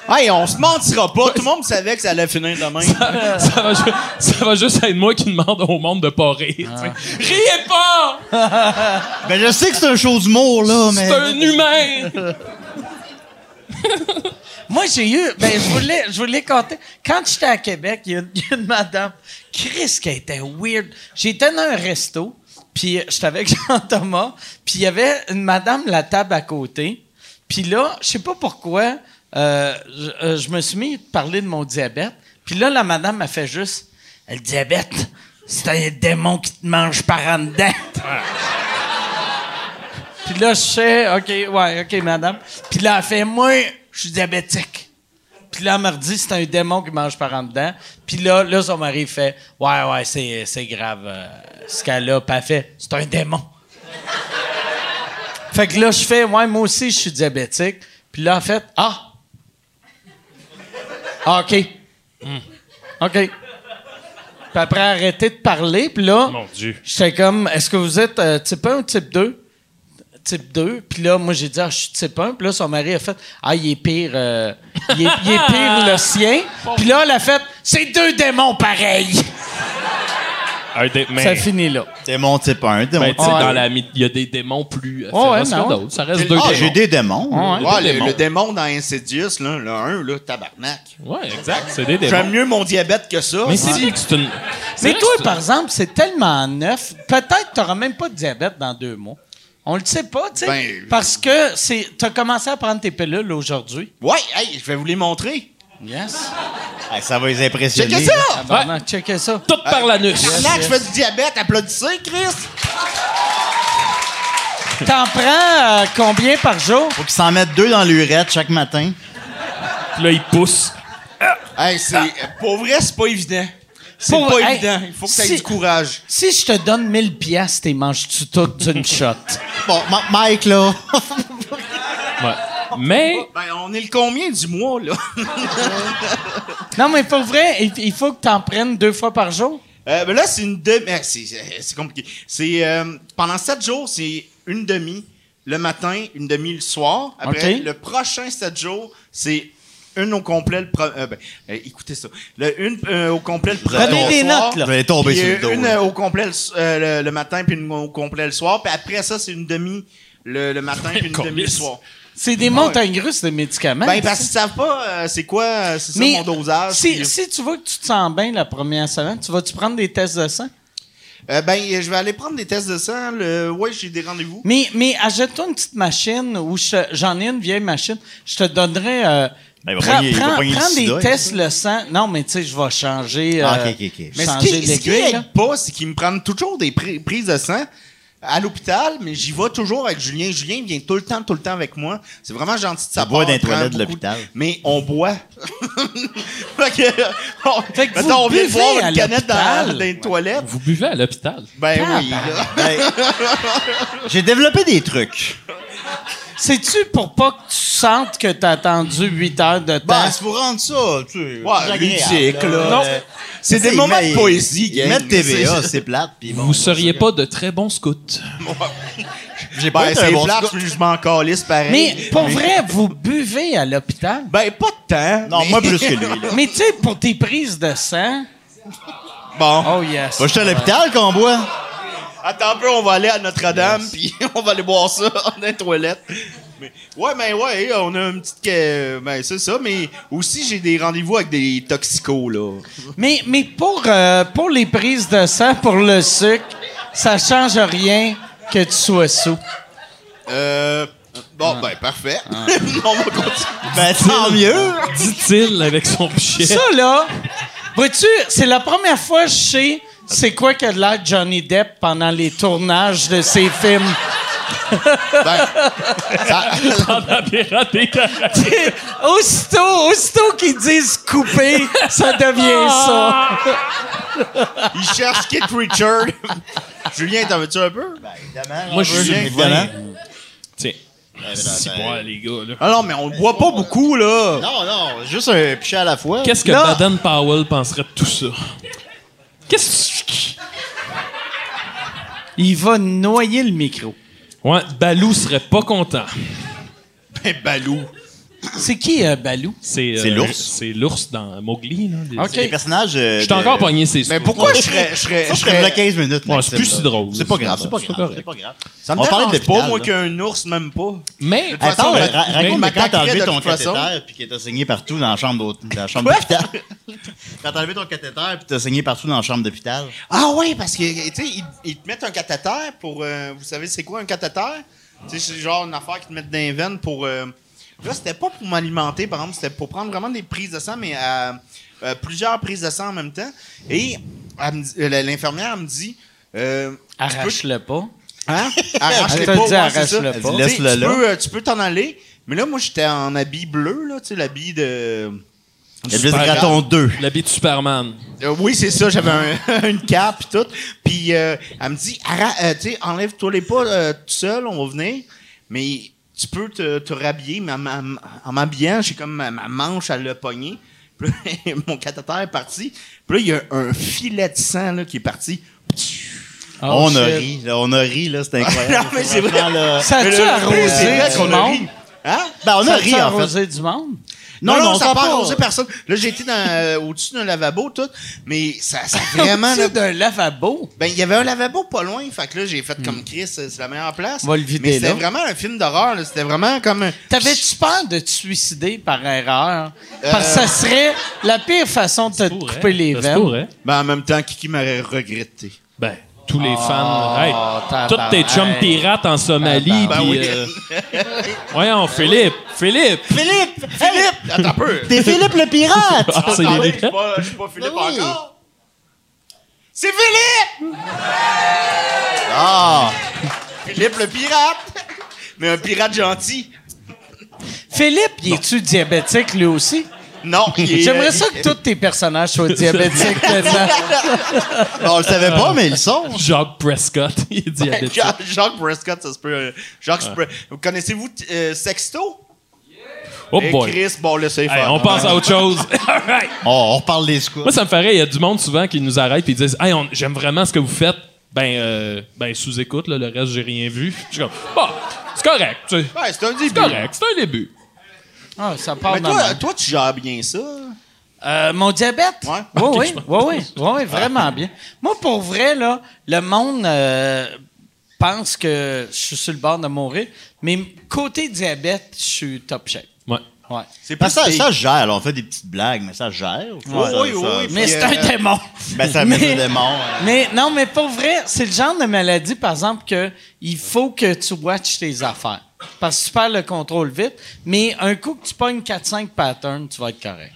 Hey, on se mentira pas. Tout le monde savait que ça allait finir demain.
ça, va ju- ça va juste être moi qui demande au monde de pas rire. tu sais. Riez pas!
Ben, je sais que c'est un show d'humour, là, mais.
C'est un humain!
Moi, j'ai eu. Ben, je voulais, je voulais compter. Quand j'étais à Québec, il y, a une- il y a une madame, Chris, qui était weird. J'étais dans un resto, puis euh, j'étais avec [LAUGHS] Jean-Thomas, puis il y avait une madame, la table à côté. Puis là, je sais pas pourquoi, euh, je, euh, je me suis mis à parler de mon diabète. Puis là, la madame m'a fait juste Le diabète, c'est un démon qui te mange par en dedans. Puis là, je sais, OK, ouais, OK, madame. Puis là, elle fait, moi, je suis diabétique. Puis là, elle me redit, c'est un démon qui mange par en dedans. Puis là, là, son mari fait, ouais, ouais, c'est, c'est grave euh, ce qu'elle a. Puis elle fait, c'est un démon. [LAUGHS] fait que là, je fais, ouais, moi aussi, je suis diabétique. Puis là, en fait, ah! Ah, OK. OK. Puis après, arrêter de parler. Puis là,
Mon Dieu.
J'étais comme, est-ce que vous êtes euh, type 1 ou type 2? Type 2. Puis là, moi, j'ai dit, ah, je suis type 1. Puis là, son mari a fait, ah, il est pire, euh, il, est, il est pire le sien. Puis là, elle a fait, c'est deux démons pareils.
Un dé- mais-
Ça finit là.
T'es mon type 1, t'es mon
ben,
type
tu sais,
Ouais.
dans la myth- il y a des démons plus euh,
Ouais, ouais,
féroces que
non.
d'autres. Ça reste deux
Ah, j'ai
démons.
des démons.
Ouais, des
Ouais, le,
démons.
le démon dans Insidious, là, le 1, là, tabarnak.
Ouais, exact. C'est des démons.
J'aime mieux mon diabète que ça.
Mais c'est vrai que c'est une.
Mais
vrai
toi,
que c'est-
par exemple, c'est tellement neuf. Peut-être que tu n'auras même pas de diabète dans deux mois. On le sait pas, tu sais.
Ben-
parce que c'est, t'as commencé à prendre tes pilules aujourd'hui.
Ouais, hey, je vais vous les montrer.
Yes.
Ah, ça va les impressionner.
Checkez ça!
Tabarnak, checkez ça.
Tout par l'anus.
Tabarnak, je fais du diabète, applaudissez, Chris!
T'en prends euh, combien par jour?
Faut qu'ils s'en mettent deux dans l'urette chaque matin.
Puis là, il pousse.
Hey, c'est. Pour vrai, c'est pas évident. C'est
Pour-
pas
hey,
évident. Il faut que tu
si-
du courage.
Si je te donne 1000 piastres, t'es manges-tu tout
[LAUGHS]
d'une shot?
Bon, Ma- Mike, [LAUGHS] là.
Ouais. Mais.
Ben, on est le combien du mois, là?
Non, mais pour vrai, il- il faut que t'en prennes deux fois par jour.
Euh, ben là, c'est une demi. ah, c'est- c'est c'est compliqué. C'est euh, pendant sept jours, c'est une demi le matin, une demi le soir. Après,
Ok.
le prochain sept jours, c'est une au complet le. pro- euh, ben, euh, écoutez ça. Le une euh, au complet le. pro-
Prenez
euh,
des
soir.
notes, là.
Je vais tomber
Puis,
sur le
euh,
dos.
Une
là.
euh, au complet le, s- euh, le- le matin, puis une au complet le soir. Puis après ça, c'est une demi le, le matin,
[LAUGHS]
puis une
Combien?
demi le soir.
C'est des montagnes russes de médicaments.
Ben, parce
ça.
qu'ils savent pas euh, c'est quoi, euh, c'est ça mon dosage.
Si,
puis-
si tu vois que tu te sens bien la première semaine, tu vas-tu prendre des tests de sang?
Euh, ben, je vais aller prendre des tests de sang. Le... Ouais, j'ai des rendez-vous.
Mais, mais achète-toi une petite machine où je- j'en ai une vieille machine. Je te donnerai euh,
Ben, il va
Prends,
pogner- il va
prends-
pogner le
prends des
sida, il-
tests le sang. Non, mais tu sais, je vais changer.
Ah,
euh,
ok, ok, ok.
Mais ce
changer
qui, ce qui
l'aiguille,
aide
là.
pas, c'est qu'ils me prennent toujours des pri- prises de sang à l'hôpital, mais j'y vais toujours avec Julien. Julien vient tout le temps, tout le temps avec moi. C'est vraiment gentil de sa part.
boit dans les
prend
toilettes de
beaucoup-
l'hôpital.
Mais on boit. [LAUGHS] fait que, on,
Fait que vous
mettons, on vient de
buvez
boire
à
une canette dans,
l'hôpital.
dans les toilettes.
Vous buvez à l'hôpital.
Ben oui. là.
Ben, J'ai développé des trucs.
C'est-tu pour pas que tu sentes que t'as attendu 8 heures de temps?
Ben, il faut rendre ça, tu sais. plus
Ouais,
agréable,
ludique, là.
Non.
Euh,
C'est des
ils
moments
mettent-
de poésie,
Ils
gang.
mettent TVA, c'est plate. Puis bon,
Vous seriez pas de très bons scouts.
J'ai pas
Ben,
été un
c'est
bon
plate,
scout.
mais je m'en calisse pareil.
mais pour vrai, vous buvez à l'hôpital?
Ben, pas de temps.
Non,
mais-
moi plus que lui. [LAUGHS] Là.
Mais tu sais, pour tes prises de sang.
Bon.
Oh yes.
Bah, j'étais à l'hôpital qu'on boit.
Attends un peu, on va aller à Notre-Dame, puis [LAUGHS] on va aller boire ça dans les toilettes. Mais, ouais, mais ouais, on a une petite... que- Ben, c'est ça, mais aussi, j'ai des rendez-vous avec des toxicos, là.
Mais, mais pour, euh, pour les prises de sang, pour le sucre, ça change rien que tu sois sous.
Euh... Bon, ben, parfait. [LAUGHS] on va continuer.
Ben, tant mieux.
Dit-il avec son pichet.
Ça, là, vois-tu, c'est la première fois que je sais c'est quoi que de l'air Johnny Depp pendant les tournages de ses films. [LAUGHS]
Pendant Pirates des Caraïbes.
aussitôt, aussitôt qu'ils disent couper, ça devient ça.
Il cherche Kit [LAUGHS] Richard. Julien, t'en veux-tu un peu?
Ben, évidemment.
Moi, je suis
Julien,
sur le
évidemment.
Tiens. Six mois, les gars, là.
Ah non, mais on boit pas beaucoup, là.
Non, non, juste un pichet à la fois.
Qu'est-ce que
Là-
Baden Powell penserait de tout ça? Qu'est-ce que.
Il va noyer le micro.
Ouais, Balou serait pas content.
Ben, [LAUGHS] Balou.
C'est qui, euh, Balou?
C'est euh,
C'est l'ours.
C'est l'ours dans Mowgli, là. des-
Les personnages. euh,
Je suis
de-
encore pogné, c'est sûr.
Mais pourquoi je serais... Je serais...
Ça, je serais là 15 minutes.
Ouais,
Maxime,
c'est plus
là.
si drôle.
C'est pas grave, c'est pas
C'est
grave.
correct.
C'est pas grave.
Ça me
On parlait
dérange
d'hôpital,
pas, moi,
là.
qu'un ours, même pas.
Mais.
Attends, euh,
façon,
ra-
mais-
raconte-moi
mais
quand t'as
m'attaquerait
enlevé
de
ton
toute façon.
cathéter puis que t'as saigné partout dans la chambre d'hôte- dans la chambre d'hôpital. [LAUGHS] Quand t'as enlevé ton cathéter puis t'as saigné partout dans la chambre d'hôpital.
Ah oui, parce que, tu sais, ils, ils te mettent un cathéter pour... euh, vous savez, c'est quoi un cathéter? Tu sais, c'est genre une affaire qu'ils te mettent dans les veines pour... euh, là, c'était pas pour m'alimenter, par exemple. C'était pour prendre vraiment des prises de sang, mais euh, euh, plusieurs prises de sang en même temps. Et elle me dit- euh, l'infirmière, elle me dit... euh, tu peux-
Arrache-le pas. [LAUGHS]
Hein? Arrache-le
Elle
pas.
t'a dit
ouais,
arrache-le
c'est ça.
pas.
Tu sais,
Laisse-le
tu
là.
peux, euh, Tu peux t'en aller. Mais là, moi, j'étais en habit bleu, là, tu sais, l'habit de...
Il y a graton 2.
L'habit de Superman.
Euh, oui, c'est ça. J'avais un- [LAUGHS] une cape et tout. Puis euh, elle me dit, Arra- euh, tu sais, enlève-toi les pas euh, tout seul, on va venir. Mais tu peux te, te rhabiller. Mais en m'hab- en m'habillant, j'ai comme ma, ma manche à le pogner. Puis là, [LAUGHS] mon cathéter est parti. Puis là, il y a un filet de sang là, qui est parti.
On a
Oh, Ah, shit.
ri, là, on a ri, là,
[LAUGHS]
c'était incroyable.
Non, mais c'est vrai.
Vraiment, là-
Ça
Mais
a-tu
le-
arrosé
c'est vrai
du
qu'on a
monde?
ri. Hein?
Ben, on
Ça
a
a-tu
ri, en fait.
arrosé du monde?
Non, non, ça
s'en
n'a pas
parle.
arrosé personne. Là, j'ai été dans- euh, au-dessus d'un lavabo, tout. Mais ça, ça
[LAUGHS]
a vraiment. là,
Au-dessus d'un lavabo.
Ben, il y avait un lavabo pas loin, fait que là, j'ai fait comme Chris, euh, c'est la meilleure place.
Hmm. On va le vider,
Mais c'était
là.
vraiment un film d'horreur, là. C'était vraiment comme. un-
T'avais-tu peur de te suicider par erreur?
Euh.
Parce que ça serait la pire façon de te couper les
Ça se
veines.
pourrait.
Ben, en même temps, Kiki m'aurait regretté.
Ben, tous les fans. Hey, toutes tes
tabarnak.
chums pirates en Somalie.
Ben
puis,
oui.
euh, voyons, Philippe. Philippe.
Philippe! Philippe!
Philippe! Attends un [LAUGHS] peu!
T'es Philippe le pirate!
Ah, c'est
Attendez,
les
je suis
veines.
pas, je suis pas Philippe
Ben oui.
encore! C'est Philippe! [LAUGHS]
Ah!
Philippe le pirate! Mais un pirate gentil!
Philippe, il est-tu diabétique lui aussi?
Non, il est- euh,
J'aimerais
euh,
ça que tous tes personnages
[LAUGHS]
soient diabétiques maintenant.
On le savait pas, mais ils sont.
Jacques Prescott. [LAUGHS] Il est
Ben,
diabétique.
Ja- [LAUGHS] Jacques Prescott, ça se peut. euh, Jacques Spre- Vous Connaissez-vous t- euh, Sexto?
Oh
Eh,
boy.
Chris, bon, là, c'est
Hey,
fort.
on passe à autre
[LAUGHS]
chose. All right.
Oh, on reparle des scouts.
Moi, ça me ferait, il y a du monde souvent qui nous arrête et ils disent Hey, on- j'aime vraiment ce que vous faites. Ben, euh, ben sous écoute, là, le reste, j'ai rien vu. Je suis comme Bon, c'est correct. tu sais.
Ouais, c'est un début.
C'est correct, c'est un début.
Ah, ça part
Mais
dans
toi, toi, tu gères bien ça.
Euh, mon diabète?
Ouais.
Oui, oui, oui, oui, oui, oui, vraiment bien. Moi, pour vrai, là, le monde euh, pense que je suis sur le bord de mourir, mais côté diabète, je suis top shape.
Ouais.
Ouais.
C'est
Parce que Ben, ça,
plus-
ça se gère, là. on fait des petites blagues, mais ça se gère.
Oui, oui, oui, oui.
Mais
Puis,
c'est un
euh,
démon.
Ben, ça met
Mais-
des démons.
Mais non, mais pour vrai, c'est le genre de maladie, par exemple, que il faut que tu watches tes affaires. Parce que tu perds le contrôle vite. Mais un coup que tu pognes 4-5 patterns, tu vas être correct.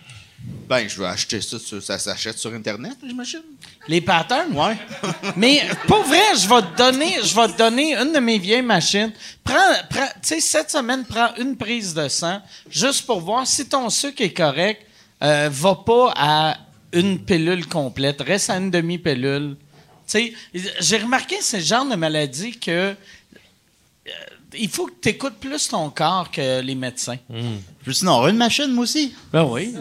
Ben, je vais acheter ça, sur- ça s'achète sur Internet, j'imagine.
Les patterns?
Ouais.
[LAUGHS] Mais pour vrai, je vais te donner, je vais te donner une de mes vieilles machines. Prends, prends- tu sais, cette semaine, prends une prise de sang juste pour voir si ton sucre est correct. Euh, va pas à une pilule complète, reste à une demi-pilule. Tu sais, j'ai remarqué ce genre de maladie que euh, il faut que tu écoutes plus ton corps que les médecins.
Je veux sinon avoir une machine, moi aussi.
Ben oui.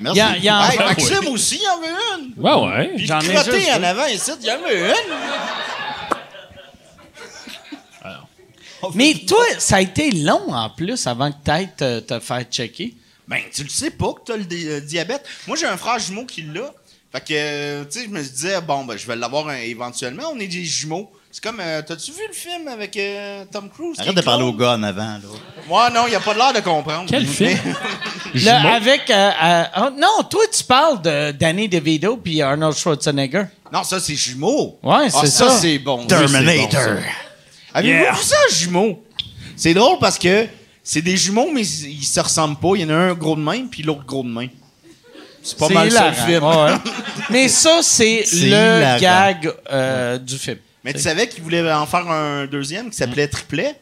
Merci.
Y a- y a-
Hey,
Ah,
Maxime aussi, il en veut une.
Ouais, ouais.
Puis
J'en ai
crotté
juste
en
deux.
avant ici, il en veut une.
Mais toi, ça a été long en plus avant que tu ailles te, te faire checker.
Ben, tu le sais pas que t'as le di- euh, diabète. Moi, j'ai un frère jumeau qui l'a. Fait que, euh, tu sais, je me disais, bon, ben, je vais l'avoir euh, éventuellement. On est des jumeaux. C'est comme, euh, t'as-tu vu le film avec euh, Tom Cruise?
Arrête de parler au gars en avant, là.
Ouais, non, il a pas l'air de comprendre.
Quel film?
Là, avec. euh, euh, oh, non, toi, tu parles de Danny DeVito puis Arnold Schwarzenegger.
[LAUGHS] Non, ça, c'est jumeaux.
Ouais,
Ah,
c'est ça.
Ça, c'est bon. Oui, c'est bon, ça. Avez-vous
Yeah.
vu ça, jumeaux? C'est drôle parce que c'est des jumeaux, mais ils se ressemblent pas. Il y en a un gros de main, puis l'autre gros de main. C'est pas
C'est
mal ça, le
hilarant.
film.
Ouais, ouais.
[LAUGHS]
Mais ça, c'est
C'est
le
hilarant.
gag euh, du film.
Mais tu savais qu'ils voulaient en faire un deuxième qui s'appelait Triplet.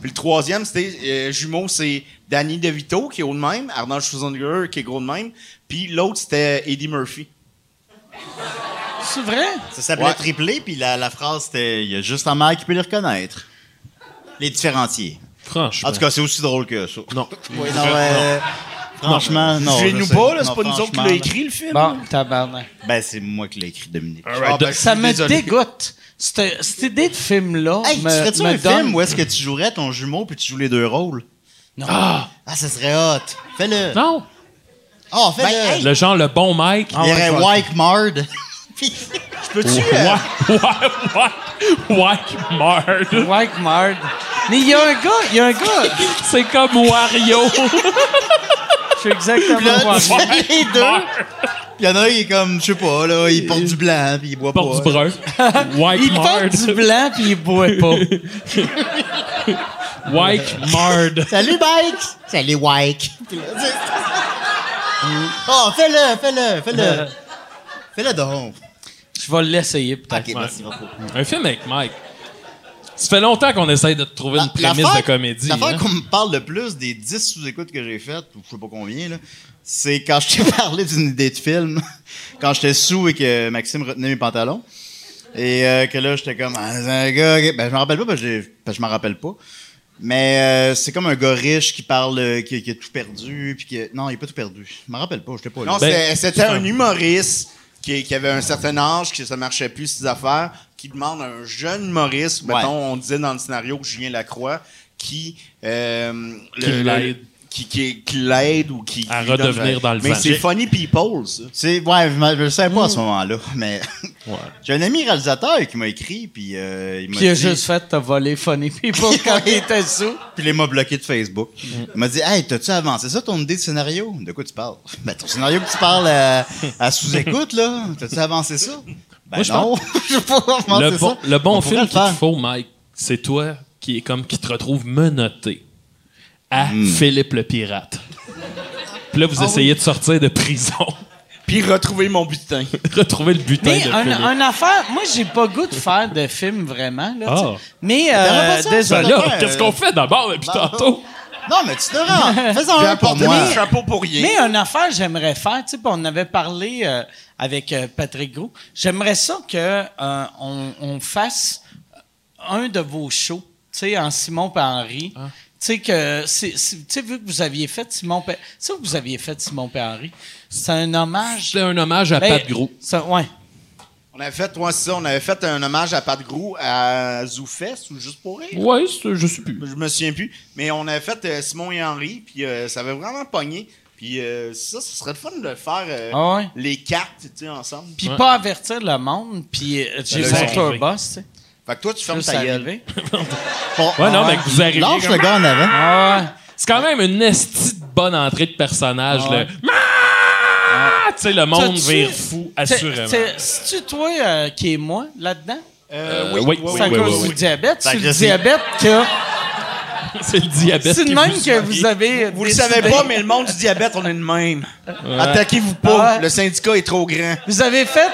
Puis le troisième, c'était euh, jumeau, c'est Danny DeVito qui est haut de même, Arnold Schwarzenegger qui est gros de même, puis l'autre, c'était Eddie Murphy.
C'est vrai?
Ça s'appelait
Ouais.
triplé, puis la, la phrase, c'était « Il y a juste la mère qui peut les reconnaître. » Les différenciers.
Franchement.
En tout cas, c'est aussi drôle que ça.
non.
Oui, non, euh, franchement, non. je
Suivez-nous
sais.
pas, Oh, là, c'est
Non,
pas nous autres qui
franchement,
l'a écrit, le film.
Bon, tabarnak.
là. Ben, c'est moi qui l'ai écrit, Dominique.
Ah, ben, je suis
Ça me
désolé.
dégoûte. Cette, cette idée de film-là.
Hey,
me,
tu ferais-tu
me
un
donne-
film où est-ce que tu jouerais ton jumeau puis tu joues les deux rôles?
Non.
Ah, ça serait hot. Fais-le.
Non.
Oh, fais-le.
Le genre, le bon Mike.
Il y aurait Wyke [LAUGHS] Mard. Puis-
Peux-tu, euh,
Ouais, ouais, ouais. Whack Mard.
Mike Mard. Mais il y a un gars, il y a un gars.
C'est comme Wario.
Je suis exactement.
Là, tu
pareil.
fais les deux. Il y en a un qui est comme, je sais pas, là, il porte du blanc puis il boit pas.
Porte du brun. White
Il porte
Mard.
du blanc puis il boit pas.
White Mard.
Salut, Mike! Salut, Wyke! Puis là, tu sais, oh, fais-le, fais-le, fais-le. Fais-le donc.
Je vais l'essayer peut-être.
Ok, merci beaucoup.
Un film avec Mike. Ça fait longtemps qu'on essaye de te trouver une
La-
prémisse de
l'affaire-
comédie.
L'affaire
hein.
qu'on me parle le plus des 10 sous-écoutes que j'ai faites, ou je sais pas combien, là, c'est quand je t'ai [LAUGHS] parlé d'une idée de film, quand j'étais sous et que Maxime retenait mes pantalons. Et euh, que là, j'étais comme, ah, c'est un gars, ok. ben, je m'en rappelle pas, parce que, j'ai- parce que je m'en rappelle pas. Mais euh, c'est comme un gars riche qui parle, euh, qui, qui a tout perdu, puis que. Non, il a pas tout perdu. Je m'en rappelle pas, j'étais pas là.
Non, c'était- c'était un humoriste qui, qui avait un certain âge, que ça marchait plus ses affaires, qui demande à un jeune humoriste,
Ouais.
mettons, on disait dans le scénario Julien Lacroix, qui euh,
Qui l'aide.
qui, qui- qui l'aide ou qui
À
qui donne-
redevenir dans le
Mais
vent.
c'est funny people ça.
C'est, ouais, je, m'en- je le savais
Mm.
pas à ce moment-là, mais
Ouais.
[LAUGHS] j'ai un ami réalisateur qui m'a écrit, puis euh, il m'a
Puis il a
dit-
juste fait te voler Funny People quand il était sous.
puis il m'a bloqué de Facebook.
Mm.
Il m'a dit, hey, t'as-tu avancé ça ton idée de scénario De quoi tu parles [LAUGHS] Ben ton scénario que tu parles à, à sous-écoute là, t'as-tu avancé ça Ben
Moi, je
non, [LAUGHS] je sais pas comment
le,
c'est
bon,
ça.
le bon
On pourrait
film
le
qu'il te
faire.
faut, Mike, c'est toi qui est comme qui te retrouve menotté à
Hmm.
Philippe le pirate. Puis là, vous
Ah
essayez de sortir de prison, [LAUGHS]
Puis retrouver mon butin.
retrouver le butin
Mais
de
un,
Philippe.
un affaire, moi j'ai pas goût de faire de film vraiment là.
Ah.
tu sais. Mais euh,
T'aurais pas ça,
Ben
désolé.
là,
affaire,
qu'est-ce
euh,
qu'on fait d'abord depuis
bah,
tantôt?
Non mais tu devrais, fais-en
J'ai
un pour
apporté
moi.
mon chapeau pour rien.
Mais une affaire que j'aimerais faire, tu sais, puis on avait parlé euh, avec euh, Patrick Gros. J'aimerais ça que euh, on, on fasse un de vos shows, tu sais, en Simon et Henri.
Ah.
Tu sais que c'est- c'est- tu sais vu que vous aviez fait Simon Pe- tu sais que vous aviez fait Simon et Henri, c'est un hommage.
C'est un hommage à
Ben,
Pat Gros.
ça- ouais.
On avait fait moi c'est ça, on avait fait un hommage à Pat Grou à Zoufest ou juste pour rire.
Ouais, c'est- je sais plus.
Je me souviens plus. Mais on avait fait euh, Simon et Henri, puis euh, ça avait vraiment pogné. Puis euh, ça, ce serait le fun de le faire euh,
Ah ouais?
les quatre, tu sais, ensemble.
Puis
Ouais.
pas avertir le monde, puis euh, j'ai
là,
mon
ils
sont
tour
arrivés.
boss, tu sais.
Fait que toi, tu fermes
Juste
ta gueule.
arrivé.
Ouais, non, mais que vous arrivez
Ah Lâche le gars en avant.
Ah ouais.
C'est quand même une esti de bonne entrée de personnage,
Ah ouais.
là. Ah! Tu sais, le monde
T'as-tu-
vire fou,
C'est-
[LAUGHS] assurément.
c'est- C'est-tu toi euh, qui est moi là-dedans?
Euh,
Euh, oui,
c'est à
oui,
cause
oui,
du diabète.
Fait
C'est
que
le
c'est-
diabète que.
[LAUGHS] C'est le diabète.
C'est
qui
de même
vous
que
soigne.
vous avez. euh,
Vous le savez pas, mais le monde du diabète, on est le même. Attaquez-vous
Ah
pas.
ouais.
Le syndicat est trop grand.
Vous avez fait.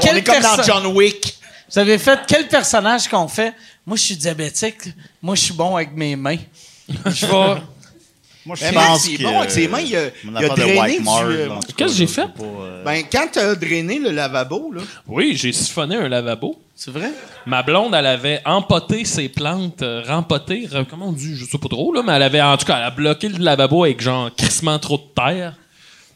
On
quel
est comme dans
perso-
John Wick.
Vous avez fait quel personnage qu'on fait? Moi, je suis diabétique. Moi, je suis bon avec mes mains. Je vais.
Moi,
Mais Max, il est Eh ben, bon avec ses mains, il a-
mon
il a
affaire de
drainé
White
du,
Marl,
euh,
en tout cas,
Qu'est-ce que j'ai
je
fait?
sais pas, euh,
Ben, quand t'as drainé le lavabo, là,
Oui, j'ai siphonné un lavabo.
C'est vrai?
Ma blonde, elle avait empoté ses plantes, euh, rempotées, re- comment on dit, je sais pas trop, là, mais elle avait, en tout cas, elle a bloqué le lavabo avec genre crissement trop de terre.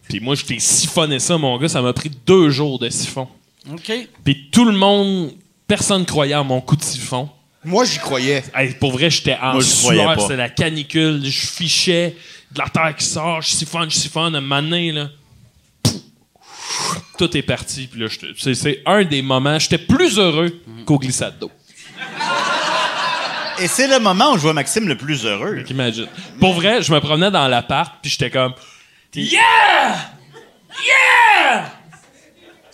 Puis moi, je t'ai siphonné ça, mon gars, ça m'a pris deux jours de siphon.
OK.
Puis tout le monde, personne croyait à mon coup de siphon.
moi, j'y croyais.
Hey, pour vrai, j'étais en
Moi, je croyais
sueur,
pas.
c'était la canicule, je fichais, de la terre qui sort, je siphonne, je siphonne, à un moment donné, là, pouf, tout est parti. Puis là, j'étais- c'est- c'est un des moments, j'étais plus heureux qu'au glissade d'eau.
Et c'est le moment où je vois Maxime le plus heureux.
Imagine. Pour vrai, je me promenais dans l'appart, puis j'étais comme Yeah! Yeah!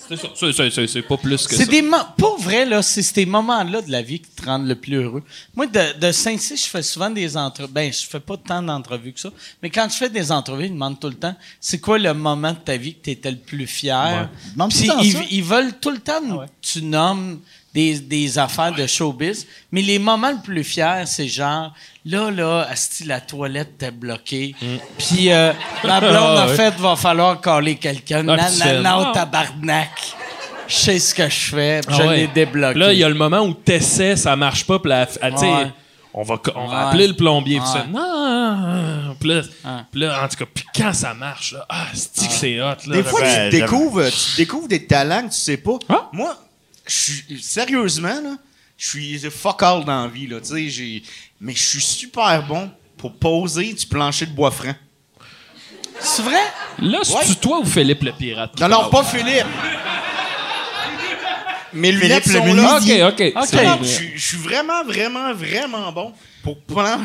C'est ça, c'est- c'est- c'est- c'est pas plus que ça.
C'est des mo- Pour vrai, là, c'est ces moments-là de la vie qui te rendent le plus heureux. Moi, de, de Saint-Cyr, je fais souvent des entrevues. Ben, je fais pas tant d'entrevues que ça. Mais quand je fais des entrevues, ils demandent tout le temps c'est quoi le moment de ta vie que tu étais le plus fier.
Ils demandent tout
Puis
le temps ça. Ah
ils, ils veulent tout le temps que tu nommes des, des affaires de showbiz. Mais les moments le plus fiers, c'est genre. Là, là, asti, la toilette t'es bloquée.
Mm.
Puis euh, la blonde,
Ah,
en
[LAUGHS]
ouais.
fait, va falloir caller quelqu'un.
Ah,
Non,
puis tu fais,
non, non,
Ah.
tabarnak. Je sais ce que je fais, puis
Ah
je
ouais.
l'ai débloqué.
Là, il y a le moment où t'essaies, ça marche pas, puis la- ah, tu sais,
Ouais.
on va, co- on va
Ouais.
appeler le plombier. Puis
Ouais.
ça, non! Puis là,
Ouais.
puis là, en tout cas, puis quand ça marche, là, ah, c'est que c'est hot. Là,
Des fois,
ben,
tu,
j'aime.
découvres, tu découvres des talents que tu sais pas.
Hein?
Moi, je suis sérieusement, là, je suis fuck all dans la vie. Là, tu sais, j'ai- mais je suis super bon pour poser du plancher de bois franc.
C'est vrai?
là c'est
Ouais.
toi ou Philippe le pirate? qui
Non, non,
parle?
pas Philippe. Mais lunettes
Philippe
sont
le
là.
Ok, ok.
Ok.
c'est-
Non, non, je suis- je suis vraiment, vraiment, vraiment bon pour prendre.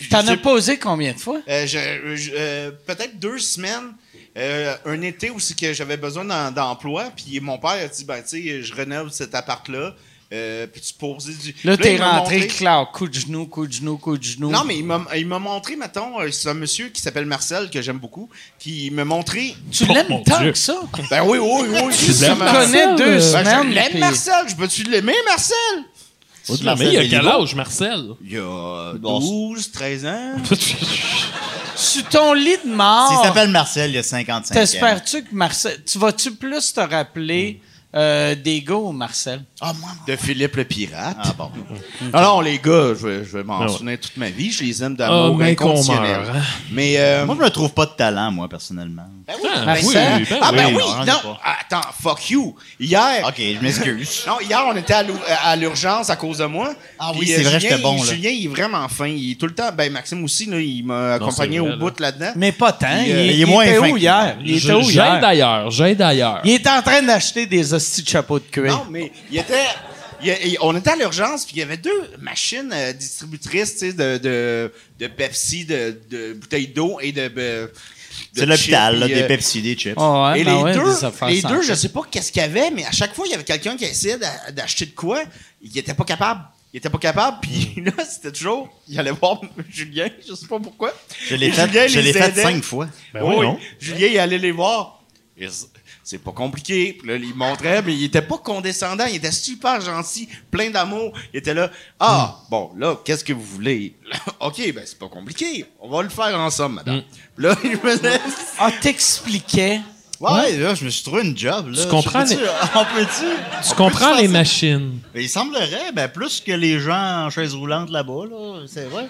je
T'en
sais
as posé combien de fois?
Euh, je- je- euh, peut-être deux semaines, euh, un été où c'est que j'avais besoin d'en- d'emploi, puis mon père a dit ben tu sais, je renove cet appart là, puis tu posais du.
Là,
Puis
t'es
il m'a
rentré,
montré-
clair, coup de genou, coup de genou, coup de genou.
Non, mais il m'a il m'a montré, mettons, euh, c'est un monsieur qui s'appelle Marcel, que j'aime beaucoup, qui m'a montré.
Tu
Oh,
l'aimes
mon
tant
Dieu.
que ça?
Ben oui, oui, oui.
Tu
ça
le
m'a-
connais deux
Ben,
semaines.
je l'aime,
puis-
Marcel. Je peux-tu l'aimer, Marcel?
Mais il y a quel âge, Marcel?
Ben
[LAUGHS]
Il y a 12, 13 ans.
Sur ton lit de
S'il
mort,
s'appelle Marcel, il a 55 ans.
t'espères-tu que Marcel... Tu vas-tu plus te rappeler euh, des gars ou Marcel?
Ah, moi, de Philippe le Pirate.
Ah
[LAUGHS]
bon.
Alors, les gars, je vais, je vais m'en
Ah ouais.
souvenir toute ma vie. Je les aime
Ah,
d'amour
mais qu'on
inconditionnel.
meurt, hein.
Mais, euh,
Moi, je me trouve pas de talent, moi, personnellement.
ben oui,
Ah,
ben
oui,
ça-
ben
ah, ben
oui.
oui,
Non,
non.
j'en ai pas.
Attends, fuck you. Hier,
Ah.
OK, je m'excuse.
non, hier on était à l'ou- à l'urgence à cause de moi.
Ah
Puis,
oui, c'est
euh,
vrai,
Julien,
j'étais bon,
il-
là.
Julien, il est vraiment fin. Il est tout le temps. Ben, Maxime aussi, là, il m'a
Non,
accompagné
c'est vrai,
au
là.
bout là-dedans.
Mais pas tant.
Il, euh, il est
il,
moins
était
fin
où
que
hier? Il
Je-
était où
J'aide
hier?
ailleurs, j'aide ailleurs.
Il était en train d'acheter des hosties de chapeaux de cuir.
Non, mais il était. il- il- on était à l'urgence, puis il y avait deux machines euh, distributrices tu sais, de, de, de Pepsi, de, de bouteilles d'eau et de. euh, de- de
C'est l'hôpital,
chips,
là,
puis,
des
euh,
Pepsi, des chips.
Ah ouais,
et
ben
les
ouais, des
deux,
affaires
les
sans
deux
fin.
je sais pas qu'est-ce qu'il y avait, mais à chaque fois, il y avait quelqu'un qui essayait d'a- d'acheter de quoi. Il était pas capable. Il était pas capable, puis
Hmm.
[LAUGHS] là, c'était toujours. Il allait voir [LAUGHS] Julien, je sais pas pourquoi.
Je l'ai
Et
fait,
Julien
je l'ai
les
fait
aidait.
cinq fois.
Ben
oui,
oui, non?
Julien, il allait les voir. Et c- C'est pas compliqué. Puis là, il montrait, mais il était pas condescendant. Il était super gentil, plein d'amour. Il était là. Ah, bon, là, qu'est-ce que vous voulez? [LAUGHS] OK, ben, c'est pas compliqué. On va le faire ensemble, madame. Puis Là, il faisait.
Ah, t'expliquais.
Ouais, là, je me suis trouvé une job, là.
Tu comprends
Je peux-tu- On peut-tu?
Tu
On
comprends les
peut-tu faire ça?
machines.
Ben, il semblerait, ben, plus que les gens en chaise roulante là-bas, là, c'est vrai.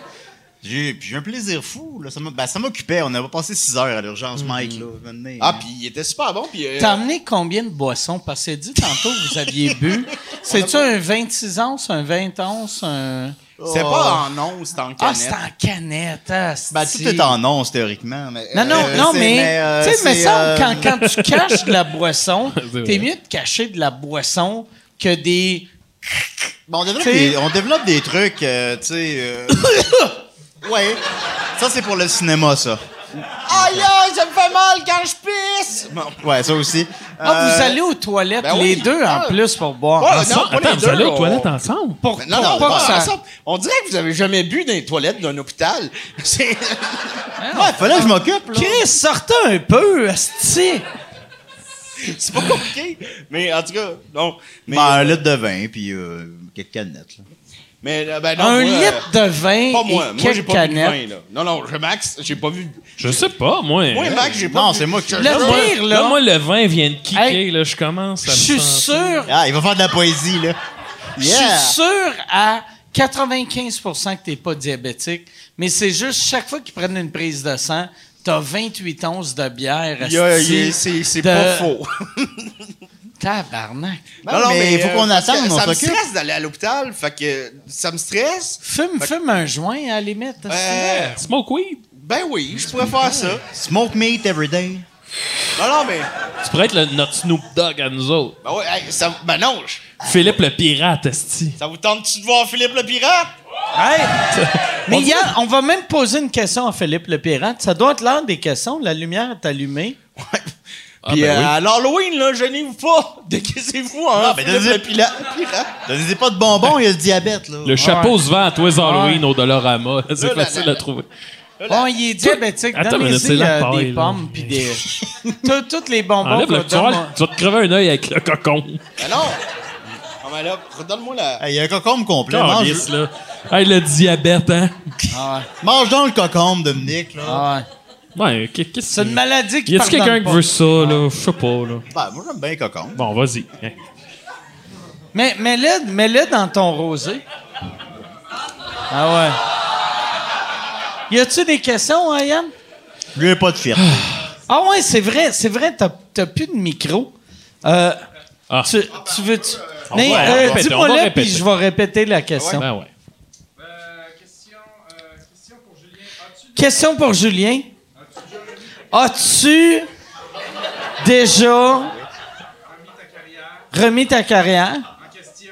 J'ai puis j'ai un plaisir fou, là. Ça m'a- ben, ça m'occupait. On avait passé 6 heures à l'urgence,
Mm-hmm.
Mike, là. maintenant.
Ah, puis il était super bon. Puis, euh,
T'as amené combien de boissons? Parce que dit tantôt que vous aviez bu. C'est-tu un 26 onces, un 20 onces, un...
c'est pas en ondes, c'est en canette.
Ah, c'est en canette. Ah, c'est-
Ben, tout est en once, théoriquement. Mais,
Non, non,
euh,
non,
c'est-
mais...
euh,
tu sais, mais
c'est,
ça,
euh,
quand, quand tu caches de la boisson,
C'est
t'es
vrai.
mieux de cacher de la boisson que des...
ben, on, développe
t'sais-
des, on développe des trucs, [COUGHS] euh, tu sais. euh, ouais. Ça, c'est pour le cinéma, ça.
Ah,
Aïe, aïe, ça me fait mal quand je pisse! Bon, ouais, ça aussi.
Ah, vous
Euh,
allez aux toilettes,
ben
les
oui.
deux
Ah.
en plus pour boire.
Ouais, non,
Ensemble-
pas les
Attends, vous
deux,
allez aux
on-
toiles ensemble?
Pour, pour
non, non,
pas
pas
que ça-
ensemble. On dirait que vous avez jamais bu dans les toilettes d'un hôpital. [LAUGHS] C'est.
Ouais, fallait que je m'occupe, là.
Chris, sortez un peu, asti.
C'est pas compliqué. Mais en tout cas, non. Mais,
Ben, un litre de vin, puis euh, quelques canettes. là.
mais, euh, ben non,
Un
moi,
litre de vin
euh, Pas moi.
et
Moi, j'ai
quelques
pas bu de vin,
canettes.
là. Non, non, je- Max, j'ai pas vu.
Je sais pas, moi.
Moi, Max, j'ai pas
Non,
vu.
c'est moi qui.
Le pire, là,
moi, le vin vient de kicker,
Hey.
là, je commence à
je
me
suis
sentir-
sûr,
Ah, il va faire de la poésie, là.
je
Yeah!
suis sûr à 95 que t'es pas diabétique, mais c'est juste chaque fois qu'ils prennent une prise de sang, t'as 28 onces de bière,
Il y a- il y a-
asti.
C'est c'est
de-
pas faux.
Tabarnak.
Non, non, mais il faut qu'on
euh,
attende, on
Ça me
s'occupe.
stresse d'aller à l'hôpital, fait que ça me stresse.
Fume, fume un joint, à la limite. asti.
Euh,
Smoke weed.
ben oui, je pourrais faire ça.
Smoke meat every day.
Non, non, mais.
Tu pourrais être le- notre Snoop Dogg à nous autres.
Ben, ouais, hey, ça, ben non, je-
Philippe le pirate, esti.
ça vous tente-tu de voir Philippe le Pirate? [LAUGHS]
Hey! Mais Yann, on va même poser une question à Philippe le Pirate. Ça doit être l'heure des questions. La lumière est allumée.
ben
Puis euh,
oui.
à l'Halloween, là, gênez-vous pas. [LAUGHS] Déguisez-vous en
Non, mais
Philippe
donnez-
le Pila- Pirate.
Donnez pas de bonbons, il y a le diabète, là.
Le chapeau se vend à tous les Halloween au Dollarama. [LAUGHS] C'est facile à trouver.
Bon, Oh, il est diabétique.
Attends, mais là, c'est
Donnez-y
la
euh,
paille,
des
là.
pommes puis
[LAUGHS]
des... Tout- Toutes les bonbons.
Enlève le
qu'on
tu vas
donne,
voir- tu vas te crever un œil avec le cocon.
Ben non. Non, mais là, redonne-moi la.
Hey, il y a un concombre complet.
Ah,
Mange,
lisse, là. Hey, le diabète, hein?
mange donc le concombre, Dominique, là.
Ah ouais.
Ouais, qu'est- qu'est-ce
C'est une
que
maladie qui
Y a-tu
pardonne
quelqu'un qui
pas.
veut ça, là? Je sais pas, là.
Ben, moi, j'aime bien le concombre.
Bon, vas-y. Hein.
Mais, mets-le, mets-le dans ton rosé. Ah ouais. Y a-tu des questions, hein, Yann?
Lui, il a pas de fierté.
Ah ouais, c'est vrai, c'est vrai, t'as, t'as plus de micro. Euh,
Ah.
tu, tu veux... Tu... Mais
va- on va
euh,
répéter, on va
dis-moi-le, puis
répéter.
je vais répéter la question.
Ben ouais.
Question pour Julien. As-tu déjà remis ta carrière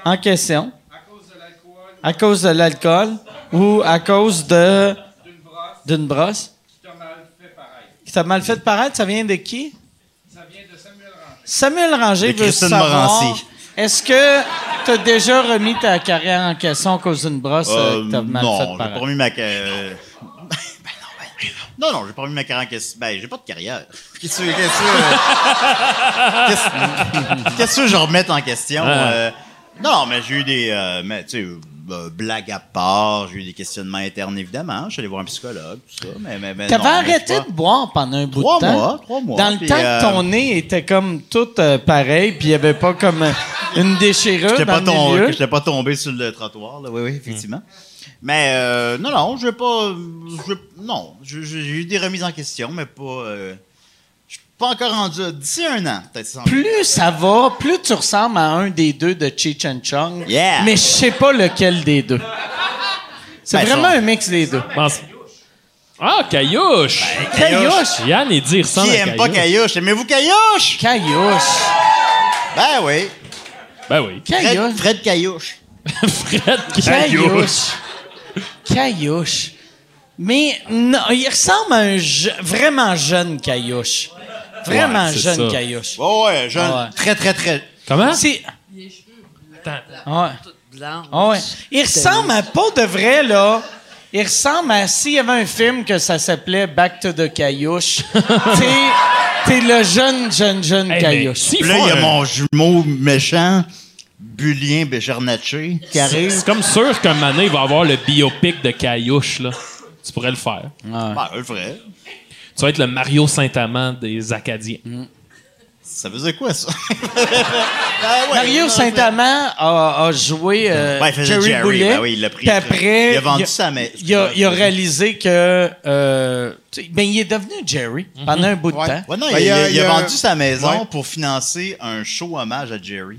en question à cause de l'alcool ou à cause de d'une brosse qui t'a mal fait paraître Ça vient de qui Ça vient de Samuel Ranger. Samuel Ranger
De
veut
Christine
savoir.
Morancy.
Est-ce que tu as déjà remis ta carrière en question à cause d'une brosse euh,
Euh,
que t'as mal fait
non, j'ai
paraître?
pas remis ma carrière. ben non, ben non. Non, non, j'ai pas remis ma carrière en question. Ben, j'ai pas de carrière. [LAUGHS] Qu'est-ce que. Qu'est-ce que. qu'est-ce- Qu'est-ce que je remette en question?
Ah.
euh, non, mais j'ai eu des. euh, mais, tu sais, euh, blagues à part, j'ai eu des questionnements internes, évidemment. Je suis allé voir un psychologue, tout ça. Mais, mais, mais
T'avais
non, mais
arrêté
pas-
de boire pendant un bout
Trois
de temps.
mois, trois mois,
Dans le
puis,
temps
euh,
que ton nez était comme tout euh, pareil, puis il n'y avait pas comme euh, une déchirure
J'étais
dans
pas,
le
tom-
milieu. Hmm.
que j'étais pas tombé sur le trottoir, là. Oui, oui, effectivement. Mais euh, non, non, je vais pas. je vais- non, je- je- j'ai eu des remises en question, mais pas. euh, je suis pas encore rendu. à- D'ici un an, peut-être. sans-
Plus ça va, plus tu ressembles à un des deux de Cheech and Chong.
Yeah.
Mais je sais pas lequel des deux. C'est
Ben,
vraiment
ça-
un mix des deux.
Pense- Ah, Caillouche!
Ben, Caillouche!
Yann, il dit, il ressemble
Qui
à
aime pas
Caillouche.
Caillouche? Aimez-vous Caillouche?
Caillouche!
Ben oui.
Ben oui.
Fred,
Caillouche!
Fred Caillouche.
[LAUGHS] Fred Caillouche.
Caillouche! Caillouche! Mais non, il ressemble à un je- vraiment jeune Caillouche. Vraiment
Ouais, c'est
jeune
ça.
Caillouche.
Oh, ouais, jeune.
Ah ouais.
Très, très, très.
Comment? Eh,
C'est-
Attends.
Ouais.
blanche.
Ah ouais. Il ressemble à pas de vrai, là. Il ressemble à s'il y avait un film que ça s'appelait Back to the
[LAUGHS]
Caillouche.
Ah.
t'es, t'es le jeune, jeune, jeune
Hey, mais
Caillouche.
s'ils
Puis là,
font
il y a
un-
mon jumeau méchant, Bulien Béjarnaché, qui
C'est
arrive.
c'est comme sûr qu'un moment donné, il va avoir le biopic de Caillouche, là. Tu pourrais le faire.
Ben, le vrai.
Tu vas être le Mario Saint-Amand des Acadiens.
Mm.
Ça faisait quoi, ça? [LAUGHS] Ben ouais,
Mario
non,
Saint-Amand a, a joué euh,
Ouais, il faisait
Jerry,
Jerry,
Boulet.
ben oui, il l'a pris.
Puis après,
Il a vendu
a-
ça à ma-
Il a, il a réalisé que. euh, tu sais, ben, il est devenu Jerry pendant un bout de temps.
Mm-hmm. Ouais, non,
Ben,
il,
il y
a,
a-
il a
il y a-
vendu sa maison
Ouais.
pour financer un show hommage à Jerry,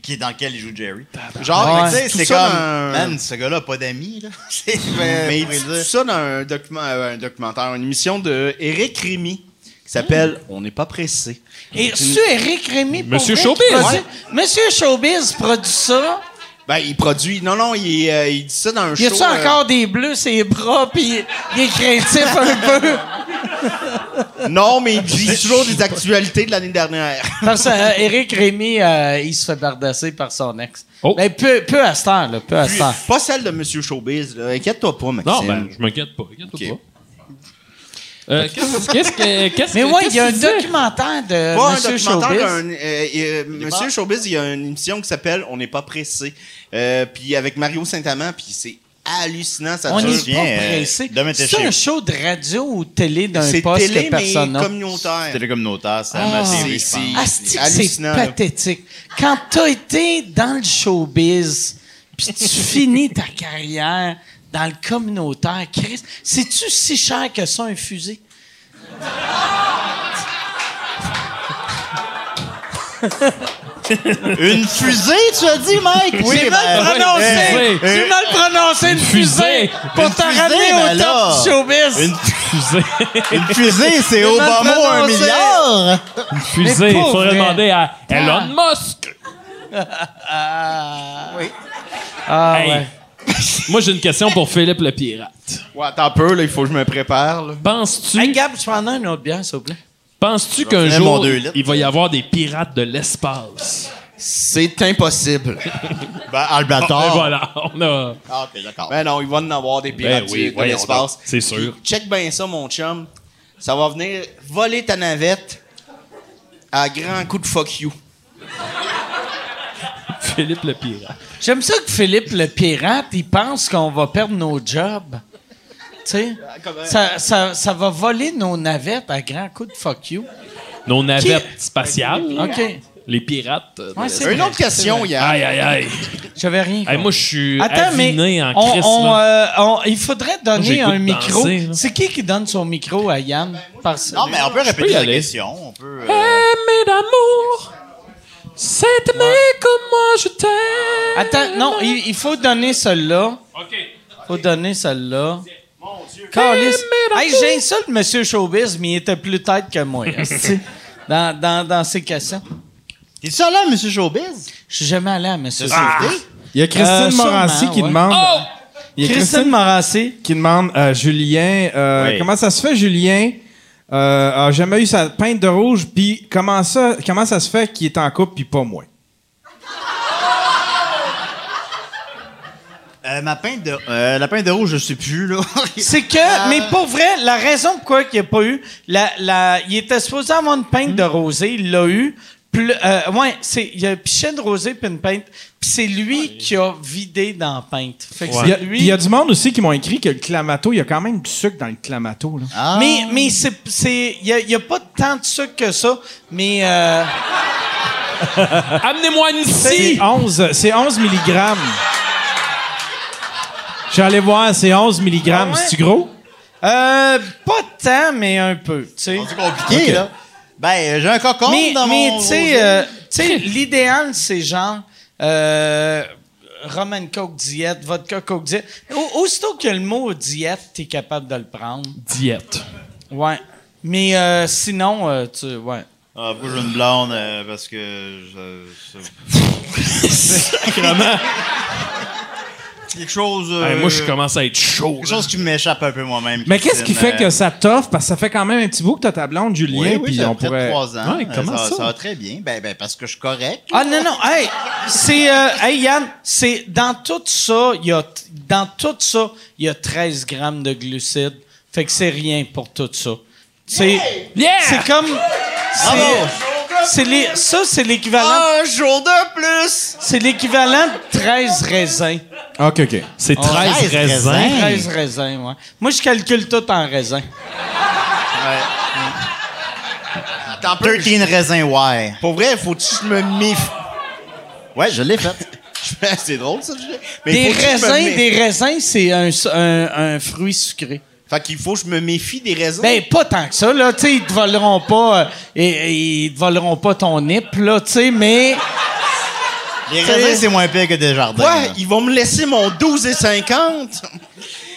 qui est dans lequel il joue Jerry.
Genre,
Ouais.
mais Ah tu sais,
C'est
bah. tout
comme,
ça dans-
man, ce gars-là a pas d'amis, là. C'est-
Mais il
pour
dit
le
tout
dire.
ça dans un, document- euh, un documentaire, une émission de Eric Rémy qui s'appelle On n'est pas pressé.
Et c'est Eric Rémy. pour
Monsieur
vrai,
Showbiz.
qui produit-
Ouais.
Monsieur Showbiz produit ça.
Ben, il produit. Non, non, il, euh, il dit ça dans un show.
Y a-tu
[LAUGHS]
euh,
encore des bleus ses bras pis il est craintif un peu?
Non, [LAUGHS] mais il dit toujours des actualités de l'année dernière.
Parce que euh, Éric Rémy, euh, il se fait bardasser par son ex.
Oh.
Mais peu, peu à cette heure, là, peu à cette heure.
Ah, Pas celle de Monsieur Showbiz, là. Inquiète-toi pas, Maxime.
Non, ben, je m'inquiète pas. Inquiète-toi
Ok.
pas. Euh, qu'est-ce, qu'est-ce que. Qu'est-ce
Mais
que-
ouais,
qu'est-ce
il y a
que
un
tu disais?
documentaire de
pas un
Euh, Monsieur
documentaire,
Showbiz.
un, euh, il y a- Monsieur Showbiz, il y a une émission qui s'appelle On n'est pas pressé. Euh, puis avec Mario Saint-Amand, puis c'est hallucinant, ça
On
dure.
n'est
viens,
pas
euh,
pressé.
demain, t'es
C'est
chez
un
vous.
show de radio ou télé d'un
C'est
poste
télé,
que
mais
personne n'a.
communautaire.
Télé communautaire, c'est à
Ah.
ma
C'est
télé, je
c'est
pense.
Asti que c'est
hallucinant. là.
pathétique. Quand t'as été dans le showbiz, puis tu finis ta carrière dans le communautaire, Chris, c'est-tu si cher que ça, un fusil?
Une fusée, tu as dit, Mike? Oui,
J'ai mal
ben,
prononcé!
oui,
J'ai mal prononcé une fusée
fusée.
pour
Une
te
fusée,
ramener
ben
au top
là.
du showbiz!
Une
[LAUGHS]
Fusée.
Une fusée, c'est
mal
Obama un
prononcé.
milliard!
Fusée.
Mais
Il
pour
faudrait
vrai.
demander à Elon Musk.
Ah,
Hey.
ouais.
Moi, j'ai une question pour Philippe le pirate.
Ouais, attends un peu, là, il faut que je me prépare. là.
Penses-tu.
Hey, Gab, je prends un autre bière, s'il vous plaît.
Penses-tu qu'un
finir mon
jour,
deux litres.
il va y avoir des pirates de l'espace?
C'est [LAUGHS] impossible.
Ben,
Ah,
Ben
Albator.
voilà, on a.
Ah, ok, d'accord.
Ben non, il va en avoir des pirates euh,
Ben oui,
de
voyons
l'espace.
donc, c'est sûr.
Puis check bien ça, mon chum. Ça va venir voler ta navette à grand coup de fuck you.
Philippe le pirate.
J'aime ça que Philippe le pirate, il pense qu'on va perdre nos jobs. Tu sais, ça, ça- ça va voler nos navettes à grand coup de fuck you.
Nos navettes spatiales.
OK.
Les pirates. euh, de
Ouais,
l'espace.
c'est
Une
vrai,
autre
c'est
question,
vrai.
Yann.
Aïe, aïe, aïe.
J'avais rien.
Hey,
compris.
moi, je suis
Attends, mais
aviné en
on-
crise.
on,
là.
euh, on- il faudrait donner
Moi, j'ai
un
le goût de
micro.
danser, là.
C'est qui qui donne son micro à Yann? Parce-
Non, mais on peut
peux
répéter
y
la
aller.
question. On peut. euh,
Ah. Aimer d'amour, c'est aimer comme moi je t'aime.
Attends, non, il, il faut donner celui-là.
OK.
faut donner celle-là. Calice. Hey, j'insulte Monsieur Showbiz, mais il était plus tête que
[LAUGHS]
moi. esti. dans, dans, dans ces questions.
T'es seul là, monsieur Showbiz?
Je suis jamais allé à Monsieur
Ah,
Showbiz.
Il y a
Euh,
Christine
sûrement,
Morancy qui
ouais.
demande. Il y a
Christine
Christine
Morancy.
qui demande euh, Julien, euh,
Oui.
comment ça se fait, Julien euh, a jamais eu sa peinte de rouge, puis comment ça, comment ça se fait qu'il est en couple, puis pas moi?
Euh, ma peinte de. euh, la peinte de rouge, je sais plus, là.
C'est que, mais pour vrai, la raison pourquoi il n'y a pas eu, la, la, il était supposé avoir une peinte de rosée, il l'a eu. Plus, euh, ouais, c'est, il y a un pichet de rosée puis une peinte, puis c'est lui qui a vidé dans la peinte. Fait que
Il y a-
c'est
puis il y a du monde aussi qui m'ont écrit que le clamato, il y a quand même du sucre dans le clamato. Là.
Ah.
Mais, mais c'est, c'est, il y a, il y a pas tant de sucre que ça, mais euh,
Amenez-moi
C'est
ici.
11, c'est 11 mg. J'allais voir, c'est 11 mg.
Ah ouais?
C'est-tu gros?
euh, pas tant, mais un peu, tu sais.
C'est compliqué, là. Ben, euh, j'ai un cocon
Mais,
dans
mais
mon.
tu sais, euh, tu sais, [LAUGHS] l'idéal, c'est genre euh, Roman Coke diète, vodka Coke diète. Au- aussitôt que le mot diète, t'es capable de le prendre.
Diète.
Ouais. Mais euh, sinon, euh, tu. Ouais.
Ah, pourquoi j'ai une blonde? euh, parce que. je- je- Quelque chose. euh,
Hey, moi, je commence à être chaud.
Quelque
là.
chose qui m'échappe un peu moi-même.
Mais qu'est-ce qui
Christine,
fait que
euh,
ça t'offre? Parce que ça fait quand même un petit bout que t'as ta blonde, Julien,
Oui, oui,
puis
ça
on
fait
pourrait.
trois ans.
Ouais,
euh,
comment ça?
ça? va très bien. Ben, ben, parce que je suis correct.
Ah non, non, hey, c'est, euh, hey Yann, c'est, dans tout ça, il y a, dans tout ça, il y a 13 grammes de glucides. Fait que c'est rien pour tout ça. C'est,
Yeah!
c'est comme,
Bravo!
c'est, c'est les, ça, c'est l'équivalent,
Un jour de plus!
c'est l'équivalent de 13 raisins.
Ok, ok.
C'est 13
13
raisins.
raisins.
13 raisins, ouais. Moi, je calcule tout en raisins.
Attends un peu.
13 raisins, ouais.
Pour vrai, faut que je me méfie.
Ouais, je l'ai fait.
c'est drôle, ça, Julien. Mais
Des
faut que je me
raisins,
méfie.
des raisins, c'est un, un, un fruit sucré.
Fait qu'il faut que je me méfie des raisins.
Ben, pas tant que ça, là. Tu sais, ils te voleront pas, euh, et, et ils te voleront pas ton nip, là, tu sais, mais.
Les raisins, c'est moins pire que des jardins.
ouais, ils vont me laisser mon 12 et 50.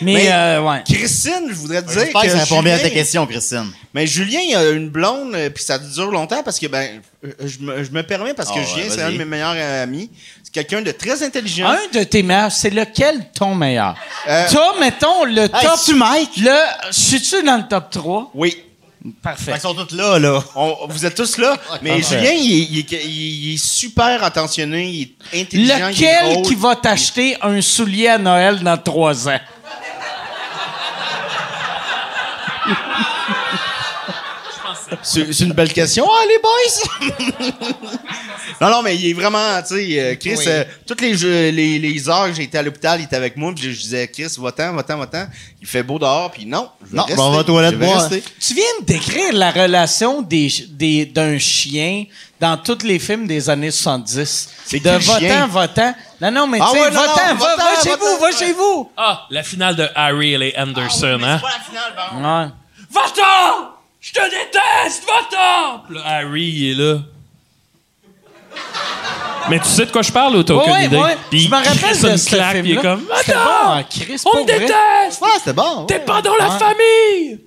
Mais,
Mais-
euh, ouais.
Christine, je voudrais te dire
J'espère
que
que ça répond bien à ta
Julien-
question, Christine.
Mais Julien, il a une blonde, euh, puis ça dure longtemps parce que, ben, euh, je me, je me permets parce que
Ah ouais,
Julien, c'est
vas-y.
un de mes meilleurs euh, amis. C'est quelqu'un de très intelligent.
Un de tes meilleurs, c'est lequel ton meilleur?
Euh,
Toi, mettons, le top.
Mike?
Le. Suis-tu dans le top 3?
Oui.
Fait
Parfait.
qu'ils sont tous là, là.
On- vous êtes tous là, mais Julien, il, est- il est- il est super attentionné, il est intelligent. il est
Lequel
drôle.
qui va t'acheter un soulier à Noël dans trois ans?
C'est c'est une belle question, hein, les boys?
[LAUGHS]
non, non, mais il est vraiment, tu sais, euh, Chris, euh, toutes les, jeux- les, les heures que j'étais à l'hôpital, il était avec moi, puis je, je disais, Chris, va-t'en, va-t'en, va-t'en. Il fait beau dehors, puis non, je vais
Non,
rester,
ben, on va aux toilettes
je vais
boire.
rester.
Tu viens de décrire la relation des, des- d'un chien dans tous les films des années 70.
C'est
de
quel
votant,
chien?
votant. Non, non, mais
Ah
tu sais,
ouais, non, non,
votant, va,
votant,
va chez
votant,
vous, va
ouais.
chez vous.
Ah, la finale de Harry et les
Ah
Anderson, hein?
la finale, ben.
Ouais.
Va-t'en! Je te déteste! Va-t'en! Puis là, Harry, il est là. Mais tu sais de quoi je parle ou t'as aucune
Ouais,
idée?
ouais.
Puis
Je
il
me rappelle
crisse
de
une
ce
claque, puis il est
film-là.
comme,
C'était
Attends!
bon, hein, Chris,
On
pour
me
vrai.
déteste!
Ouais, c'était bon. ouais.
T'es pas dans la famille!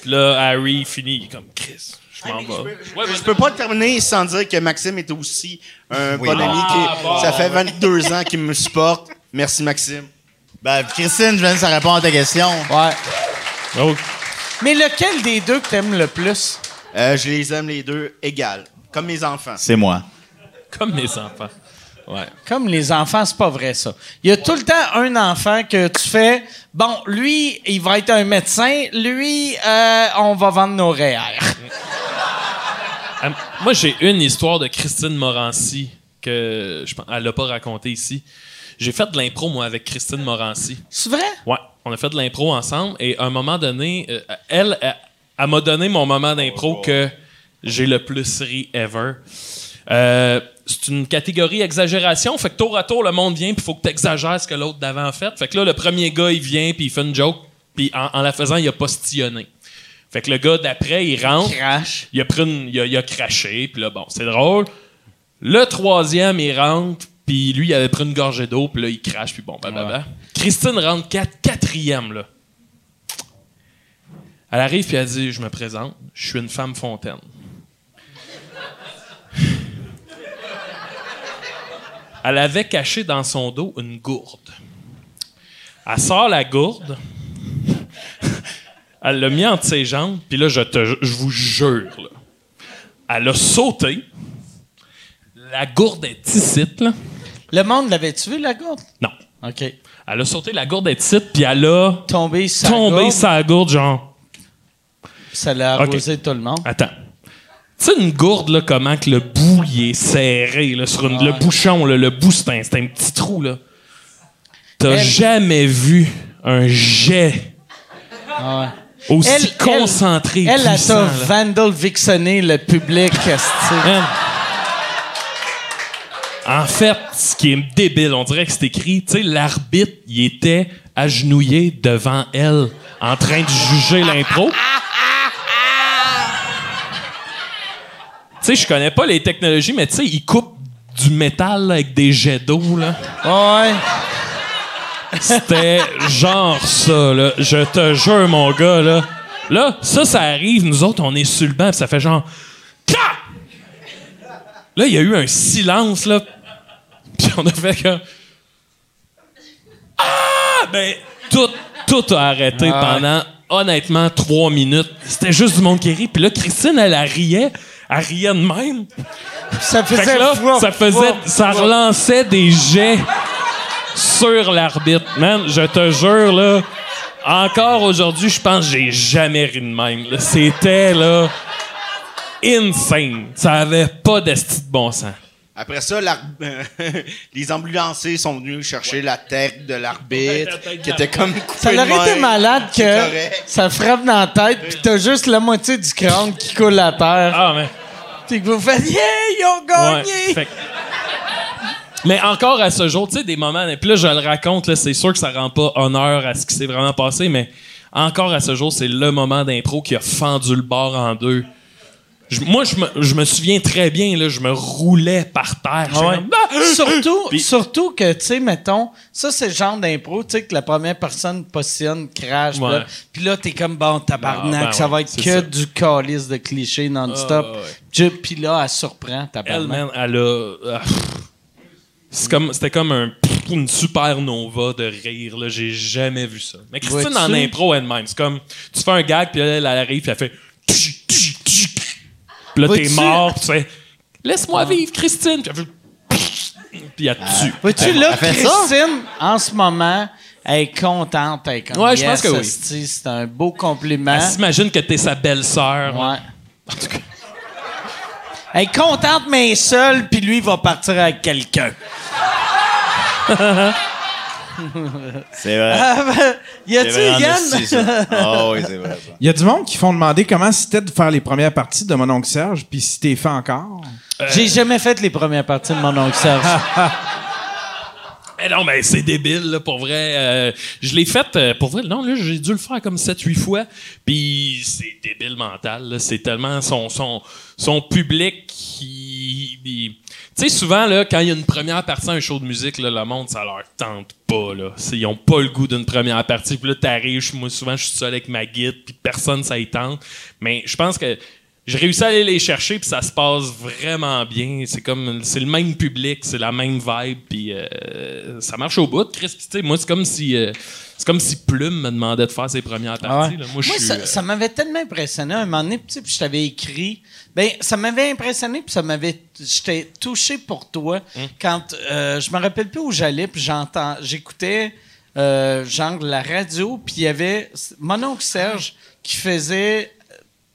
Puis là, Harry, il finit, il est comme, Chris, je m'en vais. Ouais,
Je peux pas le terminer sans dire que Maxime est aussi un
Oui.
bon ami.
Ah,
qui,
bon,
ça fait 22 ans qu'il me supporte. Merci, Maxime.
Ben, Christine, je viens de ça répondre à ta question.
Ouais.
Oh,
Mais lequel des deux que t'aimes le plus?
Euh, je les aime les deux égales, comme mes enfants.
C'est moi.
comme mes enfants. Ouais.
Comme les enfants, c'est pas vrai ça. Il y a tout le temps un enfant que tu fais. Bon, lui, il va être un médecin. Lui, euh, on va vendre nos E REER.
Euh, Moi, j'ai une histoire de Christine Morancy que je pense, elle l'a pas racontée ici. J'ai fait de l'impro, moi, avec Christine Morancy.
C'est vrai?
Ouais, on a fait de l'impro ensemble et à un moment donné, euh, elle, elle, elle m'a donné mon moment d'impro que j'ai le plus ri ever. Euh, c'est une catégorie exagération, fait que tour à tour, le monde vient, puis faut que t'exagères ce que l'autre d'avant a fait. Fait que là, le premier gars, il vient, puis il fait une joke, puis en, en la faisant, il a postillonné. Fait que le gars d'après, il
Oh.
rentre,
Crash.
il a, pris une- il a, il a craché, puis là, bon, c'est drôle. Le troisième, il rentre, puis lui, il avait pris une gorgée d'eau, puis là, il crache, puis bon, blablabla. Christine rentre quatre- quatrième, là. Elle arrive, puis elle dit Je me présente, je suis une femme fontaine. Elle avait caché dans son dos une gourde. Elle sort la gourde. Elle l'a mis entre ses jambes, puis là, je, te, je vous jure, là. elle a sauté. La gourde est ici, là.
Le monde l'avait-tu vu, la gourde?
Non.
OK.
Elle a sauté, la gourde est ici, puis elle a
Tombé sur la
tombé
gourde,
sa gourde, genre.
ça l'a
OK.
arrosé tout le monde.
Attends. Tu sais, une gourde, là, comment que le bout, il est serré, là, sur une- le bouchon, là, le bout, c'est un, c'est un petit trou, là. T'as
Elle-
jamais vu un jet aussi
Elle- elle-
concentré
Ah Elle, elle
puissant,
t'a
là. Hein?
vandal vixonné le
[LAUGHS]
public. esti.
Man. En fait, ce qui est débile, on dirait que c'est écrit, tu sais, l'arbitre, il était agenouillé devant elle, en train de juger l'impro. Tu sais, je connais pas les technologies, mais tu sais, il coupe du métal là, avec des jets d'eau, là.
ouais.
C'était genre ça, là. Je te jure, mon gars, là. Là, ça, ça arrive. Nous autres, on est sur le banc, pis ça fait genre... Clac! Là, il y a eu un silence, là. Puis on a fait que... Ah! Ben, tout, tout a arrêté
Ah
pendant, honnêtement, trois minutes. C'était juste du monde qui rit. Puis là, Christine, elle, elle riait. Elle riait de même.
Ça
Fait
faisait...
que là,
froid,
ça faisait...
froid,
Ça
froid.
relançait des jets sur l'arbitre. Man, je te jure, là, encore aujourd'hui, je pense que j'ai jamais ri de même. là. C'était, là, insane. Ça avait pas d'esti de bon sens.
Après ça, l'ar- [LAUGHS] les ambulanciers sont venus chercher la tête de l'arbitre, qui était comme coupée
Ça
de
aurait été
même.
malade
C'est
que
correct.
ça frappe dans la tête, puis t'as juste la moitié du crâne qui coule à terre.
Ah, mais...
Puis que vous faites « Yeah, ils ont gagné!
Ouais, fait que- Mais encore à ce jour, tu sais, des moments. Et puis là, je le raconte, là, c'est sûr que ça rend pas honneur à ce qui s'est vraiment passé, mais encore à ce jour, c'est le moment d'impro qui a fendu le bar en deux. Je- moi, je me, je me souviens très bien, là, je me roulais par terre. J'étais comme, Ah!
surtout,
Puis-
surtout que, tu sais, mettons, ça, c'est le genre d'impro, tu sais, que la première personne positionne, crache, pis
Ouais.
là, puis là, t'es comme, bon, tabarnak,
Ah, ben
ça va
ouais,
être
c'est
que
ça.
du calice de clichés non-stop.
Ah, ouais.
Je- Puis là, elle surprend,
Elle,
tabarnak.
man, elle a. ah, pff. C'est comme, c'était comme un, pff, une supernova de rire. Là. J'ai jamais vu ça. Mais Christine,
Vois-tu?
en impro elle-même, c'est comme tu fais un gag, puis elle, elle arrive, puis elle fait. Psh! Puis là, t'es
Vas-tu-
mort, puis tu fais Laisse-moi vivre, Christine. Puis elle fait, Puis elle te tue.
Vois-tu, là,
elle fait ça?
Christine, en ce moment, elle est contente. Elle est comme,
Ouais, je pense
yes,
que oui.
esti, C'est un beau compliment.
Elle s'imagine que t'es sa belle-sœur.
Ouais. Elle est contente, mais elle est seule, puis lui, il va partir avec quelqu'un.
C'est vrai.
y
C'est
a-tu,
vrai, en
Yann?
esti, ça. Ah oui, c'est vrai. ça.
Il y a du monde qui font demander comment c'était de faire les premières parties de Mon Oncle Serge, puis si t'es fait encore.
J'ai jamais fait les premières parties de mon oncle Serge.
Mais Eh non, mais c'est débile, là, pour vrai. Euh, je l'ai fait, euh, pour vrai, non, là, j'ai dû le faire comme 7-8 fois. Puis c'est débile mental, là. C'est tellement son, son, son public qui. il- Tu sais, souvent, là, quand il y a une première partie à un show de musique, là, le monde, ça leur tente pas, là. C'est- Ils ont pas le goût d'une première partie. Puis là, t'arrives, je- moi, souvent, je suis seul avec ma guide, puis personne, ça y tente. Mais je pense que j'ai réussi à aller les chercher puis ça se passe vraiment bien. C'est comme c'est le même public, c'est la même vibe puis euh, ça marche au bout. Chris, Puis, tu sais, moi c'est comme si euh, c'est comme si Plume me demandait de faire ses premières
Ah
parties. là. Moi je
Ah Moi,
suis
ça,
euh,
ça m'avait tellement impressionné un moment donné, tu sais, puis je t'avais écrit. Ben, ça m'avait impressionné, puis ça m'avait. J'étais touché pour toi
Hein?
quand euh, je me rappelle plus où j'allais, puis j'entends, j'écoutais euh, genre la radio, puis il y avait mon oncle Serge qui faisait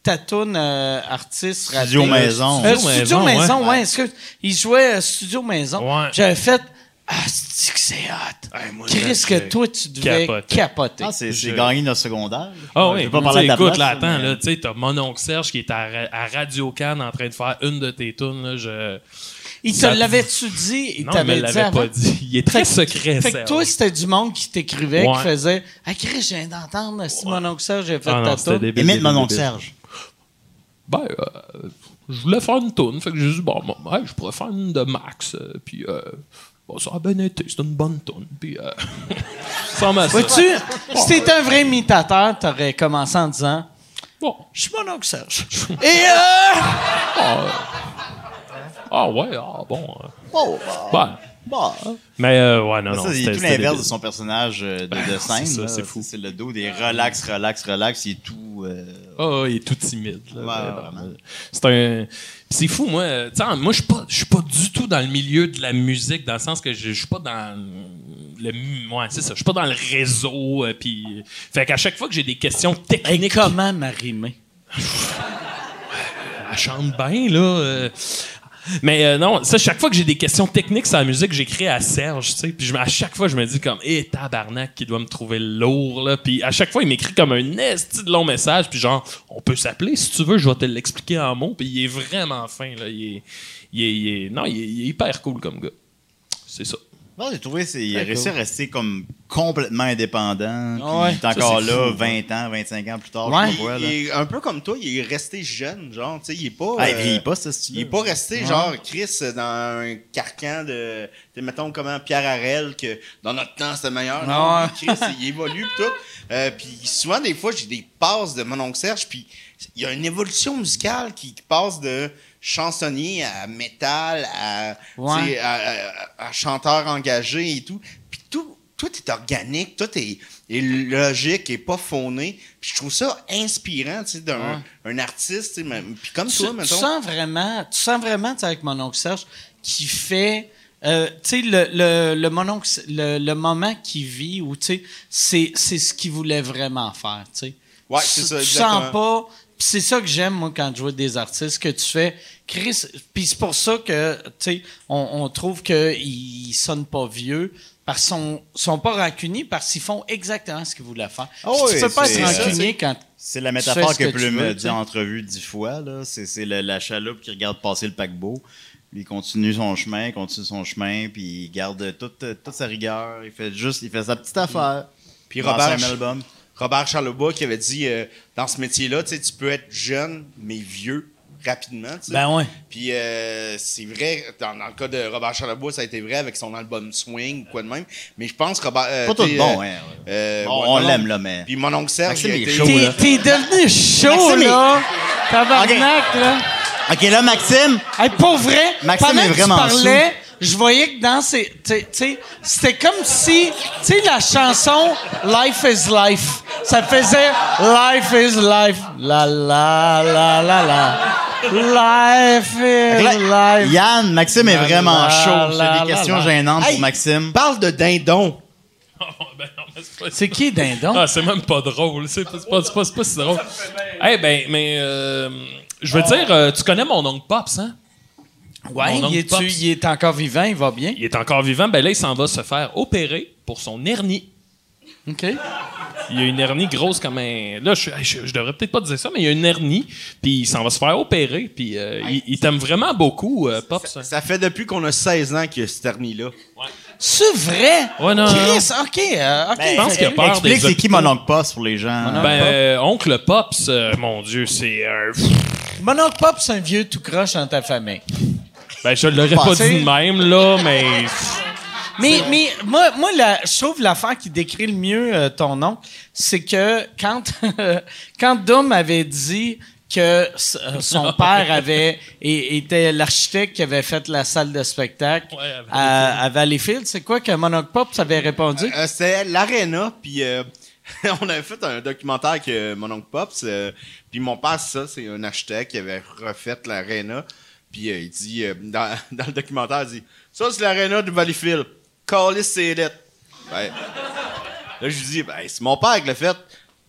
Tatoune artiste
Studio
raté.
Maison.
Euh,
Studio
studio
Maison,
Maison,
ouais.
ouais. excuse. Il jouait euh, Studio Maison.
Ouais.
J'avais fait. Ah, c'est que c'est hot.
Hey, moi,
Chris, que
j'ai
toi, tu devais
capoté.
capoter.
Ah, c'est
Je-
c'est gagné notre secondaire.
Ah
Je
oui,
vais pas parler
tu
de
sais,
ta
écoute,
place,
là, attends,
mais-
là, tu sais, t'as mon oncle Serge qui est à, Ra- à Radio Cannes en train de faire une de tes tunes, là, je...
Il te
Ça-
l'avait-tu dit? Il
Non, il me
t'avait dit
l'avait
avant?
pas dit. Il est très secret,
Fait que
Serge.
toi, c'était du monde qui t'écrivait,
Ouais.
qui faisait « Ah, Chris, je viens d'entendre si mon oncle Serge j'ai fait
Ah non,
ta
c'était
toune.
débile,
Émile,
débile,
mon oncle
débile.
Serge.
ben, euh, je voulais faire une toune. Fait que j'ai dit, bon, moi, hey, je pourrais faire une de Max. euh, puis, euh, bon, ça a bien été. C'est une bonne toune. Puis, euh, [LAUGHS] ça m'a ça.
Vois-tu, si t'étais un vrai imitateur, t'aurais commencé en disant
Bon,
« Je suis mon oncle Serge. »
[LAUGHS]
Et euh...
ah, euh, ah ouais, ah bon. euh,
Oh,
ben,
bah.
mais, euh, ouais, non, non.
ça, c'est
c'était-
tout
c'était
l'inverse de
débile.
son personnage euh, de, de
c'est
scène.
ça,
là.
c'est fou.
C'est le dos des relax, relax, relax. Il est tout. euh,
Ah, ouais, il est tout timide. là.
Ouais,
Mais
ouais,
non,
vraiment.
mais C'est un. Pis C'est fou, moi. euh, tu sais, moi, je suis pas, je suis pas du tout dans le milieu de la musique, dans le sens que je je suis pas dans le. mu- Ouais, c'est ça. Je suis pas dans le réseau. euh, puis, fait qu'à chaque fois que j'ai des questions
Et
techniques,
comment
[LAUGHS]
m'arrimer?
elle chante bien, là. euh. mais euh, non, ça, chaque fois que j'ai des questions techniques sur la musique, j'écris à Serge, tu sais. Puis je me- à chaque fois, je me dis comme, hé, tabarnak, qui doit me trouver lourd, là. Puis à chaque fois, il m'écrit comme un esti de long message. Puis genre, on peut s'appeler si tu veux, je vais te l'expliquer en mots. Puis il est vraiment fin, là. Il est, il est- il est- non, il est, il est hyper cool comme gars. C'est ça. [LAUGHS]
Non, bah, j'ai trouvé c'est- il a réussi à rester comme complètement indépendant. puis
ouais.
Il est encore
c'est
là 20 ans, 25 ans plus tard.
Ouais.
Je sais pas quoi, là.
Il est un peu comme toi, il est resté jeune, genre, tu sais, il est pas.
Ah, il
euh,
vieillit pas, ça, si tu
Il est
veux.
pas resté, genre, Chris, euh, dans un carcan de, de, mettons, comment, Pierre Harel, que dans notre temps, c'était meilleur. Non,
Ouais.
Chris, il évolue, pis tout. Euh, puis souvent, des fois, j'ai des passes de mon oncle Serge, puis il y a une évolution musicale qui passe de chansonnier à métal, à,
Ouais.
tu sais, à, à- à chanteur engagé et tout. Puis tout, tout est organique, tout est, est logique et pas fauné. Puis je trouve ça inspirant, tu sais, d'un un artiste, tu sais, même- puis comme
tu,
toi,
tu
mettons.
sens vraiment, tu sens vraiment, tu sais, avec mon oncle Serge, qui fait, euh, tu sais, le, le, le, mon oncle- le, le moment qu'il vit, où, tu sais, c'est, c'est ce qu'il voulait vraiment faire, tu sais.
Ouais,
Tu-
c'est ça,
Tu
exactement.
sens pas, pis c'est ça que j'aime, moi, quand je vois des artistes, que tu fais, Chris, puis c'est pour ça que, tu sais, on, on trouve qu'ils sonnent pas vieux, parce qu'ils sont, sont pas rancuniers, parce qu'ils font exactement ce qu'ils voulaient faire.
Ah
Pis tu
oui,
peux pas
c'est-
être rancunier quand...
C'est la
Tu
métaphore
fais ce
que,
que tu
Plume
veux,
a
tu
dit
sais.
en entrevue dix fois. là. C'est c'est la, la chaloupe qui regarde passer le paquebot. Il continue son chemin, il continue son chemin, puis il garde toute, toute sa rigueur. Il fait juste, il fait sa petite affaire.
Puis
Dans
Robert,
son album.
Robert Charlebois qui avait dit euh, dans ce métier-là, tu sais, tu peux être jeune mais vieux rapidement. tu sais.
Ben ouais.
Puis euh, c'est vrai, dans, dans le cas de Robert Charlebois, ça a été vrai avec son album Swing ou quoi de même. Mais je pense que Robert. euh,
Pas tout
t'es,
bon,
euh,
hein.
euh,
Bon,
ouais,
on
non,
l'aime,
non.
là, mais.
Puis mon oncle Serge,
Maxime,
il a
il est
été-
chaud,
T'es,
là.
t'es devenu chaud,
Maxime, il-
là! Tabarnak, là!
Ok, là, Maxime,
Hey, pour vrai,
Maxime
pendant
est
que tu
vraiment
parlais, je voyais que dans ces... tu sais, C'était comme si... Tu sais, la chanson « Life is life », ça faisait « Life is life ». La la la la la. Life
Fait
is
que là,
life.
Yann, Maxime est
La,
vraiment
la,
chaud.
la,
C'est des
la,
questions
la.
gênantes
Hey.
pour Maxime.
Parle de dindon.
Ben non, mais c'est pas ça.
C'est qui, Dindon?
Ah, c'est même pas drôle. C'est pas, c'est pas, c'est pas- c'est pas si drôle. Eh ben, mais euh, je veux dire, euh, tu connais mon oncle Pops, hein?
Ouais,
Mon oncle
il est,
Pops.
il est encore vivant, il va bien.
Il est encore vivant. Ben là, il s'en va se faire opérer pour son hernie.
OK.
Il a une hernie grosse comme un. Là, je, je, je devrais peut-être pas dire ça, mais il a une hernie, puis il s'en va se faire opérer, puis euh, il, il t'aime vraiment beaucoup, euh, Pops.
Ça fait depuis qu'on a 16 ans que cette hernie-là.
C'est vrai?
Ouais, non, non, non.
Chris, OK. euh, OK.
Je pense qu'il a peur
Explique
des
Ben, c'est qui
hôpitaux.
mon oncle passe pour les gens.
Ben, euh, oncle Pops, euh, mon Dieu, c'est. un...
Mon oncle Pop, c'est un vieux tout croche dans ta famille.
ben, je l'aurais pas
Pensez-
dit de même, là, mais.
Mais, mais moi, moi la, je trouve l'affaire qui décrit le mieux euh, ton oncle, c'est que quand, [LAUGHS] quand Dom avait dit que s- euh,
[LAUGHS]
son père avait é- était l'architecte qui avait fait la salle de spectacle
Ouais,
à,
à
à Valleyfield, c'est quoi que Monoc Pop avait répondu?
Euh, C'était l'Arena, puis euh, [LAUGHS] on avait fait un documentaire avec euh, mon oncle Pops, euh, puis mon père, c'est ça, c'est un architecte qui avait refait l'Arena, puis euh, il dit, euh, [LAUGHS] dans, dans le documentaire, il dit « Ça, c'est l'Arena de Valleyfield. Callis, c'est lettres. Ben, Là, je lui dis ben, « C'est mon père qui l'a fait.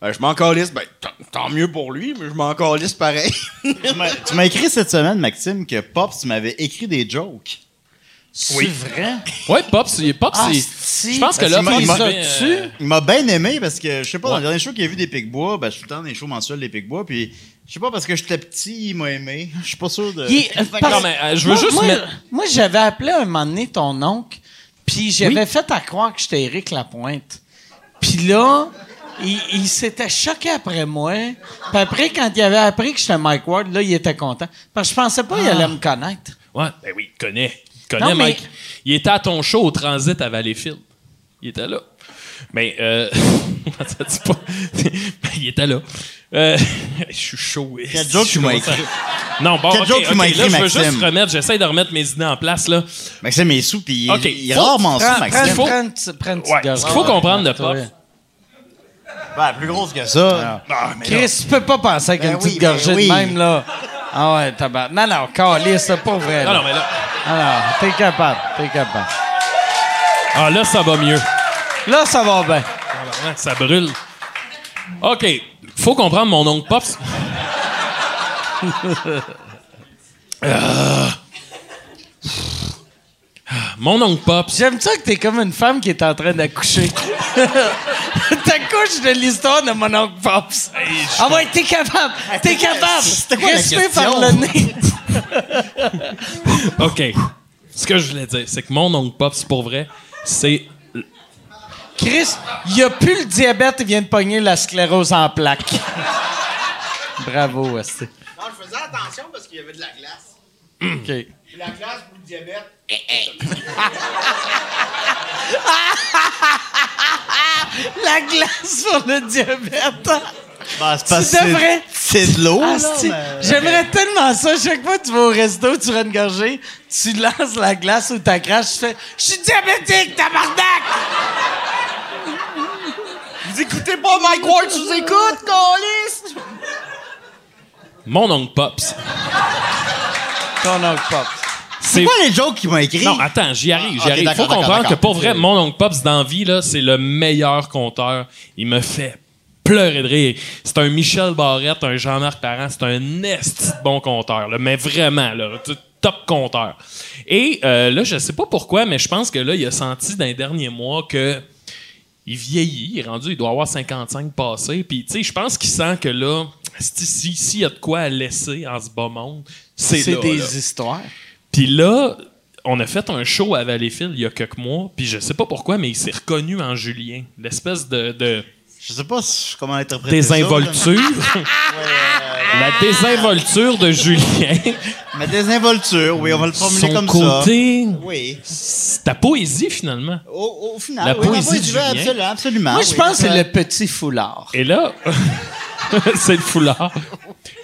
Ben, je m'en calisse. Ben, tant- tant mieux pour lui, mais je m'en calisse [LAUGHS] pareil.
Tu m'as- tu m'as écrit cette semaine, Maxime, que Pops, tu m'avais écrit des jokes.
C'est vrai?
Ouais, Pops, il est Pops,
Ah,
il-
si.
Je pense que
Il
là,
Ah,
m'a-
Pops,
il m'a-
ben, euh,
Il m'a bien aimé parce que, je sais pas, dans
Ouais.
le dernier show qu'il a vu des Picbois, ben, je suis tout le temps dans les shows mensuels des Picbois, puis je sais pas, parce que j'étais petit, il m'a aimé. [LAUGHS] Je suis pas sûr de.
Il- euh,
Fait que-
parce-
Non, mais, euh, je veux
moi,
juste
moi,
mettre-
moi, j'avais appelé un moment donné ton oncle, puis j'avais fait à croire que j'étais Éric Lapointe. Puis là, il, il s'était choqué après moi. Puis après, quand il avait appris que j'étais Mike Ward, là, il était content. Parce que je pensais pas qu'il
Ah.
allait me connaître.
Ouais, ben oui, il connaît. Il connaît,
Non, mais-
Mike. Il était à ton show au transit à Valleyfield. Il était là. Mais, euh. [LAUGHS] ça dit pas. [LAUGHS] Ben, il était là. Euh, [LAUGHS] je suis chaud. eh,
Quel joke
Je
tu m'as
commence à-
écrit.
Non, bon,
Quel
ok,
joke tu
ok,
m'as
là,
écrit,
je veux
Maxime.
juste remettre, j'essaie de remettre mes idées en place, là.
Maxime est sous, puis il-
Ok.
il, est
Faut-
rarement sous,
Prends, prends,
Maxime.
Ah, faut-
prends une petite- prends une petite
Ouais,
gorgée.
ce qu'il faut comprendre de
Toi.
Pop.
Ben, plus grosse que ça.
Ah, Chris, tu peux pas penser qu'une
Ben
petite
oui, ben
gorgée
oui.
de même, là. Ah ouais, tabac. Non, non, calé, c'est pas vrai.
Non,
là.
Ah non, mais là.
Alors, t'es capable, t'es capable.
Ah, là, ça va mieux.
Là, ça va bien.
Tabarnak, Hein, Ça brûle. OK. Faut comprendre mon oncle Pops. [LAUGHS] Ah. Ah, Mon oncle Pops.
J'aime ça que t'es comme une femme qui est en train d'accoucher. [LAUGHS] T'accouches de l'histoire de mon oncle Pops. ah ouais, t'es capable. Ah, T'es capable.
C'était quoi la
Respect
question?
par le nez.
OK. Ce que je voulais dire, c'est que mon oncle Pops, pour vrai, c'est.
Chris, il a plus le diabète, il vient de pogner la sclérose en plaques. Bravo, Asti.
Non, je faisais attention parce qu'il y avait de la glace.
OK.
La glace pour le diabète.
La glace pour le diabète.
Ben, c'est parce
Tu
que c'est-
devrais.
C'est de l'eau,
Asti, Ah, J'aimerais tellement ça. Chaque fois que tu vas au resto, tu vas une gorgée, tu lances la glace ou ta crache, tu fais « Je suis diabétique, tabarnak! »
Vous écoutez pas Mike Ward, je vous écoute, câlisse!
Mon oncle Pops.
Ton oncle Pop.
C'est
C'est.
quoi les jokes qu'il m'a écrit?
Non, hein. attends, j'y arrive, j'y
Ah, ok,
arrive.
d'accord,
Faut
d'accord,
comprendre que
d'accord.
pour vrai, mon oncle Pops dans vie, là, c'est le meilleur conteur. Il me fait pleurer de rire. C'est un Michel Barrette, un Jean-Marc Parent, c'est un esti de bon conteur, là, mais vraiment, là, tu- top conteur. Et euh, là, je sais pas pourquoi, mais je pense que là, il a senti dans les derniers mois que il vieillit, il est rendu, il doit avoir 55 passés. Puis, tu sais, je pense qu'il sent que là, si- si- s'il y a de quoi à laisser en ce bas monde, c'est
C'est
là,
des
là.
histoires.
Puis là, on a fait un show à Valleyfield il y a quelques mois, puis je sais pas pourquoi, mais il s'est reconnu en Julien. L'espèce de, de
Je sais pas si- comment interpréter ça. là.
désinvolture. La désinvolture de Julien.
Mais désinvolture, oui, on va le formuler
Son
comme
côté.
ça. Oui.
c'est Ta poésie, finalement.
Au, au final,
La
oui,
poésie
oui,
du
veux,
lien.
absolument, absolument.
Ah
Moi, je
oui,
pense que
ça-
c'est le petit foulard.
Et là, [LAUGHS] c'est le foulard.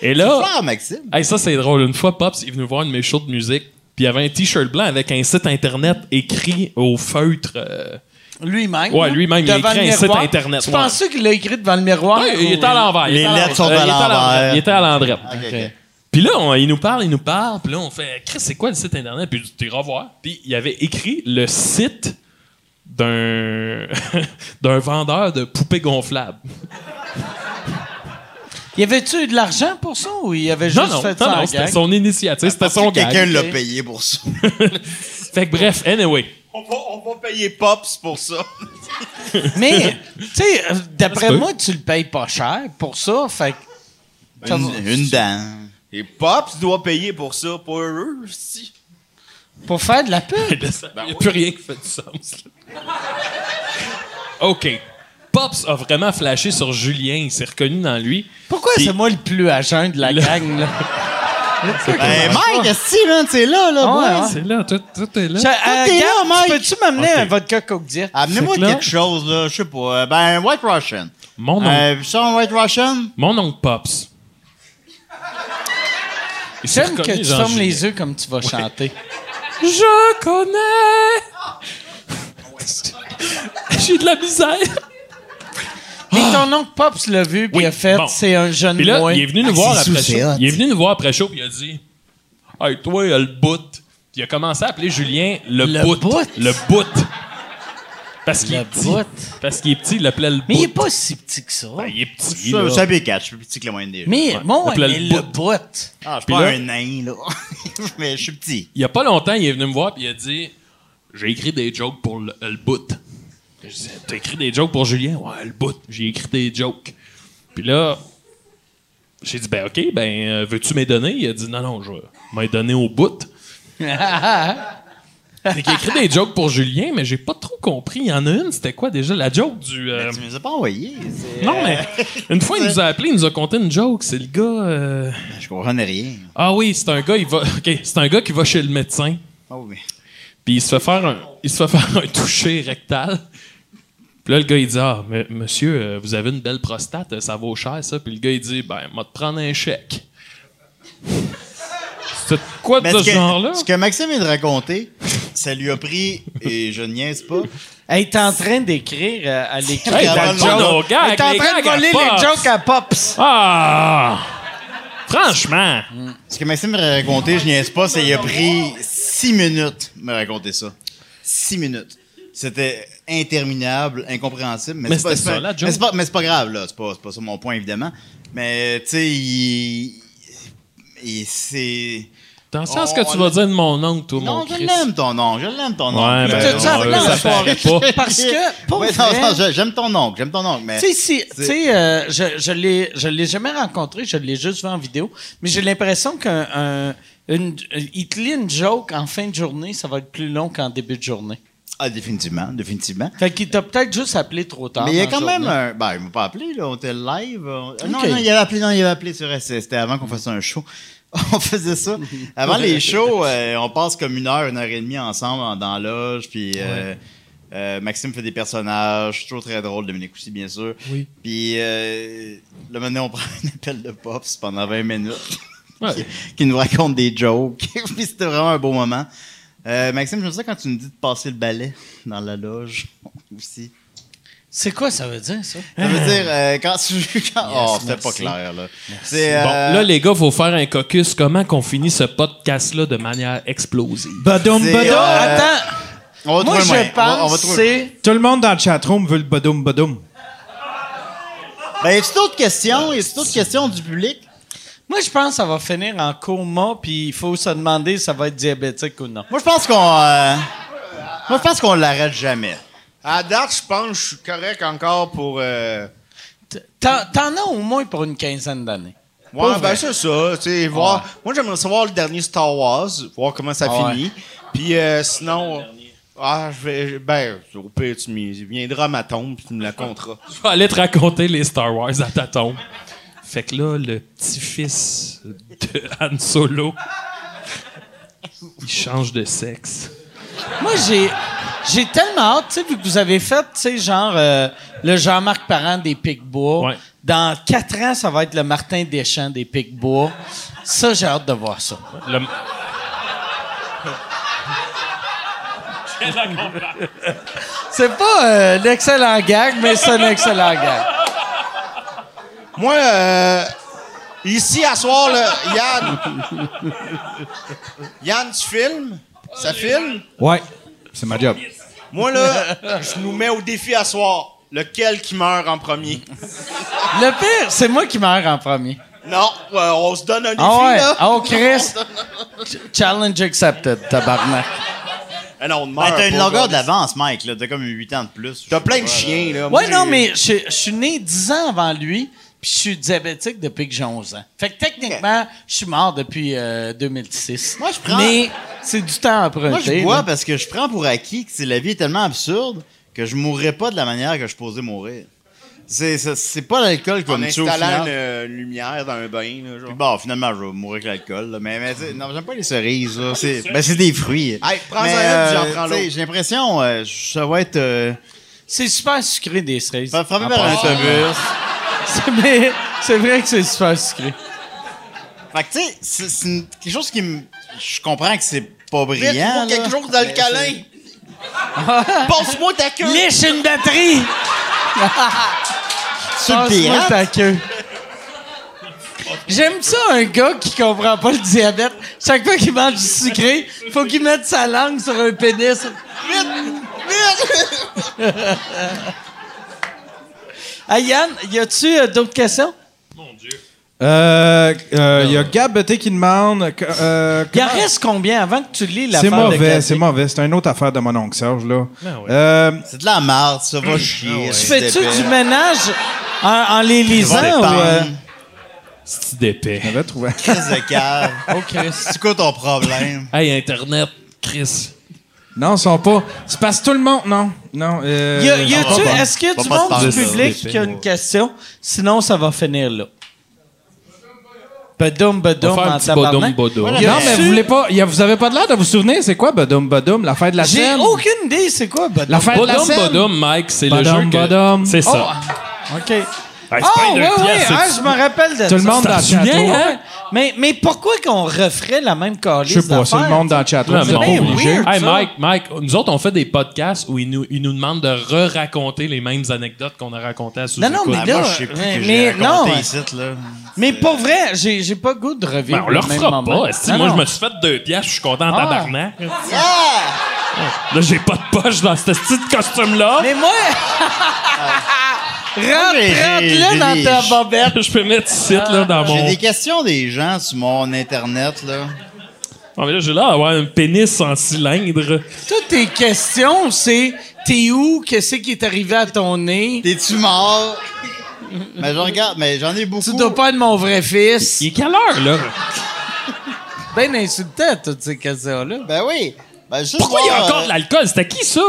Et là.
Ah!
Fort, Maxime.
Hey, ça, c'est drôle. Une fois, Pops, il est venu voir une de mes shows de musique, puis il avait un t-shirt blanc avec un site internet écrit au feutre. euh,
Lui-même. là,
Ouais, lui-même, il
devant
écrit
le
un site
miroir.
Internet,
Tu
ouais.
penses qu'il l'a écrit devant le miroir?
Ouais, Ah, il
ou-
était à l'envers. il
Les
était à
lettres sont
l'envers.
à
Euh, il était à
l'envers.
Il était à l'endrette.
Ah, OK, OK.
OK.
Puis là, on- il nous parle, il nous parle. Puis là, on fait Chris, c'est quoi le site internet? Puis tu iras voir. Puis il avait écrit le site d'un [LAUGHS] d'un vendeur de poupées gonflables.
Y avait-tu eu de l'argent pour ça ou il avait juste
non, non,
fait
non,
ça en
non,
gang?
c'était son initiative, c'était
Parce que
son
Quelqu'un
gag.
l'a payé pour ça.
Fait que bref, anyway.
On va, payer Pops pour ça.
[LAUGHS]
Mais, tu sais, euh,
Ça
d'après
se peut.
moi, tu le payes pas cher pour ça. Fait que.
Une, une dent.
Et Pops doit payer pour ça, pas eux, si.
Pour faire de la pub.
Il [LAUGHS] n'y a plus rien qui fait du sens. là. OK. Pops a vraiment flashé sur Julien. Il s'est reconnu dans lui.
Pourquoi
Puis-
c'est moi le plus agent de la
Le-
gang, là?
[LAUGHS]
Hey, Ben, Mike, est-ce man, c'est là, là,
Ah ouais,
boy.
hein?
C'est là, tout, tout est là.
Je- euh,
t'es là,
Gab,
Mike.
tu peux-tu m'amener
Ok. Ah,
un vodka Coke Diet?
Amenez-moi
Fait que là-
quelque chose, là, je sais pas. Ben, White Russian.
Mon oncle,
Euh, ça, un White Russian?
mon oncle Pops. Il s'est
J'aime que
reconnu
tu
dans
fermes
Julien.
les yeux comme tu vas chanter.
Je connais. J'ai de la misère.
Mais ton oncle Pops l'a vu, puis
Oui,
il a fait,
bon.
c'est un jeune
Puis là,
moins.
il est venu
Ah,
nous voir
c'est
après
sous,
show.
c'est hot.
Il est venu nous voir après show, puis il a dit Hey, toi, le bout. Puis il a commencé à appeler Julien le,
Le
bout.
bout?
Le bout. Parce qu'il
Le
est petit.
bout.
Parce qu'il est petit, il l'appelait le bout.
Mais il est pas si petit que ça.
Ben, il est petit.
Ça,
là.
ça pique, je suis plus petit que le moyen des gens.
mais bon,
Il
mais
appelait le
le bout.
Ah, je suis
Puis
pas
là-
un nain, là. [LAUGHS] Mais je suis petit.
Il y a pas longtemps, il est venu me voir, puis il a dit J'ai écrit des jokes pour le, le bout. Je disais T'as écrit des jokes pour Julien Ouais, le bout. J'ai écrit des jokes. Puis là, j'ai dit Ben, OK, ben, euh, veux-tu m'y donner Il a dit Non, non, je vais m'y donner au bout. Fait qu'il a écrit des jokes pour Julien, mais j'ai pas trop compris. Il y en a une, c'était quoi déjà La joke du. euh,
Tu me les as pas envoyés. c'est-
Non, mais une fois, il nous a appelé, il nous a conté une joke. C'est le gars. euh,
Ben, Je comprenais rien.
Ah oui, c'est un gars, il va. [LAUGHS] OK, c'est un gars qui va chez le médecin.
Oh, mais...
Puis il se fait faire un, il se fait faire un [LAUGHS] toucher rectal. Puis là, le gars, il dit Ah, mais, monsieur, euh, vous avez une belle prostate, euh, ça vaut cher, ça. Puis le gars, il dit Ben, m'a te prendre un chèque. [LAUGHS] C'est quoi de
Mais
ce
ce, que,
genre-là
ce que Maxime vient de raconter, ça lui a pris, et je niaise pas,
Elle est en train d'écrire euh,
[LAUGHS]
à l'écrit.
Hey,
que-
dans le
Oh,
joke,
non,
nos
Elle
gags,
est en
les
train de
gags à
voler les
Pops.
jokes à Pops.
Ah Franchement
ce que Maxime m'a raconté, je niaise pas, c'est il a pris six minutes de me raconter ça. Six minutes. C'était interminable, incompréhensible. Mais,
Mais
c'est pas,
c'était
c'est pas-
ça, la joke.
mais c'est pas, mais c'est pas grave, là. C'est pas, c'est pas ça mon point, évidemment. Mais, tu sais, il. il- c'est.
Attention à ce
Oh,
que tu
on
vas
a-
dire de mon oncle, toi, mon
Non, je
Oh, Chris.
l'aime ton nom, je l'aime ton nom.
Ouais, ben,
T'as-tu
on-
appelé en
ça
soirée?
paraît pas.
Parce que, pour
Ouais,
vrai,
non, non, je- j'aime ton oncle, j'aime ton oncle, mais.
Tu sais, si- tu sais, euh, je, je l'ai, je l'ai jamais rencontré, je l'ai juste vu en vidéo, mais j'ai l'impression qu'un, un- une, il te lit une joke en fin de journée, ça va être plus long qu'en début de journée.
Ah, définitivement, définitivement.
Fait qu'il t'a peut-être juste appelé trop tard.
Mais il y a
dans la
quand même
journée.
un. Ben, il m'a pas appelé, là. On était live. on- Ah, Non,
Ok.
non, il avait appelé, non, il avait appelé, c'est vrai. c'est- C'était avant qu'on fasse un show. [LAUGHS] On faisait ça. Avant les shows, euh, on passe comme une heure, une heure et demie ensemble en- dans la loge. Puis euh, euh, Maxime fait des personnages. Toujours très drôle, Dominique aussi, bien sûr.
Oui.
Puis euh, là, maintenant, on [LAUGHS] prend un appel de Pops pendant 20 minutes.
Ouais.
qui, qui nous raconte des jokes. [LAUGHS] Puis c'était vraiment un beau moment. Euh, Maxime, j'aime ça quand tu nous dis de passer le balai dans la loge [LAUGHS] aussi.
C'est quoi ça veut dire, ça? [LAUGHS]
Ça veut dire, euh, quand tu. quand- oh, c'était pas
merci.
clair, là. C'est,
Bon,
euh,
là, les gars, faut faire un caucus. Comment qu'on finit ce podcast-là de manière explosive?
Badoum,
C'est,
badoum.
euh,
Attends,
on va
moi
trouver le moyen.
je
On va- on va
pense
trouver-
c'est...
Tout le monde dans le chatroom veut le badoum, badoum.
Ben, y a-tu d'autres questions? Y a-tu d'autres questions du public?
Moi je pense que ça va finir en coma, puis il faut se demander si ça va être diabétique ou non.
Moi, je pense qu'on. euh, moi, je pense qu'on l'arrête jamais.
À date, je pense que je suis correct encore pour. euh,
T- T'en, t'en as au moins pour une quinzaine d'années.
Ouais,
Pas vrai.
ben c'est ça. Tu sais, voir. Moi, j'aimerais savoir le dernier Star Wars, voir comment ça
Ah ouais.
finit. Puis euh, sinon. Ah, je vais. Ben, au pire, tu m'y- tu viendras à ma tombe puis tu me la conteras.
[LAUGHS] Je vais aller te raconter les Star Wars à ta tombe. Fait que là, le petit-fils de Han Solo, il change de sexe.
Moi, j'ai, j'ai tellement hâte, tu sais, vu que vous avez fait, tu sais, genre, euh, le Jean-Marc Parent des Picbois.
Ouais.
Dans quatre ans, ça va être le Martin Deschamps des Picbois. Ça, j'ai hâte de voir ça.
Le...
C'est pas euh, l'excellent gag, mais c'est un excellent gag.
Moi, euh, Ici, à soir, là, Yann. Yann, tu filmes? Ça filme?
Ouais.
C'est ma job.
Moi, là, je nous mets au défi à soir. Lequel qui meurt en premier?
Le pire, c'est moi qui meurs en premier.
Non, euh, on se donne un défi,
Ah ouais.
là.
Oh, Chris. Ch- [LAUGHS] Challenge accepted, tabarnak.
Ah non, on meurt.
Ben, t'as une
pas,
longueur
gars.
d'avance, Mike. là. T'as comme 8 ans de plus.
T'as plein de chiens, là. Moi,
Ouais, non,
j'ai-
mais je je suis né 10 ans avant lui, puis je suis diabétique depuis que j'ai 11 ans. Fait que techniquement, je suis mort depuis euh, 2006.
Moi, je prends-
Mais c'est du temps emprunté.
Moi, je bois
là.
parce que je prends pour acquis que c'est- la vie est tellement absurde que je mourrais pas de la manière que je posais mourir. C'est, c'est, c'est pas l'alcool qui va
En
me tuer au
installant
final.
une euh, lumière dans un bain, là, genre.
Puis Bon, finalement, je vais mourir avec l'alcool. là. Mais, mais tu sais, non, j'aime pas les cerises. Là. C'est, ben, c'est des fruits.
Hey, prends-en
Mais,
une, puis j'en
euh,
prends
tu sais,
l'autre.
J'ai l'impression euh, ça va être euh,
C'est super sucré des cerises.
fra- frappé
En
par un
passant.
autobus.
C'est- [LAUGHS] mais c'est vrai que c'est super sucré.
Fait que, tu sais, c'est, c'est une- quelque chose qui me. Je comprends que c'est pas
Vite,
brillant. là.
faut quelque chose dans le
Mais
câlin. Passe-moi ta queue.
Liche une [LAUGHS] batterie!
c'est- Sur le
Passe-moi
pirate.
ta queue. J'aime ça, un gars qui comprend pas le diabète. Chaque fois qu'il mange du sucré, faut qu'il mette sa langue sur un pénis. Hey, Yann, y a-tu euh, d'autres questions?
Mon Dieu.
Euh,
Ben
euh, Il y a Gab Betté qui demande. que- euh,
Il en
comment-
reste combien avant que tu lis la
C'est mauvais,
de Ben
c'est mauvais. C'est une autre affaire de mon oncle Serge, là.
Ah ouais.
Euh,
C'est de la marde, ça
Mmh.
va
Ah
chier.
Tu
c'est
fais-tu
épais.
du ménage en, en les lisant
Ça
ou.
dépend.
euh,
C'est d'épais.
j'avais trouvé.
Crise de
[LAUGHS]
cave.
Oh,
C'est quoi ton problème?
Hey, Internet, Chris.
[LAUGHS] Non, ils sont pas. C'est parce que tout le monde. Non, non. euh,
Y a- y a-tu-
on va pas-
Est-ce qu'il y
on
a
va
du
pas se
monde du
parler de ça.
public qui a une question? Sinon, ça va finir là. Badoum,
On
badoum,
va faire
en
un petit bodum
tabarnak.
bodum.
Voilà.
Non,
y
mais
a-tu-
vous voulez pas. y a- vous avez pas de l'air de vous souvenir, c'est quoi, Badum Badum, la fête de la
J'ai
scène?
aucune idée, c'est quoi badoum?
La fête de la
Bodum
scène?
bodum, Mike, c'est le jeu
Badum,
que...
badum.
C'est ça.
Oh, OK. Ah,
Hey, c'est pas une
ouais,
pièce,
ouais,
c'est-
hein, je me rappelle de
Tout le
ça.
monde dans le
C'est un
chat-room.
souvenir, hein?
Ouais. Mais, mais pourquoi qu'on referait la même calice
Je sais pas, c'est le
d'affaires?
monde dans le chat.
Non,
vous êtes
mais
pas
non.
obligés.
ben weird,
Hey,
ça.
Mike, Mike, nous autres, on fait des podcasts où ils nous, ils nous demandent de re-raconter les mêmes anecdotes qu'on a racontées à sous
Non, non, mais
Ah,
là,
moi, je sais plus
mais-
que
mais
j'ai raconté
non.
ici, là.
Mais pour vrai, j'ai j'ai pas goût de revivre
Ben, on leur
le même
fera
moment.
pas. esti.
Non,
moi, je
non.
me suis fait deux pièces, je suis content en
Ah.
tabarnak. Là, j'ai pas de poche dans ce petit costume-là.
Mais moi... [LAUGHS]
j'ai-
Rentre-le
j'ai
dans
des-
ta bobette.
Je peux mettre ici, là, dans
J'ai
mon...
des questions des gens sur mon Internet, là.
Ah, mais là, j'ai l'air d'avoir un pénis en cylindre.
Toutes tes questions, c'est t'es où, qu'est-ce qui est arrivé à ton nez,
T'es-tu mort? mais je regarde, mais j'en ai beaucoup.
tu dois pas être mon vrai fils.
Il est quelle heure, là?
Ben insultant, toutes ces questions-là.
Ben oui. Ben, juste
Pourquoi il y a
voir,
encore
euh,
de l'alcool? C'était qui, ça?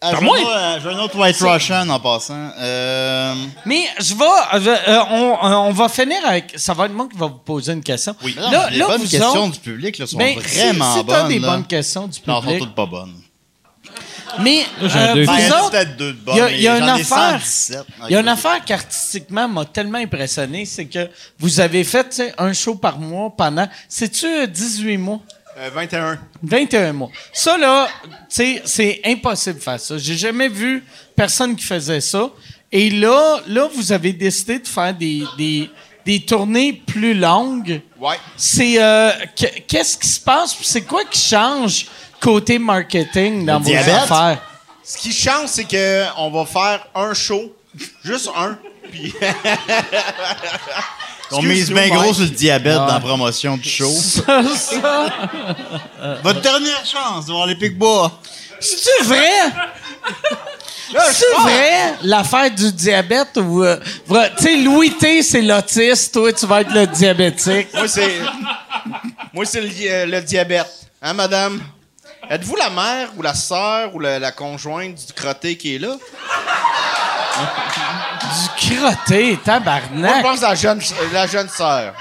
ah, j'ai
T'as moins?
un- J'ai un autre White Russian en passant. Euh,
Mais je vais, euh, euh, on, euh, on va finir avec, ça va être moi qui va vous poser une question.
oui. Non, les bonnes questions du public là, sont
ben, si-
vraiment
si, t'as
bonnes.
des
là.
bonnes questions du
Non, elles sont
public.
toutes pas bonnes.
mais
j'ai
euh,
un deux.
vous
Ben, il y en a
autres,
peut-être deux de bonnes.
Il y a-
mais
il y a
j'en
une
ai Ah,
affaire.
117.
Il y a une
Ok.
affaire qu'artistiquement m'a tellement impressionné, c'est que vous avez fait tu sais, un show par mois pendant, sais-tu, euh, 18 mois?
Euh, 21.
21 mois. Ça, là, tu sais, c'est impossible de faire ça. J'ai jamais vu personne qui faisait ça. Et là, là, vous avez décidé de faire des, des, des tournées plus longues.
Ouais.
C'est euh, que- qu'est-ce qui se passe? Puis C'est quoi qui change côté marketing dans vos
diabète?
affaires?
Ce qui change, c'est que on va faire un show, juste un, puis
On mise
Excuse-nous,
bien gros
Mike.
sur le diabète dans la promotion du show.
Ça, ça.
Votre dernière chance de voir les Pic-Bois.
C'est vrai? C'est vrai l'affaire du diabète ou euh, vra- tu sais Louis T c'est l'autiste, toi tu vas être le diabétique.
moi c'est moi c'est le, di- euh, le diabète, hein madame. Êtes-vous la mère ou la sœur ou la, la conjointe du crotté qui est là?
Du crotté,
Moi, je
tabarnak.
pense à la jeune, la jeune sœur.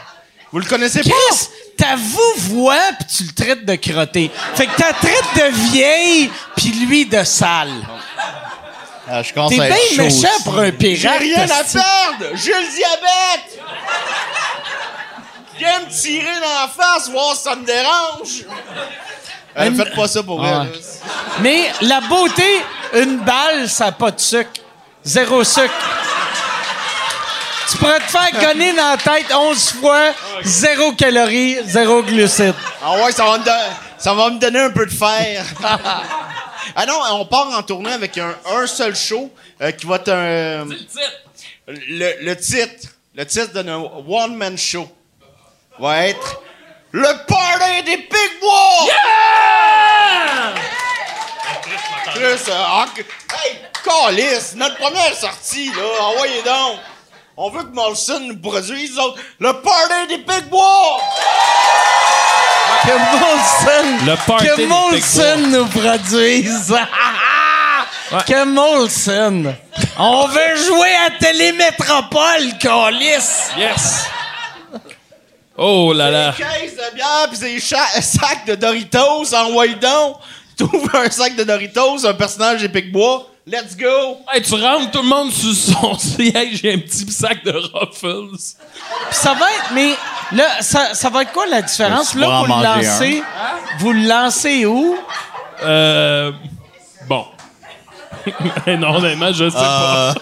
Vous le connaissez pas?
Chris, t'avoues voix puis tu le traites de crotté. Fait que t'as traites de vieille puis lui de sale.
Ah, je commence
T'es
à
bien
être chaud
méchant
aussi.
pour un pirate.
J'ai rien à
t'as-
perdre! J'ai le diabète! Viens me tirer dans la face, voir si ça me dérange! Euh,
Même-
faites pas ça pour
Ah.
vrai.
Mais la beauté, une balle, ça a pas de sucre. Zéro sucre. Tu pourrais te faire gonner dans la tête 11 fois, zéro calories, zéro glucides.
Ah ouais, ça va, me don- ça va me donner un peu de fer. ah non, on part en tournée avec un, un seul show euh, qui va être un...
Le titre.
Le, le titre. Le titre d'un one-man show va être Le Party des Big Walls! Chris, euh, ah, que- hey, calice, notre première sortie, là, envoyez donc. On veut que Molson nous produise, nous autres, le party des Big Bois!
Que Molson,
Le party
que
des
Molson nous produise. [LAUGHS] Que Molson. On veut jouer à Télémétropole, Colis.
Yes! Oh là là!
Caisse de bière pis des cha- [LAUGHS] sacs de Doritos, envoyez donc. Trouve un sac de Doritos, un personnage des Big Bois, let's go!
Hey, tu rentres tout le [LAUGHS] monde sur son siège et un petit sac de Ruffles.
Ça va être, mais là, ça, ça va être quoi la différence?
Je vais
Là,
en
vous le
manger
lancez, vous le lancez où?
Euh. Bon. [LAUGHS] Mais non, honnêtement, je sais pas.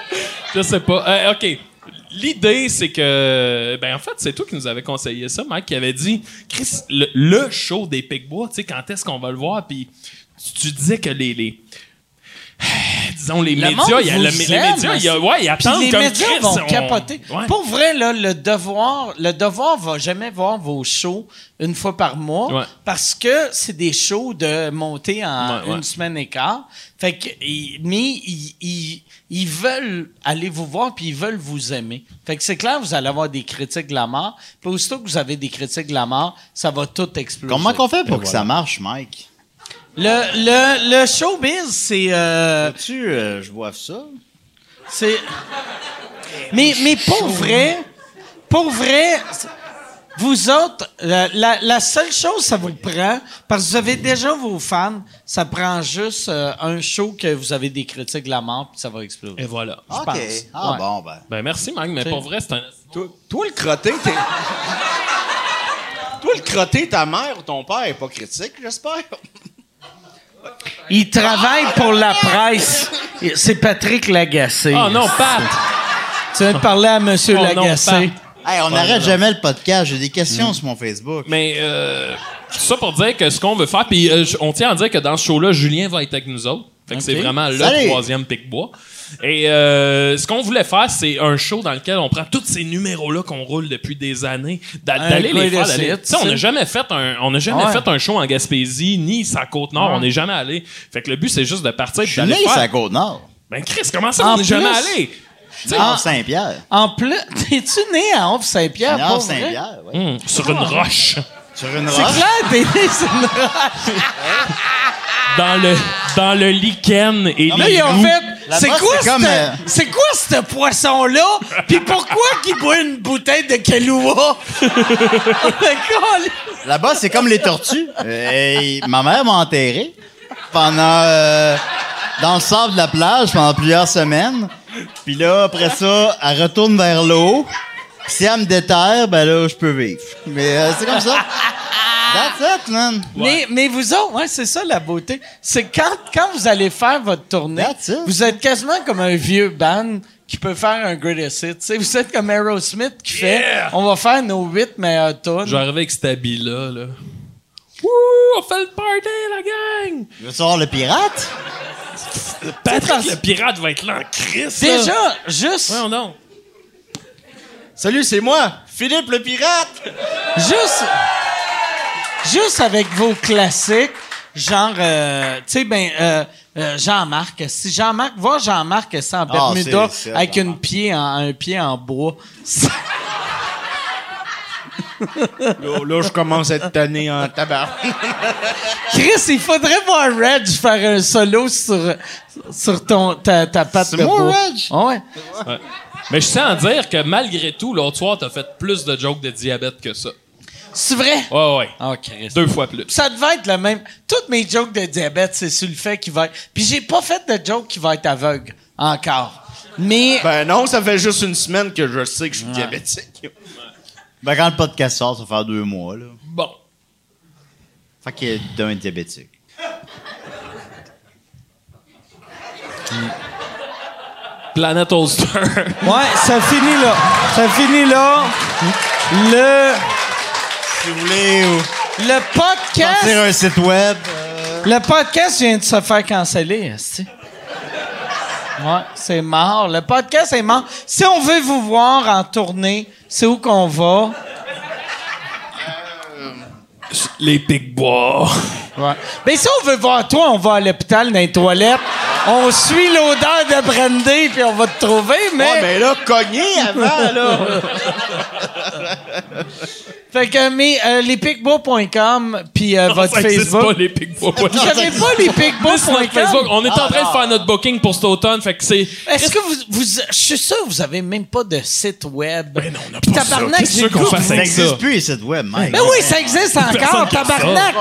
[LAUGHS] je sais pas. Euh, OK. L'idée, c'est que. Ben, en fait, c'est toi qui nous avais conseillé ça, Mike, qui avait dit Chris, le, le show des Picbois, tu sais, quand est-ce qu'on va le voir? Puis tu, tu disais que les. les- [SIGHS] disons, les
Le
médias,
monde
il y a-
vous
le- les
aime, hein,
médias, il y a- ouais, ils
Puis
attendent
les
comme
médias
Chris,
vont
on-
capoter.
Ouais.
Pour vrai, là, le devoir, le devoir va jamais voir vos shows une fois par mois
Ouais.
parce que c'est des shows de montée en
Ouais, ouais.
une semaine et quart. Fait que, ils- mais ils, ils- ils veulent aller vous voir puis ils veulent vous aimer. Fait que c'est clair, vous allez avoir des critiques de la mort. Puis aussitôt que vous avez des critiques de la mort, ça va tout exploser.
Comment qu'on fait pour que ça marche, Mike?
Le, le, le showbiz, c'est... euh,
Tu, euh, je vois ça.
C'est. Mais, mais pour vrai, pour vrai, vous autres, la, la- la seule chose ça vous prend, parce que vous avez déjà vos fans, ça prend juste euh, un show que vous avez des critiques de la mort, puis ça va exploser.
Et voilà.
OK.
pense.
Ah
Ouais.
bon, ben.
Ben, merci, Mike, mais
C'est-
pour vrai, c'est un.
Toi, toi, le crotté, t'es. toi, le crotté, ta mère ou ton père est pas critique, j'espère.
Il travaille pour la presse. C'est Patrick Lagacé.
Oh non, Pat!
Tu viens de parler à M.
Oh non,
Lagacé.
Pat.
Hey, on n'arrête jamais le podcast. J'ai des questions sur mon Facebook.
Mais euh, tout ça pour dire que ce qu'on veut faire, puis euh, je- on tient à dire que dans ce show-là, Julien va être avec nous autres. Fait que c'est
Ok.
vraiment le
Salut.
troisième pic-bois. Et euh, ce qu'on voulait faire, c'est un show dans lequel on prend tous ces numéros-là qu'on roule depuis des années, d'a-
Un
d'aller les faire.
greatest
d'aller-
hits.
Tu sais, on n'a jamais fait un, on n'a jamais
Ouais.
fait un show en Gaspésie ni sa côte nord. On n'est jamais allé. Fait que le but, c'est juste de partir.
Je
puis
suis
d'aller
né
faire.
sur la Côte-Nord.
Ben Chris, comment ça,
En
on n'est jamais
plus-
allé
Je suis né à Saint-Pierre.
En plus, [LAUGHS] t'es-tu né à Honf-Saint-Pierre?
Nord
Ah, pour vrai?
Saint-Pierre, ouais.
Hum, sur une roche
Sur une
C'est
roche.
clair, t'es né sur une roche.
dans le dans le lichen et
Là,
les
ils ont
loups.
fait.
La
C'est
brosse,
quoi,
c'est comme,
ce-
euh,
c'est quoi ce poisson-là? Puis pourquoi qu'il boit une bouteille de Kahlua? [LAUGHS] Colle-
Là-bas, c'est comme les tortues. Euh, hey, ma mère m'a enterré pendant. euh, dans le sable de la plage pendant plusieurs semaines. Puis là, après ça, elle retourne vers l'eau. Puis si elle me déterre, ben là, je peux vivre. Mais euh, c'est comme ça. That's it, man.
mais, mais vous autres, ouais, c'est ça la beauté. C'est quand, quand vous allez faire votre tournée,
That's it.
vous êtes quasiment comme un vieux band qui peut faire un greatest hit. Tu sais, vous êtes comme Aerosmith qui fait
Yeah!
on va faire nos huit meilleurs tunes.
Je vais arriver avec cet habit-là, là. Wouh! On fait le party, la gang!
Je veux savoir le pirate.
Patrick le pirate va être là en crise, là.
Déjà, juste,
Ouais, non.
Salut, c'est moi, Philippe le pirate.
Juste, juste avec vos classiques, genre, euh, tu sais, ben, euh, euh, Jean-Marc, si Jean-Marc, voir Jean-Marc ça en Bermuda
Ah, c'est- c'est
avec une pied en, un pied en bois. [LAUGHS] C'est-
Là, là, je commence à être tanné en tabac.
Chris, il faudrait voir Reg faire un solo sur, sur ton, ta, ta patte
C'est
de
moi,
bois.
Reg?
Ah ouais.
Ouais. Mais je sens dire que malgré tout, l'autre soir, t'as fait plus de jokes de diabète que ça.
C'est vrai?
Ouais, ouais.
Ah, Chris.
Deux fois plus.
Ça devait être le même. Toutes mes jokes de diabète, c'est sur le fait qu'il va être... Puis j'ai pas fait de joke qui va être aveugle, encore. Mais...
Ben non, ça fait juste une semaine que je sais que je suis diabétique.
Ben quand le podcast sort, ça va faire deux mois, là.
Bon.
Fait qu'il y a d'un diabétique.
[LAUGHS]
Planet Holster.
Ouais, ça finit là. Ça finit là. Le,
Si vous voulez ou
le
sortir
podcast.
un site web. euh,
Le podcast vient de se faire canceller, esti. Ouais, c'est mort. Le podcast est mort. Si on veut vous voir en tournée, c'est où qu'on va?
Euh, Les Big Bois.
Ouais. Ben, si on veut voir toi, on va à l'hôpital dans les toilettes. On suit l'odeur de brandy, puis on va te trouver, mais...
Ouais, mais ben là, cogner avant, là.
Fait que, mais euh, lespicbois.com, puis euh, votre
[LAUGHS] ça existe
Facebook...
pas, les Big Bois.
Vous savez pas
[LAUGHS] C'est notre Facebook.
lespicbois.com?
On est en
ah.
train de faire notre booking pour cet automne, fait que c'est.
Est-ce que vous, vous... Je suis sûr que vous avez même pas de site web.
Ben non, on n'a
Puis
pas ça.
tabarnak,
Qu'est-ce
j'ai le
que qu'on
goût
fasse
que vous-
Ça
avec ça?
n'existe plus, les sites web, Mike.
Ben oui, ça existe encore,
Personne qui a ça.
tabarnak!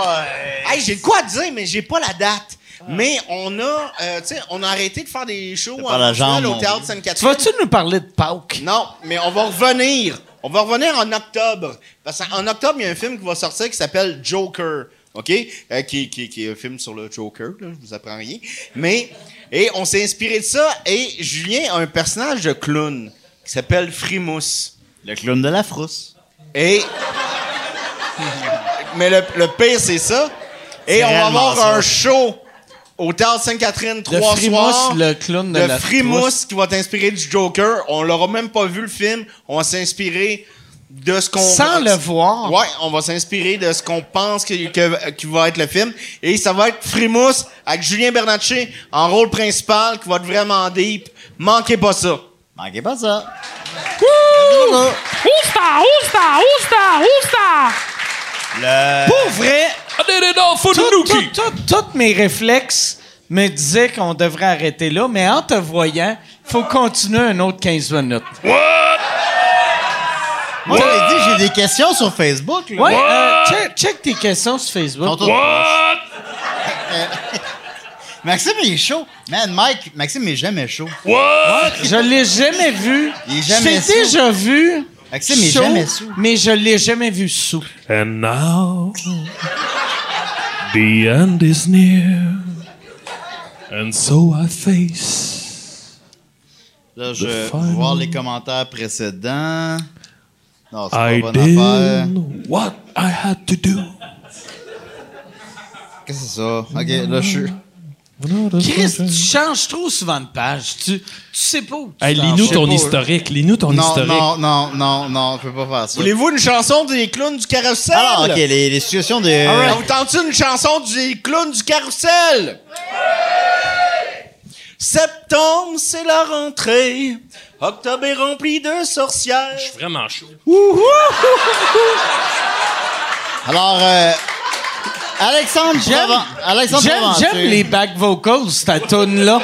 Hey, j'ai de quoi te dire, mais j'ai pas la date. Mais on a, euh, tu sais, on a arrêté de faire des shows
pas la jambe,
national au
mon
Théâtre
Dieu.
Tu
Sainte-Catherine.
vas-tu nous parler de Pauk?
Non, mais on va revenir. On va revenir en octobre. Parce qu'en octobre, il y a un film qui va sortir qui s'appelle Joker. OK? Euh, qui, qui- qui est un film sur le Joker, là, je vous apprends rien. Mais, et on s'est inspiré de ça. Et Julien a un personnage de clown qui s'appelle Frimousse.
Le clown de la frousse.
Et. Mais le, le pire, c'est ça. Et on va
réellement
avoir
ça.
un show au Théâtre Sainte-Catherine, trois
Frimousse,
soirs.
le clown de
Le
la
Frimousse
trousse.
qui va t'inspirer du Joker. On l'aura même pas vu le film. On va s'inspirer de ce qu'on.
Sans le voir.
Ouais, on va s'inspirer de ce qu'on pense que, que- qui va être le film. Et ça va être Frimousse avec Julien Bernatchez en rôle principal qui va être vraiment deep. Manquez pas ça.
Manquez pas ça.
Euh, Pour vrai,
Ah, Adélédon
tout-
Fununuki.
tout- tout- tous mes réflexes me disaient qu'on devrait arrêter là, mais en te voyant, faut continuer un autre 15 minutes.
Moi, j'avais dit, j'ai des questions sur Facebook. Là.
Ouais, euh, check, check tes questions sur Facebook.
Tantôt- [LAUGHS] Maxime, il est chaud. Man, Mike, Maxime est jamais chaud.
Je l'ai jamais vu.
Il est
Je
jamais
l'ai
sous.
déjà vu.
Maxime est
chaud,
jamais sous.
Mais je l'ai jamais vu sous.
And now, the end is near. And so I face.
Là, je vais
final.
voir les commentaires précédents. Non, c'est
I
pas bonne
Ben.
affaire.
did what I had to do.
Qu'est-ce que c'est ça? OK, là, je suis...
Chris, tu changes trop souvent de page. Tu, tu sais pas où tu
Hey,
t'en
lis-nous
vas.
ton historique. Lis-nous ton
Non,
historique.
non, non, non, non, je peux pas faire ça.
Voulez-vous une chanson des clowns du carrousel?
Alors, Ah, OK, les, les situations de...
Alright. Euh, On vous tente une chanson du clown du carrousel? Septembre, c'est la rentrée. Octobre est rempli de sorcières.
Je suis vraiment chaud.
Alors, euh, Alexandre
J'aime-
Proven... Alexandre
J'aime,
Provencher.
j'aime les back vocals, cette tune-là.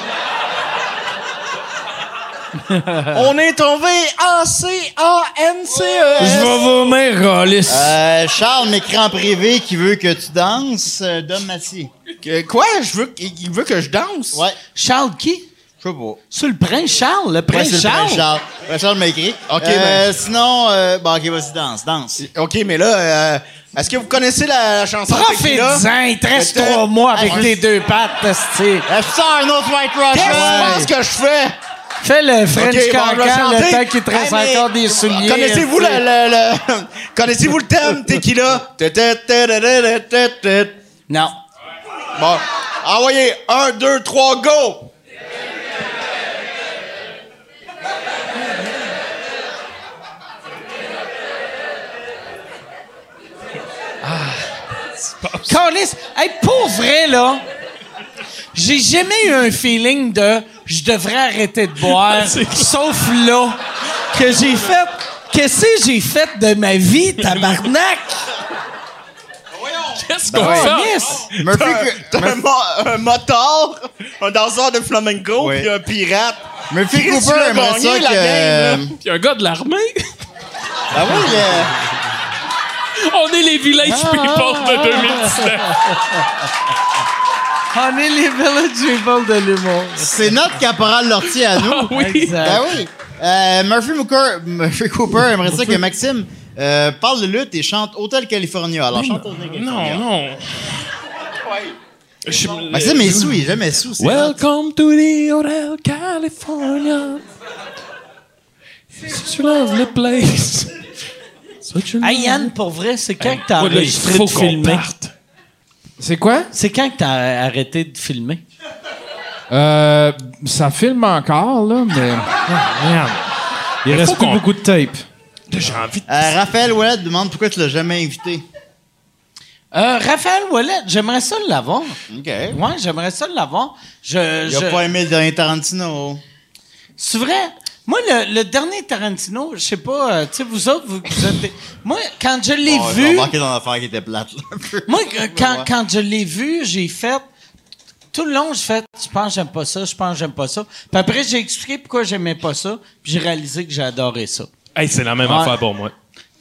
Euh,
On est tombé A-C-A-N-C-E-S.
vomir, Rollis.
Euh, Charles m'écrit en privé qui veut que tu danses. euh, Dom Massy.
Que- Quoi? Je veux, qu- il veut que je danse?
Ouais,
Charles qui?
je sais pas.
Sur le prince Charles, le
Ouais,
prince
c'est le
Charles.
prince Charles. Prince Charles m'a écrit.
Ok,
Euh, Sinon, euh, bon, ok, vas-y, danse, danse.
OK, mais là, euh, est-ce que vous connaissez la, la chanson Tequila?
Profite-en, il te reste
Peut-être-
trois mois avec
Hey,
tes deux pattes, esti.
Euh, je sors un autre White
Qu'est-ce que
Russian.
tu penses que je fais?
Fais le French
Ok, bon, on
cancan
va chanter.
le temps qu'il te reste
Hey, mais
encore des souliers.
Connaissez-vous
esti.
le, le- le- connaissez-vous le thème Tequila? Tut, tut, tut, tut, tut, tut, tut.
Non.
[LAUGHS] Bon. Envoyez. Un, deux, trois, go!
Calice, hey, pour vrai, là, j'ai jamais eu un feeling de je devrais arrêter de
[LAUGHS]
boire, sauf là, que j'ai fait. Qu'est-ce que j'ai fait de ma vie, tabarnak? Oh,
Qu'est-ce
ben
qu'on
Calice!
Murphy,
[LAUGHS] T'as un, mo- un motard, un danseur de flamenco,
Ouais.
puis un pirate.
Murphy
Chris, tu
Cooper
l'as
aimerait ça
gagné, la
que...
game,
fait? Puis un gars de l'armée? [LAUGHS]
Ah oui, euh,
On est les village
Ah!
people de 2019.
On est les village people de l'humour.
c'est notre caporal Lortie à
[LAUGHS]
nous.
Oui.
Ben
Exact.
oui. Euh, Murphy, Mooker- Murphy Cooper aimerait ça que Maxime euh, parle de lutte et chante Hotel California. Alors, chante Hotel California.
Non, non. Je-
Maxime est sous, il est jamais sous. c'est hot.
Welcome to the Hotel California. Such a lovely place. Such a
Hey, Yann, pour vrai, c'est quand que t'as
Ouais, là, il
enregistré
faut
de
qu'on
filmer?
parte.
C'est quoi?
C'est quand que t'as arrêté de filmer?
Euh, ça filme encore, là, mais.
Ah, Il reste
faut
plus
qu'on-
beaucoup de tape.
J'ai envie de...
Euh, Raphaël Ouellet demande pourquoi tu l'as jamais invité.
Euh, Raphaël Ouellet, j'aimerais ça l'avoir.
OK.
Ouais, j'aimerais ça l'avoir. Je,
Il a
je-
pas aimé le dernier Tarantino.
C'est vrai? Moi, le, le dernier Tarantino, je sais pas, euh, tu sais, vous autres, vous, vous êtes... des- Moi, quand je l'ai
Oh, J'ai
vu...
remarqué dans l'affaire qui était plate. là, un peu.
Moi, que- quand,
Ouais.
quand je l'ai vu, j'ai fait. Tout le long, j'ai fait, je pense que j'aime pas ça, je pense que j'aime pas ça. Puis après, j'ai expliqué pourquoi j'aimais pas ça, puis j'ai réalisé que j'ai adoré ça.
Hey, c'est la même
Ouais.
affaire pour moi.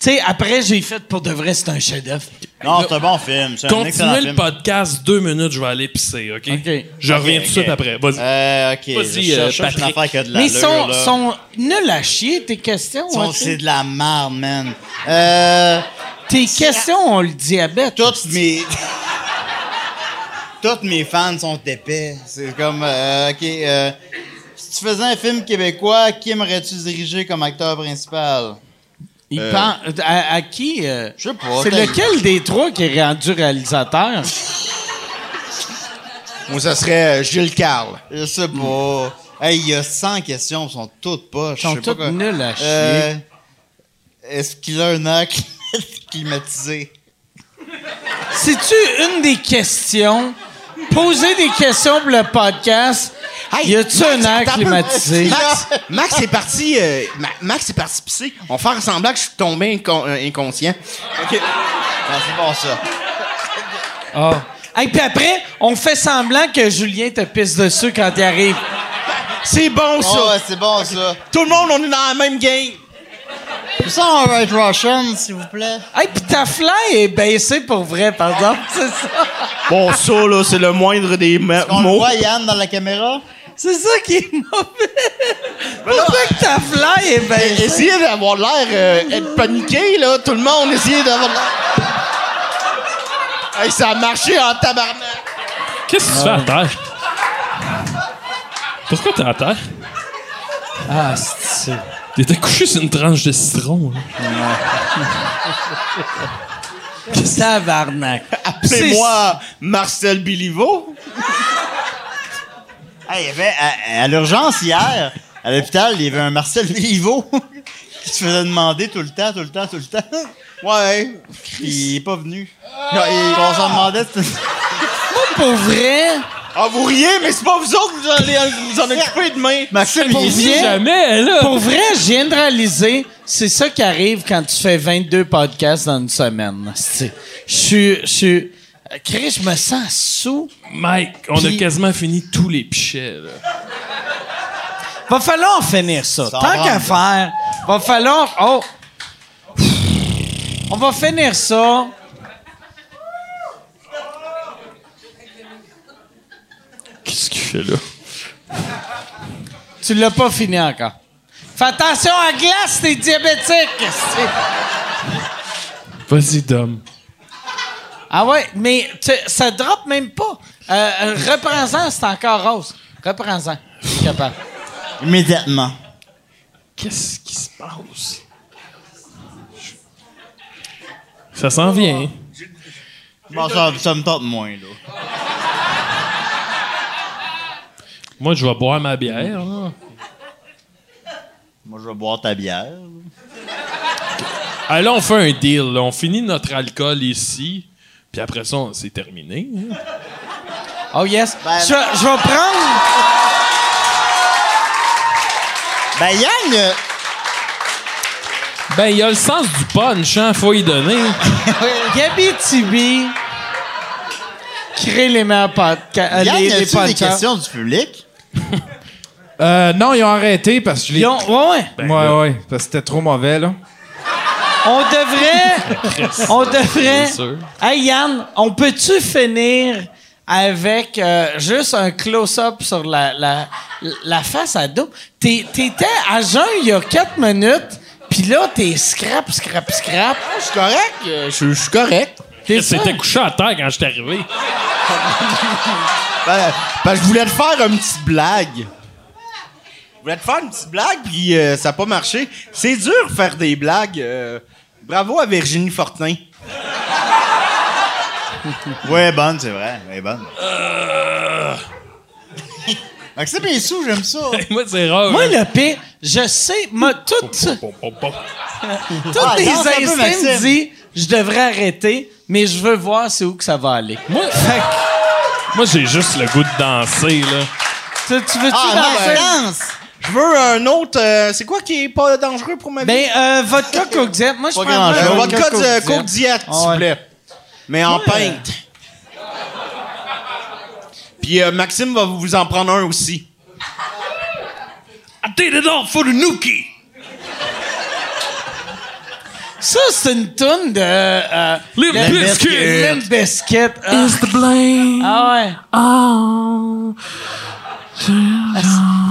Tu sais, après, j'ai fait, pour de vrai, c'est un chef-d'œuvre.
Non, c'est un bon film. C'est un excellent
Continuez le
film.
podcast deux minutes, je vais aller pisser, OK?
OK.
Je reviens tout de
OK.
suite après. Vas-y.
Euh, OK.
Vas-y,
je
euh,
cherche une
Patrick.
affaire qui a de la
Mais ils sont, sont nuls à chier, tes questions. hein, tu sais.
C'est de la marde, man. Euh,
tes questions ont le diabète.
toutes mes... [LAUGHS] Toutes mes fans sont épais. C'est comme... euh, OK. euh, si tu faisais un film québécois, qui aimerais-tu diriger comme acteur principal?
Ils pensent- à, à qui? euh,
Euh. Je sais pas.
c'est
t'as-
lequel des trois qui est rendu réalisateur?
Moi, ça serait euh, Jules Carl.
Je sais pas. Hey, il y a 100 questions, elles sont toutes poches.
Ils sont
Je sais pas
toutes
quoi.
nulles à chier.
Euh, Est-ce qu'il a un air clim- [LAUGHS] climatisé?
C'est-tu une des questions? Poser des questions pour le podcast. y a-tu un air climatisé?
Max, Max est parti. euh, Ma- Max est parti pisser. On va faire semblant que je suis tombé inco- euh, inconscient.
Non, c'est bon ça.
Et puis après, on fait semblant que Julien te pisse dessus quand il arrive.
C'est bon ça.
Oh, ouais, c'est bon ça.
Tout le monde, on est dans la même game.
Ça, un Red Russian, s'il vous plaît.
Hey, puis ta fly est baissée pour vrai, par exemple. C'est ça.
Bon, ça là, c'est le moindre des ma-
On le
mots.
voit, Yann, dans la caméra?
C'est ça qui est mauvais. Pourquoi que ta fly est baissée?
Essayez euh, d'avoir l'air euh, être paniqué là. Tout le monde, essayez d'avoir l'air. Hey, ça a marché en tabarnak.
Qu'est-ce que tu fais à terre? Pourquoi t'es à terre?
Ah, c'est
T'étais couché sur une tranche de citron. hein.
Tabarnak.
C'est moi, Marcel Biliveau.
Hey, il y avait, à, à l'urgence hier, à l'hôpital, il y avait un Marcel Livo [LAUGHS] qui se faisait demander tout le temps, tout le temps, tout le temps. Ouais. Il est pas venu. Non, il- on s'en demandait.
C'est pour vrai.
Ah, vous riez, mais c'est pas vous autres vous allez vous en occuper demain.
Maxime, il est
Viens.
Jamais, là!
Pour vrai, je viens de réaliser, c'est ça qui arrive quand tu fais 22 podcasts dans une semaine. C'est- Je suis. Je suis. euh, Chris, je me sens sous.
Mike, on a
Puis-
quasiment fini tous les pichets. Là.
Va falloir en finir ça.
Ça
Tant
va,
qu'à
mais-
faire, va falloir. Oh! On va finir ça.
Qu'est-ce qu'il fait là?
Tu l'as pas fini encore. Fais attention à la glace, t'es diabétique! C'est-
Vas-y, Dom.
Ah ouais, mais tu- ça drop même pas. Euh, euh, reprends-en, c'est encore rose. Reprends-en. Je suis capable.
Immédiatement.
Qu'est-ce qui se passe? Ça s'en vient.
Bon, ça, ça me tente moins, là.
Moi, je vais boire ma bière. là.
Moi, je vais boire ta bière.
Ah, là, on fait un deal. là. On finit notre alcool ici. Puis après ça, on- c'est terminé. hein.
Oh yes.
Ben-
je, je vais prendre.
Ben, Yann, euh,
Ben, il y a le sens du punch, hein? Faut y donner.
Gabi Tibi crée les meilleurs podcasts.
Yann,
les,
y
les
a-tu des
podcasts.
questions du public?
Euh, non, ils ont arrêté parce que je l'ai.
Ils ont- ouais, ouais.
Ben,
ouais, ouais, parce que c'était trop mauvais, là.
On devrait. on devrait.
C'est sûr.
Hey Yann, on peut-tu finir avec euh, juste un close-up sur la, la, la face à dos? T'es- T'étais à jeun il y a 4 minutes, puis là, t'es scrap, scrap, scrap.
Je suis correct. euh, Je je suis correct.
arrêté ça?
C'était couché à terre quand j'étais arrivé. [LAUGHS]
Ben, ben, je voulais te faire une petite blague. Je voulais te faire une petite blague, puis euh, ça n'a pas marché. C'est dur de faire des blagues. euh, bravo à Virginie Fortin.
Ouais, bonne, c'est vrai. Elle est bonne. Euh. Accepte les sous, j'aime ça.
Moi, c'est rare.
Moi,
hein.
le pire, je sais, moi, tout, tous
Pom, pom, pom.
Ah,
les
danse un peu,
instincts me
Maxime.
disent je devrais arrêter, mais je veux voir c'est où que ça va aller.
Moi, moi, j'ai juste le goût de danser, là.
Tu, tu veux-tu
Ah,
danser?
non, danse!
Je veux un autre. euh, c'est quoi qui est pas dangereux pour ma vie?
Ben, euh, vodka Coke Diet. Moi, je
Pas
prends
grand-chose.
Euh,
un
votre
vodka
code de
Ben, Coke
coke diète, s'il vous
Ouais.
plaît. Mais en
Ouais.
peinte. Puis euh, Maxime va vous en prendre un aussi.
Ça, c'est une toune de... Euh,
Limp
de-
Bizkit.
Limp Bizkit. Ah. Ah ouais. Ah,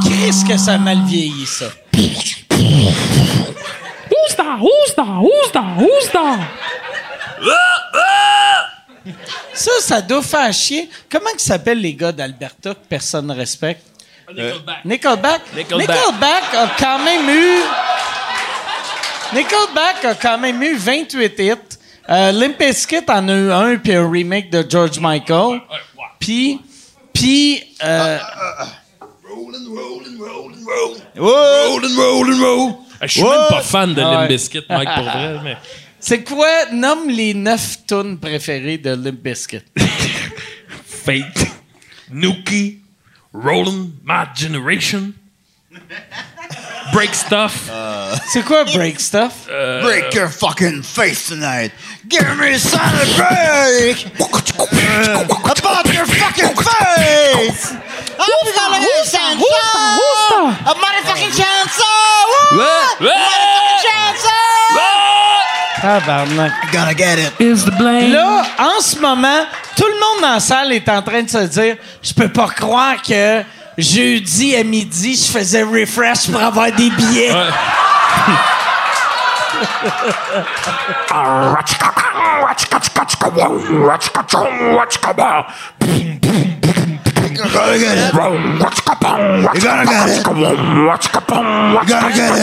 Qu'est-ce que ça a mal vieilli, ça.
Who's that? Who's that? Who's that? Who's that?
Ça, ça doit faire chier. Comment ils s'appellent les gars d'Alberta que personne ne respecte? Nickelback.
Nickelback.
Nickelback a quand même eu... Nickelback a quand même eu 28 hits. Euh, Limp Bizkit en a eu un, puis un remake de George Michael. Puis... Puis... euh,
Je suis même pas fan de
Ah ouais.
Limp Bizkit, Mike, pour vrai, mais...
C'est quoi? Nomme les neuf tunes préférées de Limp Bizkit.
Fate, Nuki, Rollin', My Generation, Break Stuff,
C'est quoi Break Stuff?
Euh. Break your fucking face tonight. Give me a solid break. Uh, about your fucking face. I'm gonna get a chance. A motherfucking chance. oh!
Ouais.
Tabarnak.
Gonna get it.
Is the blame?
Là, en ce moment, tout le monde dans la salle est en train de se dire Je peux pas croire que jeudi à midi, je faisais refresh pour avoir des billets.
You're gonna get it. You're gonna get it. You're gonna get it.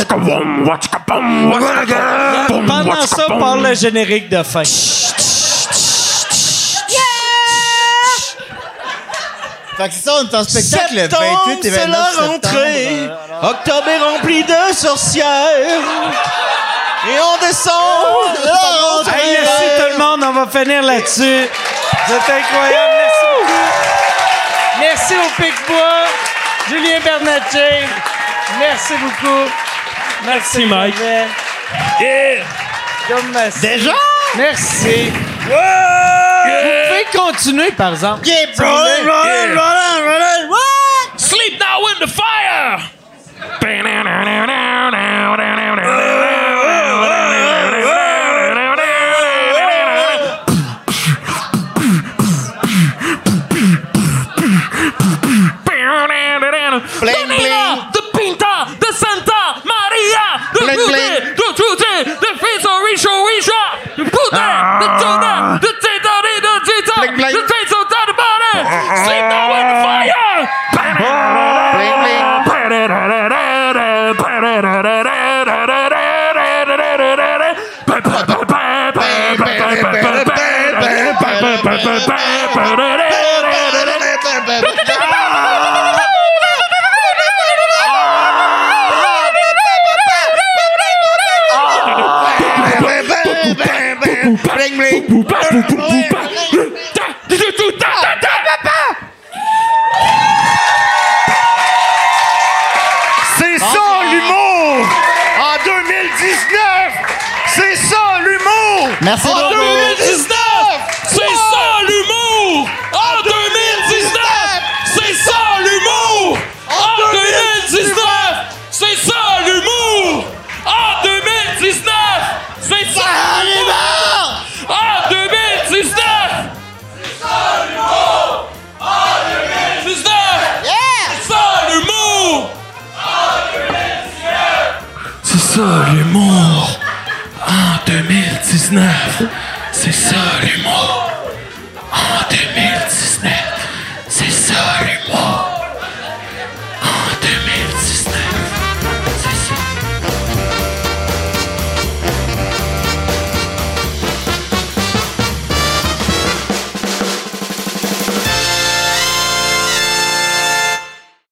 You're gonna get it.
Pendant ça, parle le générique de fin.
Fait que c'est ça, on est en spectacle le
Septembre,
28 et 29
c'est la
septembre.
rentrée. Octobre est rempli de sorcières. Et on descend la rentrée.
Hey, merci tout le monde, on va finir là-dessus. C'est incroyable, merci beaucoup. Merci au Picbois, Julien Bernatchez. Merci beaucoup. Merci,
Mike.
Gervais. Guillaume Massy.
Déjà?
Merci. Vous pouvez continuer, par exemple.
Yeah, bro. Roll, roll, roll, roll, roll.
Sleep Now in the Fire!
Bling, bling.
The Pinta, the Santa Maria, the
Bling,
Rudy,
bling.
the Tutti, the Fiso, Risho, Risha, the Puta, the Tuna, the Tita, the Tita,
Ah. Bling, bling.
the Tito, the Body, Sleep Now in the Fire!
Bling, bling.
C'est ça l'humour! En 2019! C'est ça l'humour!
Merci beaucoup.
C'est ça l'humour! En 2019! C'est ça l'humour! En 2019! C'est ça l'humour! En 2019! C'est ça l'humour! En 2019! C'est ça l'humour! En 2019! C'est ça l'humour! C'est ça l'humour! En 2019! C'est ça l'humour.